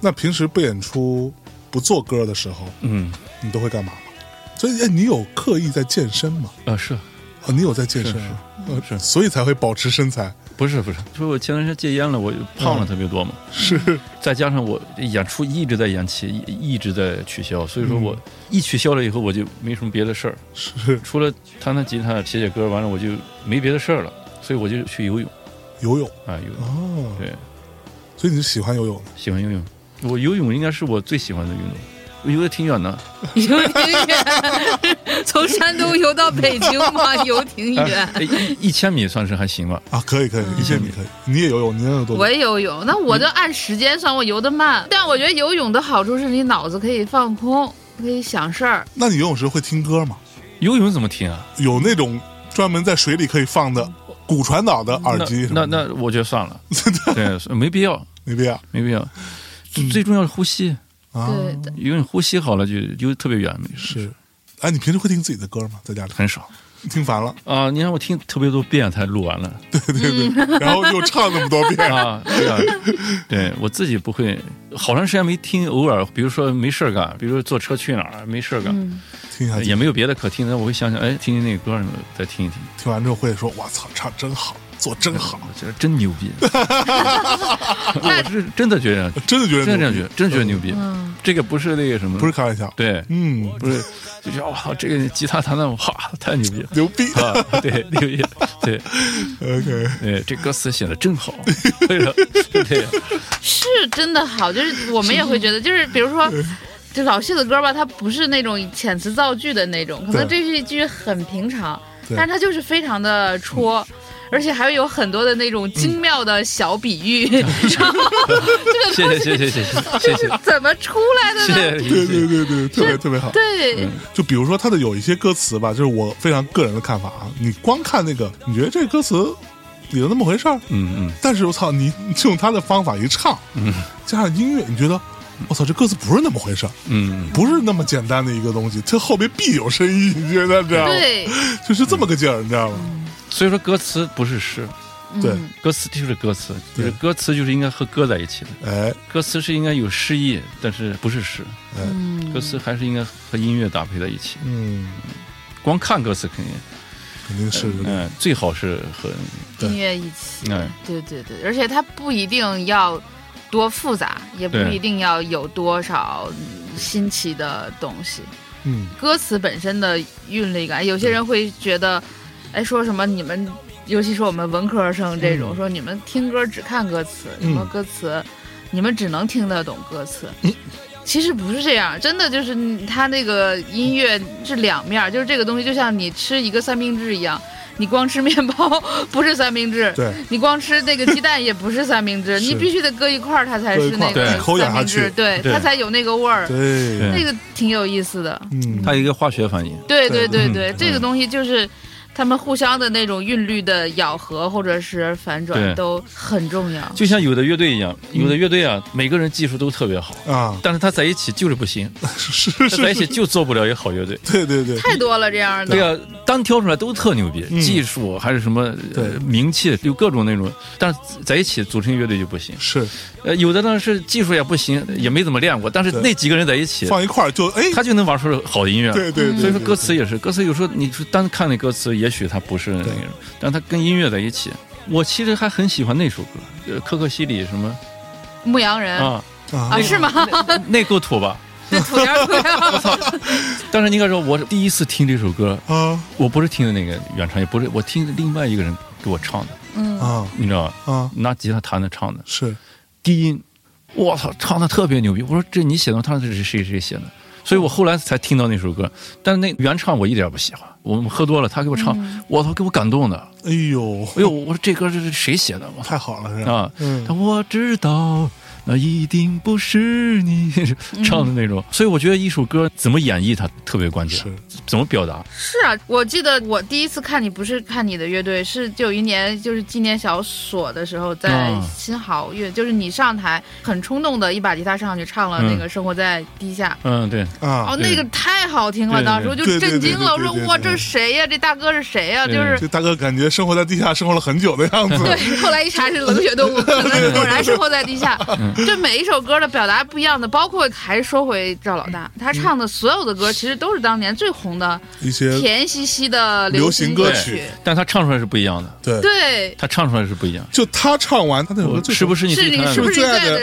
那平时不演出、不做歌的时候，
嗯，
你都会干嘛吗？所以，哎，你有刻意在健身吗？
啊是，
啊、哦你有在健身啊？呃
是
所以才会保持身材。
不是不是，嗯说我前段时间戒烟了，我胖了特别多嘛，
是，
再加上我演出一直在延期，一一直在取消，所以说我一取消了以后，我就没什么别的事儿，
是
除了弹弹吉他、写写歌，完了我就没别的事儿了，所以我就去游泳
游泳
啊，游泳，
哦，
对，
所以你是喜欢游泳的？
喜欢游泳，我游泳应该是我最喜欢的运动，我游的挺远的，
游挺远，从山东游到北京嘛，游挺 远。
哎一一千米算是还行吧，
啊，可以可以，一千米可以。你也游泳，你也有多久？
我也游泳，那我就按时间算，我游的慢。但我觉得游泳的好处是你脑子可以放空，可以想事儿。
那你游泳时会听歌吗？
游泳怎么停啊？
有那种专门在水里可以放的骨传导的耳机什
那
么
那
的？
那我觉得算了，对，没必要，
没必要
没必要，最最重要是呼吸，
啊。
对，
因为你呼吸好了就游得特别远，没事
是，哎，你平时会听自己的歌吗？在家里
很少
听烦了，
啊。你看我听特别多遍才录完了
对 对对， 然后又唱那么多遍，
啊，对 啊，对我自己不会，好长时间没听，偶尔比如说没事儿干，比如说坐车去哪儿没事儿干，
听一下
也没有别的可听，那我会想想，哎，听听那个歌什么的，再听一听，
听完之后会说，我操，唱真好，做真好，
我觉得真牛 逼，我是真的觉得，
真的觉得
真的这样
牛
觉
逼
得，真的觉得牛逼，这个不是那个什么，
不是开玩笑，
对，
嗯，
不是，就觉得哇，这个吉他弹的哇，太牛逼了。
牛逼
啊，对，牛逼，对，
，OK，
对，这歌词写的真好，对了，对呀，
是真的好，就是我们也会觉 得，就是比如说。就老谢的歌吧，它不是那种遣词造句的那种，可能
对
这一句很平常，
对
但是它就是非常的戳，而且还有很多的那种精妙的小比喻， 然后这个
谢谢，谢
东西
谢，谢谢，谢谢，
怎么出来的
谢
呢？
谢，谢
对对
谢，
对对，特别特别好。
对，
就比如说他的有一些歌词吧，就是我非常个人的看法啊，你光看那个，你觉得这歌词也就那么回事儿，
嗯嗯，
但是我操，你你用他的方法一唱，嗯，加上音乐，你觉得我操，这歌词不是那么回事儿，
嗯，
不是那么简单的一个东西，这后面必有深意，你觉得知道吗？
对，
就是这么个劲儿，你知道吗？
所以说歌词不是诗，
对，
歌词就是歌词，就
对
是歌词就是应该和歌在一起的，
哎，
歌词是应该有诗意，但是不是诗，歌词还是应该和音乐搭配在一起，
嗯，
光看歌词肯定，
肯定是的，
嗯，最好是和
对
音乐一起，
嗯
哎
对对对，而且它不一定要多复杂，也不
对
一定要有多少嗯新奇的东西。
嗯，
歌词本身的韵律感，有些人会觉得，哎，说什么你们，尤其是我们文科生这种，说你们听歌只看歌词，
嗯
什么歌词，你们只能听得懂歌词。
嗯
其实不是这样，真的就是你它那个音乐是两面儿，就是这个东西就像你吃一个三明治一样，你光吃面包 不是三明治，
对，
你光吃那个鸡蛋也不是三明治，你
是
必须得搁一块儿，它才
搁一
是
块
那
儿
个
对
口咬
三
下
明
去
治，对，
对
它才有那个味儿，
对，
那个挺有意思的。
嗯，
它有一个化学反应，
对
对
对对对，
嗯
这个东西就是他们互相的那种韵律的咬合或者是反转
对
都很重要。
就像有的乐队一样，有的
嗯
乐队啊，每个人技术都特别好，
啊，
但是他在一起就是不行，
是
他
是
在一起
是，
就做不了一个好乐队。
对对对，啊
太多了这样
这
的，
个单挑出来都特牛逼，
嗯
技术还是什么呃
对
名气，有各种那种，但是在一起组成乐队就不行。
是
呃，有的呢是技术也不行，也没怎么练过，但是
对
那几个人在一起，
放一块儿就哎，
他就能玩出好音乐。
对对，对
所以说歌，
对
词也是，歌词有时候你是单看那歌词，也许它不是那个
对，
但它跟音乐在一起。我其实还很喜欢那首歌，呃，可可西里什么
牧羊人
啊，
对啊
啊，是吗？
那够土吧？
对，土点土 点，
当时应该说，我第一次听这首歌，
啊
我不是听的那个原唱，也不是我听另外一个人给我唱的，
嗯
啊
你知道吧？
啊，
拿吉他弹的唱的，
是
低音，我操，唱的特别牛逼。我说这你写的吗，他说这是谁谁写的？所以我后来才听到那首歌，但是那原唱我一点也不喜欢。我们喝多了，他给我唱，
嗯
我操，给我感动的。
哎呦，
哎呦，我说这歌这是谁写的？我操
太好了，是吧？
啊！
嗯
他我知道。那一定不是你
嗯
唱的那种，所以我觉得一首歌怎么演绎它特别关键
是，
怎么表达，
是啊，我记得我第一次看你不是看你的乐队，是有一年就是纪念小所的时候，在
啊
新好乐，就是你上台很冲动的一把吉他上去唱了那个《生活在地下》，
嗯，对，
啊
哦，，那个太好听了，
对
当时我就
对对
震
对
惊了，我
对对
说
对
哇，
对
这谁呀？这大哥是谁呀？就
对
是。
这大哥感觉生活在地下生活了很久的样子， 嗯
对，后来一查是冷血动物，可能果然生活在地下。这每一首歌的表达不一样的，包括还是说回赵老大，
嗯
他唱的所有的歌其实都是当年最红的
一些
甜兮兮的行
流行歌
曲
曲。
但他唱出来是不一样的，
对，
对，
他唱出来是不一样。
就他唱完他那首歌
我
最
是不
是？
是你
是
最
你
疼爱
是
的
不
人？
是
最
最
爱
爱
的
的
人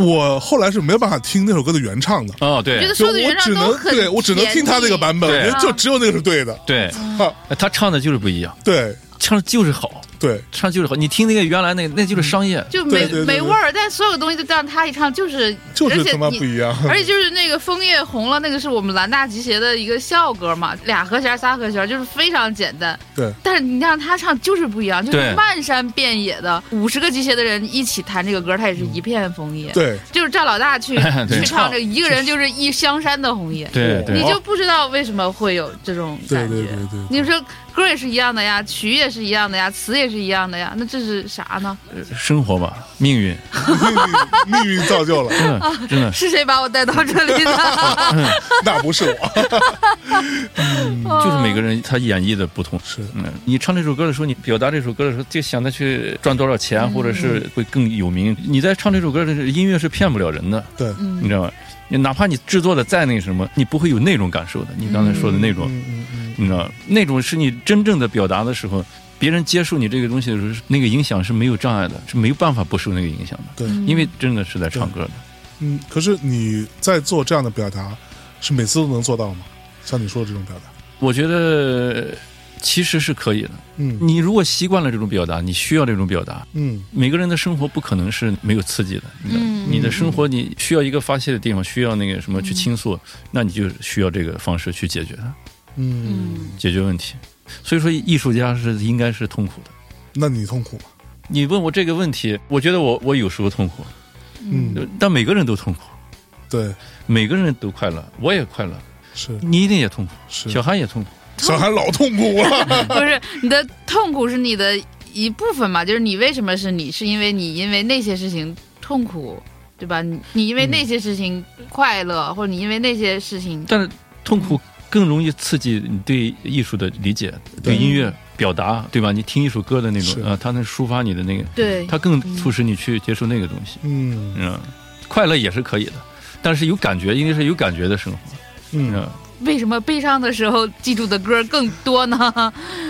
人？
我后来是没有办法听那首歌的原唱的，
哦，
我觉
对
得
就
所有的
我
原
只
唱都
能
很
对我只能
甜
听他这个
腻啊嗯
版本，我觉
对
得就只有那个是对的。
对，
啊，
哎他唱的就是不一样，
对
唱的就是好，
对
唱就是好。你听那个原来那那就是商业，
就
对
没
对对
没
对
味儿，但所有东西都让他一唱，就是
就是
而且
他妈
你
不一样
而且就是那个枫叶红了，那个是我们兰大集协的一个校歌嘛，俩和弦仨和弦，就是非常简单。
对，
但是你让他唱就是不一样，就是
对
漫山遍野的五十个集协的人一起弹这个歌，他也是一片枫叶。
对，
就是赵老大去
对
去唱这个，一个人就是一香山的红叶。
对
你
对
就不知道为什么会有这种
对
感
对
觉。
对对，
你说歌也是一样的呀，曲也是一样的呀，词也是一样的呀，那这是啥呢？
生活吧，命 运，
命运造就了，
真的真的嗯
是谁把我带到这 里的？
那不是我。
就是每个人他演绎的不同。
是
嗯，你唱这首歌的时候，你表达这首歌的时候，就想着去赚多少
嗯
钱，或者是会更有名。你在唱这首歌的时候，音乐是骗不了人的，
对，
你知道吗？你哪怕你制作的再那什么，你不会有那种感受的。你刚才说的那
嗯
种，你知道，那种是你真正的表达的时候，别人接受你这个东西的时候，那个影响是没有障碍的，是没有办法不受那个影响的。
对
因为真的是在唱歌的。
嗯，可是你在做这样的表达，是每次都能做到吗？像你说的这种表达，
我觉得其实是可以的。
嗯
你如果习惯了这种表达，你需要这种表达。
嗯，
每个人的生活不可能是没有刺激的，你的、
嗯
你的生活你需要一个发泄的地方，需要那个什么去倾诉，那你就需要这个方式去解决它，
嗯，
解决问题。所以说，艺术家是应该是痛苦的。
那你痛苦吗？
你问我这个问题，我觉得我我有时候痛苦，
嗯，
但每个人都痛苦，
对，
每个人都快乐，我也快乐，
是
你一定也痛苦，
是，
小韩也痛苦。
小孩老痛苦啊 了，
不是你的痛苦是你的一部分嘛？就是你为什么是你，是因为你因为那些事情痛苦，对吧？你你因为那些事情快乐，或者你因为那些事情，
但是痛苦更容易刺激你对艺术的理解，对音乐表达，对吧？你听一首歌的那
是
种，啊，它能抒发你的那个，
对
它更促使你去接受那个东西。
嗯
嗯，快乐也是可以的，但是有感觉，应该是有感觉的生活。
嗯，
嗯，
为什么悲伤的时候记住的歌更多呢？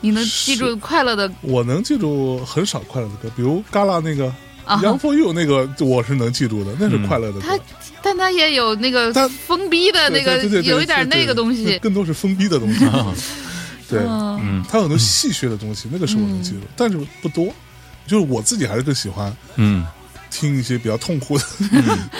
你能记住快乐的
我能记住很少快乐的歌，比如嘎啦那个
啊
《Young for You》那个，我是能记住的，那是
嗯
快乐的歌
他。，但他也有那个
他
封闭的那个
对对对，对
有一点
是
那个东
对
西。
更多是封闭的东西。对，
嗯
嗯
它有很多戏谑的东西，那个是我能记住，但是不多。就是我自己还是更喜欢
嗯，
听一些比较痛苦的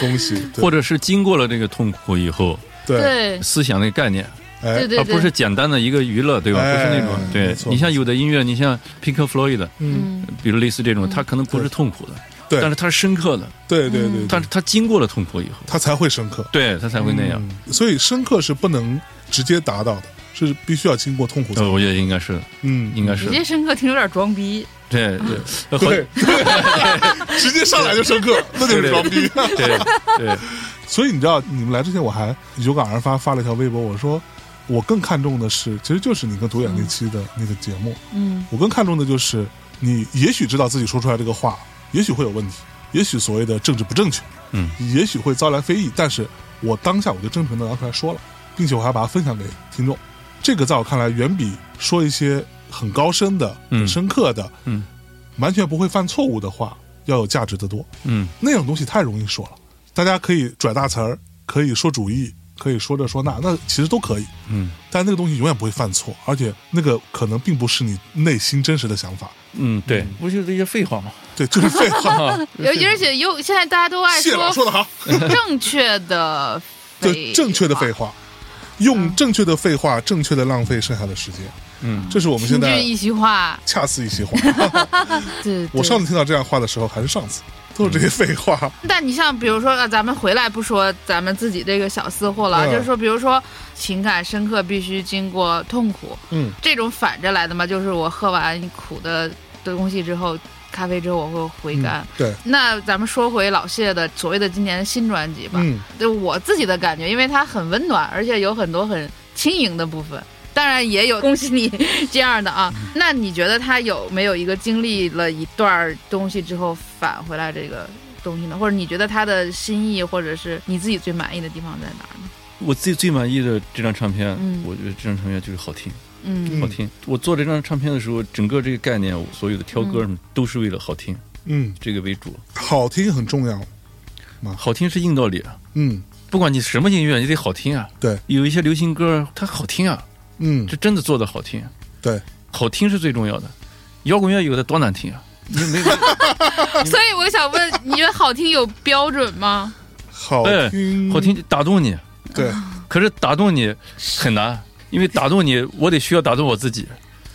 东西，对
或者是经过了这个痛苦以后，
对，
对
思想的概念，
哎
嗯对，对
而啊不是简单的一个娱乐，对吧？不是那
哎
种，
没
对
错
你像有的音乐，你像 Pink Floyd 的，
嗯，
比如类似这种，它可能不是痛苦的，
对
但是它是深刻的，
对对对，
嗯
但是它经过了痛苦以后。
它才会深刻。嗯
对他才会那样。
所以深刻是不能直接达到的，是必须要经过痛苦才
呃，。我觉得应该是，
嗯，
应该是
直，接深刻听有点装逼。
对对呃好
对，直接上来就深刻，那就是装逼。
对对，
所以你知道，你们来之前我还有感而发发了一条微博，我说我更看重的是，其实就是你跟独眼那期的那个节目，
嗯，
我更看重的就是你也许知道自己说出来这个话，也许会有问题，也许所谓的政治不正确，
嗯，
也许会遭来非议，但是我当下我就真诚的拿出来说了，并且我还把它分享给听众，这个在我看来远比说一些很高深的、
嗯
很深刻的、
嗯
完全不会犯错误的话要有价值的多。
嗯
那种东西太容易说了，大家可以拽大词儿，可以说主义，可以说这说那，那其实都可以。
嗯
但那个东西永远不会犯错，而且那个可能并不是你内心真实的想法，
嗯，对，不就是一些废话吗？
对，就是废话。
而而且又现在大家都爱
谢老说
说
的好，
正确的
就
废
正确的废话，用正确的废话，正确的浪费剩下的时间。
嗯，
这是我们现
听
在
君一席话，
恰似一席话。
对。
我
对
上次听到这样话的时候，还是上次，都是这些废话。
但你像比如说，啊咱们回来不说咱们自己这个小私货了，
嗯
就是说，比如说情感深刻必须经过痛苦，
嗯，
这种反着来的嘛，就是我喝完苦的东西之后，咖啡之后我会回甘。
对，
那咱们说回老谢的所谓的今年的新专辑吧，
嗯，
就我自己的感觉，因为它很温暖，而且有很多很轻盈的部分。当然也有恭 喜你这样的啊。
嗯
那你觉得他有没有一个经历了一段东西之后返回来这个东西呢？或者你觉得他的新意，或者是你自己最满意的地方在哪儿呢？
我自己最满意的这张唱片，
嗯
我觉得这张唱片就是好听，
嗯
好听。我做这张唱片的时候，整个这个概念，我所有的挑
嗯
歌什么都是为了好听
嗯，
这个为主。
好听很重要。
好听是硬道理，
嗯，
不管你什么音乐，你得好听啊。
对，
有一些流行歌它好听啊，
嗯，
这真的做的好听，啊
对，
好听是最重要的。摇滚乐有的多难听啊！你没没
哦所以我想问，你觉得好听有标准吗？
好
哎
听，
好，听打动你，
对
可是打动你很难，因为打动 你，我得需要打动我自己。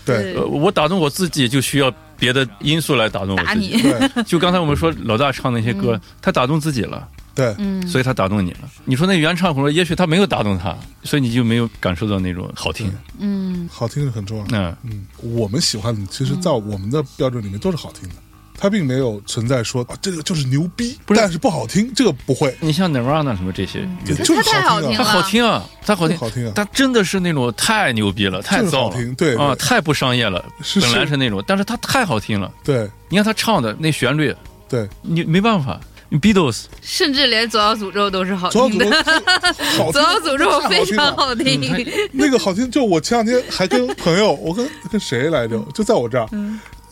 对
呃，我打动我自己就需要别的因素来打动我
打
自己。
你，
对
就刚才我们说老大唱那些歌，
嗯
他打动自己了，
对，
嗯，
所以他打动你了。你说那原唱或者也许他没有打动他，所以你就没有感受到那种好听。
嗯
好听是很重要的。
嗯，
嗯，我们喜欢的，其实，在我们的标准里面都是好听的，它并没有存在说啊，这个就是牛逼，
不是
但是不好听，这个不会，
你像 Nirvana 什么这些乐
就
队，
就是
它太
好
好
听
听
他
啊，
好
了
听啊，他好听，
好听啊
他真的是那种太牛逼了，太
就是
燥
好
了，
听对
啊，
对
太不商业了。
是
本来
是
是那种，但是他太好听了。
对
你看他唱的那旋律，
对，
你没办法。Beatles
甚至连《左小诅咒》都是好
左
听
小
的，
诅咒好
《左
听，
小诅咒》非常好听。
那个好听，就我前两天还跟朋友，我跟跟谁来着，就在我这儿，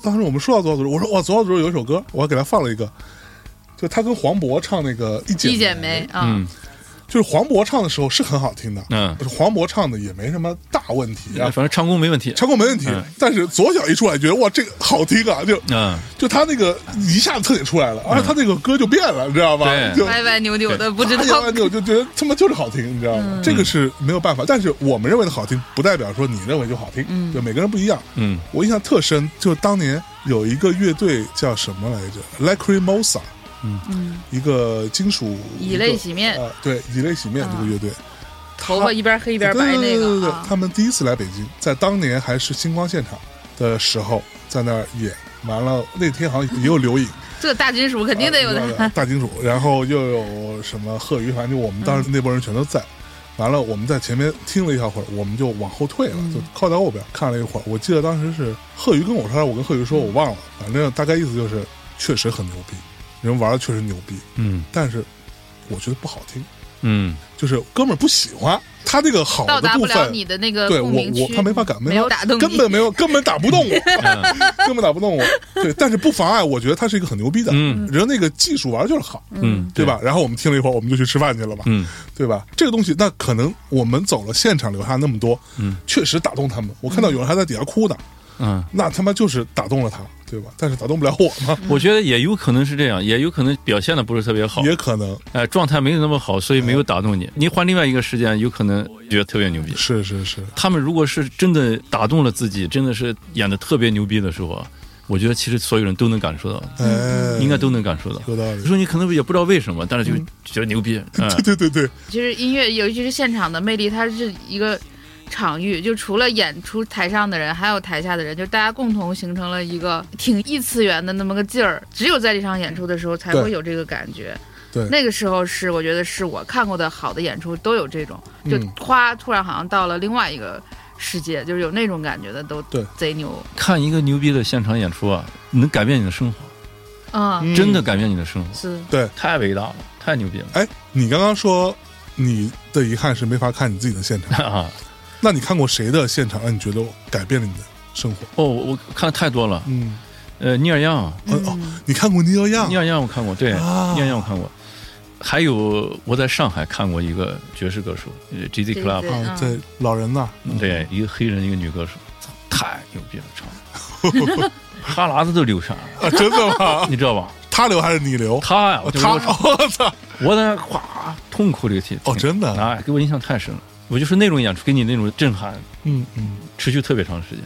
当时我们说到左小诅咒，我说哇，左小诅咒有一首歌，我还给他放了一个，就他跟黄渤唱那个一
一
姐
剪梅啊
嗯，
就是黄渤唱的时候是很好听的，
嗯
黄渤唱的也没什么大问题啊
反，正唱功没问题。
唱功没问题，
嗯
但是左脚一出来，觉得哇，这个好听啊，就
嗯，
就他那个一下子特点出来了，
嗯
而且他那个歌就变了，你知道吧？
对
就
歪歪扭扭的，不知
哎呀
道，
我就觉得他妈就是好听，你知道吗？
嗯
这个是没有办法，但是我们认为的好听，不代表说你认为就好听，对，每个人不一样。
嗯，
我印象特深，就是当年有一个乐队叫什么来着，Lacrimosa，
嗯
嗯，一个金属
以泪
一个
洗面嗯
呃对，以泪洗面这个乐队，
头发一边黑一边白
对
那
对对对
个
对
啊，
他们第一次来北京，在当年还是星光现场的时候，在那儿演。完了，那天好像也有刘 颖，
这大金属肯定得有
啊
的。
大金主，然后又有什么贺鱼，反正就我们当时那波人全都在。完了，我们在前面听了一小会儿，我们就往后退了，就靠在后边看了一会儿。我记得当时是贺鱼跟我说，我跟贺鱼说，我忘了，反正大概意思就是确实很牛逼，人玩的确实牛逼，
嗯
但是我觉得不好听，
嗯
就是哥们儿不喜欢他这个好
到
的
达
部
不了
分。
你的那个
对
共
我
鸣
我
区，
他没法感
没有打动你，
根本没有根本打不动我，
嗯
根本打不动我。对，但是不妨碍，我觉得他是一个很牛逼的，
嗯
人那个技术玩的就是好，
嗯，
对吧？？然后我们听了一会儿，我们就去吃饭去了嘛，
嗯
对吧？这个东西，那可能我们走了现场留下那么多，
嗯，
确实打动他们。我看到有人还在底下哭呢，
嗯，
那他妈就是打动了他，对吧？但是打动不了我嘛，
我觉得也有可能是这样，也有可能表现的不是特别
嗯
好，
也可能
哎，状态没有那么好，所以没有打动你。你换另外一个时间，有可能觉得特别牛逼。
是是是，
他们如果是真的打动了自己，真的是演的特别牛逼的时候啊，我觉得其实所有人都能感受到，
嗯
哎，
嗯应该都能感受到。
有道
有
理
时。候你可能也不知道为什么，但是就觉得牛 逼，嗯，
对对对，
其实音乐，尤其是现场的魅力，它是一个场域，就除了演出台上的人，还有台下的人，就大家共同形成了一个挺异次元的那么个劲儿。只有在这场演出的时候，才
对
会有这个感觉。
对
那个时候是我觉得是我看过的好的演出都有这种，就
嗯
哗，突然好像到了另外一个世界，就是有那种感觉的都
对
贼牛。
看一个牛逼的现场演出啊，能改变你的生活，
嗯，
嗯
真的改变你的生活，
是
太伟大了，太牛逼 了
哎，你刚刚说你的遗憾是没法看你自己的现场，
啊！
那你看过谁的现场让你觉得改变了你的生活？
哦，我看太多了，
嗯，
呃，尼尔杨，
哦哦，你看过尼欧样
尼？尔杨我看过，对，
啊
尼尔杨我看过，还有我在上海看过一个爵士歌手呃，G.D.
JZ
Club，
对
啊
嗯，
对，老人呐，
对，一个黑人，一个女歌手，操太牛逼了，唱的， 哈喇子都流下来了，
啊，真的吗？
你知道吧？
他留还是你留？
他呀，我就
他， 我操！
我在那哗痛哭流涕，
哦真的
哎，给我印象太深了。我就说那种演出给你那种震撼，
嗯嗯，
持续特别长时间。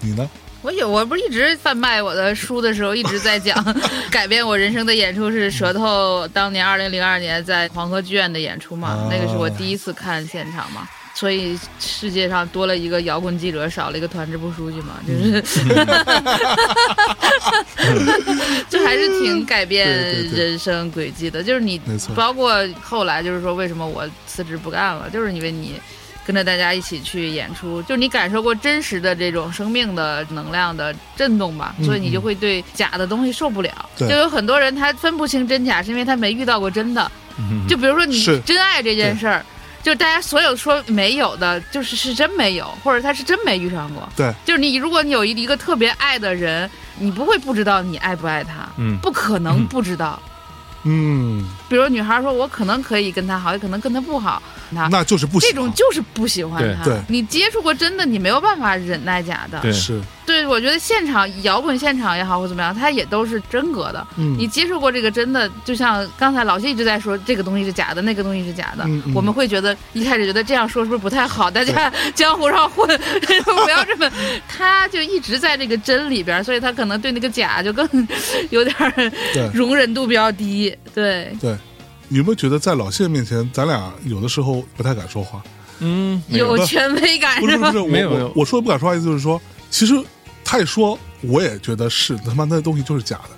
你呢？
我有，我不是一直贩卖我的书的时候一直在讲， 改变我人生的演出是舌头当年二零零二年在黄河剧院的演出嘛，
啊
那个是我第一次看现场嘛。所以世界上多了一个摇滚记者，少了一个团支部书记嘛，就是，
嗯
这还是挺改变
嗯对对对
人生轨迹的。就是你
没错，
包括后来就是说，为什么我辞职不干了，就是因为你跟着大家一起去演出，就是你感受过真实的这种生命的能量的震动吧，所以你就会对假的东西受不了。
嗯对
就有很多人他分不清真假，是因为他没遇到过真的。就比如说你
嗯是
真爱这件事儿，就是大家所有说没有的，就是是真没有，或者他是真没遇上过。
对，
就是你如果你有一一个特别爱的人，你不会不知道你爱不爱他，
嗯
不可能不知道。
嗯，
比如女孩说：“我可能可以跟他好，也可能跟他不好。”他
那就是不行。
这种就是不喜欢
对
他。
对
你接触过真的，你没有办法忍耐假的。
对
是，
对我觉得现场摇滚现场也好或怎么样，它也都是真格的。
嗯
你接触过这个真的，就像刚才老谢一直在说，这个东西是假的，那个东西是假的。
嗯嗯
我们会觉得一开始觉得这样说是不是不太好？大家 江湖上混，不要这么。 他就一直在这个真里边儿，所以他可能对那个假就更 有点儿
对
容忍度比较低。对，
对。你有没有觉得在老谢面前，咱俩有的时候不太敢说话？
嗯，没
有权威感
不是
是
不
吧
是，？我
没有没
我
有
我说的不敢说话，意思就是说，其实他一说，我也觉得是他妈那东西就是假的。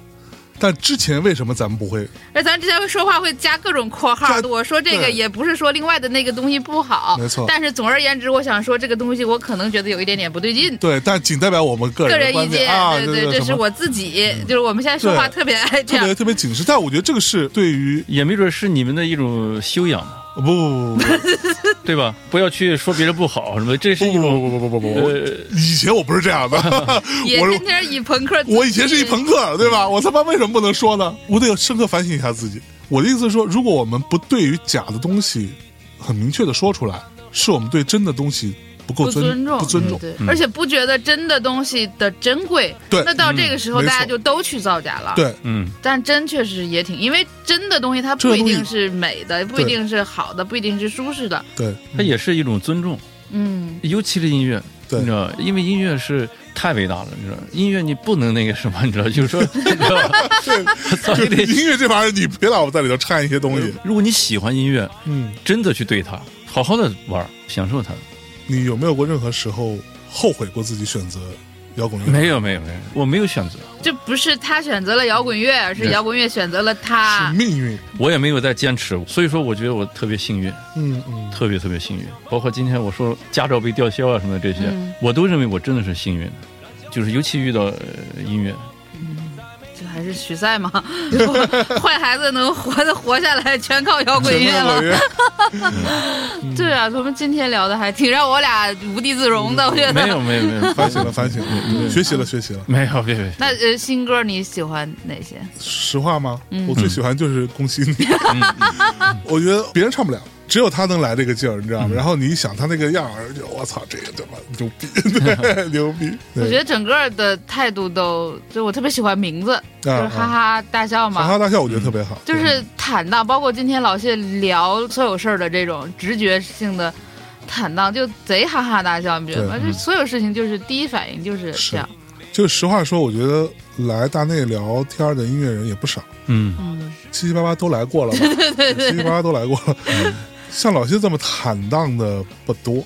但之前为什么咱们不会？
而咱之前说话会加各种括号
加
的，我说这个
对
也不是说另外的那个东西不好，
没错
但是总而言之，我想说这个东西我可能觉得有一点点不对劲，
对，但仅代表我们个
个
人
人
的
意
观
见，
点啊，
对
对，
这
什
是
么
我自己，就是我们现在说话
对
特别爱这
特
样
别。特别谨慎。但我觉得这个是对于
也没准是你们的一种修养嘛，
不不不
对吧？不要去说别人不好什么的，这是一种
不不不不不不不，
呃，
以前我不是这样的，
也
我
天天以朋克自居，
我以前是一朋克，对吧？我他妈为什么不能说呢？我得深刻反省一下自己。我的意思是说，如果我们不对于假的东西很明确的说出来，是我们对真的东西不够
不尊重，
不尊重。嗯
对对而且不觉得真的东西的珍贵。
对
那到这个时候，
嗯没
大家
错
就都去造假了。
对，
嗯，
但真确实也挺，因为真的东西它
这
不
个
一
东西
定是美的，不一
对
定是好的，不一定是舒适的。
对，
它也是一种尊重。
嗯，
尤其是音乐，
对
你知道，因为音乐是太伟大了，你知道，音乐你不能那个什么，你知道，就是 说，你知道吧， 操
就
你得，
音乐这玩意儿，你别老在里头掺一些东西。
如果你喜欢音乐，
嗯，
真的去对它，好好的玩儿，享受它。
你有没有过任何时候后悔过自己选择摇滚乐？
没有，没有，没有，我没有选择，
这不是他选择了摇滚乐，而是
对
摇滚乐选择了他
嗯是。命运。
我也没有在坚持，所以说我觉得我特别幸运，
嗯嗯，
特别特别幸运。包括今天我说驾照被吊销啊什么的这些，
嗯
我都认为我真的是幸运的，就是尤其遇到、呃音 乐，
这还是许赛嘛， 坏孩子能活的活下来，全靠摇滚乐
摇滚
了。
乐。
对啊，咱们今天聊的还挺让我俩无地自容
嗯
的，我觉
没
得。
有，没有，没有，
反省了，反省了，学习了，学习了。
没有，别别，
那呃，新歌你喜欢哪些？
实话吗？
嗯
我最喜欢就是恭喜你， 我觉得别人唱不了。只有他能来这个劲儿，你知道
嗯
吗？然后你一想他那个样儿，就我操，这个他妈牛逼，对，牛逼。
我
对
觉得整个的态度都，就我特别喜欢名字，就是哈哈大笑嘛。
啊哈哈大笑，我觉得特别好。
就是坦荡，包括今天老谢聊所有事儿的这种直觉性的坦荡，就贼哈哈大笑，你觉得吗？
对
就所有事情就是第一反应就是
是
这样，
对就实话说，我觉得来大内聊天儿的音乐人也不少，
嗯，
嗯，
七七八八都来过了吧？七七八八都来过了。像老谢这么坦荡的不多，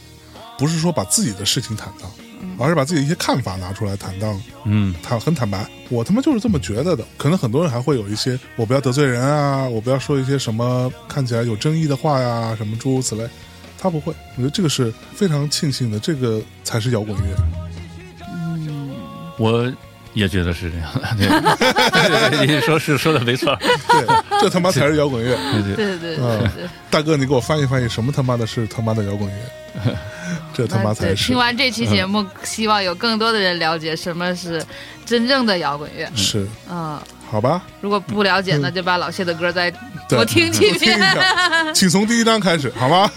不是说把自己的事情坦荡，而是把自己的一些看法拿出来坦荡。
嗯，
坦很坦白，我他妈就是这么觉得的。可能很多人还会有一些我不要得罪人啊，我不要说一些什么看起来有争议的话呀，什么诸如此类。他不会，我觉得这个是非常庆幸的，这个才是摇滚乐。
我也觉得是这样 的，对对，对对你说是说的没错儿，
对，这他妈才是摇滚乐。
对对。
对对对对对，
大哥，你给我翻译翻译，什么他妈的是他妈的摇滚乐？ 这他妈才
哎对
是
听完这期节目，希望有更多的人了解什么是真正的摇滚乐。
是，
嗯，
好吧？
如果不了解，
嗯
那就把老谢的歌再
对嗯
多 听几
听一
遍。
下，请从第一章开始，好吗？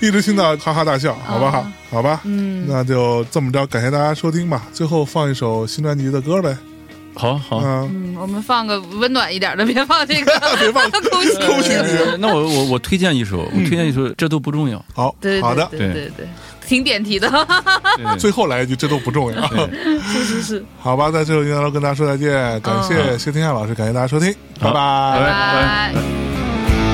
一直听到哈哈大笑，好不好？好吧，嗯，那就这么着，感谢大家收听吧。最后放一首新专辑的歌呗，
好好，
啊，
嗯，我们放个温暖一点的，别放这个
别放
恭喜
恭喜你
呃那我我我推荐一首，我推荐一首，
嗯
这都不重要。
好
对，
好的，
对对对对，挺点题的，
最后来一句，这都不重要，
是是是，嗯
好吧？在这里，跟大家说再见，感谢谢天下老师，感谢大家收听，拜
好
拜。
拜
拜。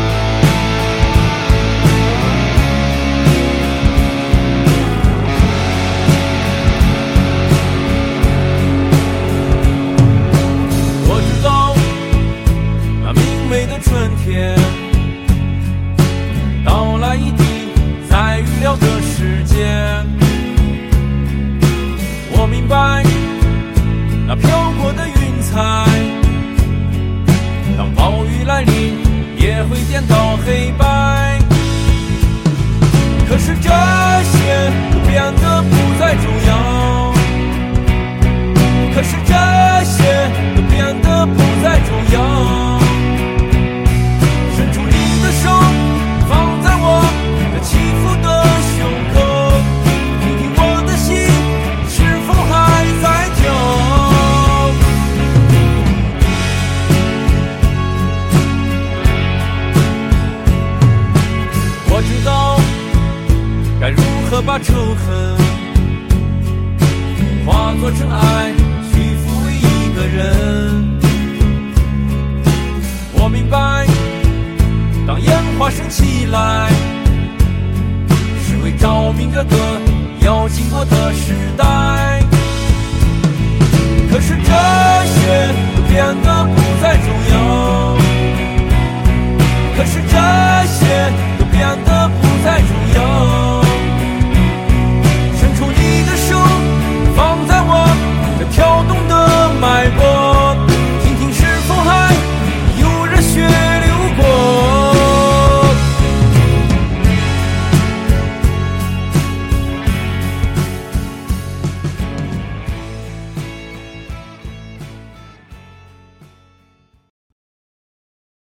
我知道那明媚的春天到来一定在预料的时
白那飘过的云彩。当暴雨来临，也会颠倒黑白。可是这些都变得不再重要。可是这些都变得不再重要。伸出你的手，放在我那起伏的胸口，听听我的心是否还在跳。我知道该如何把仇恨化作尘埃，去抚慰一个人。我明白。当烟花升起来，是为照明这个要经过的时代。可是这些都变得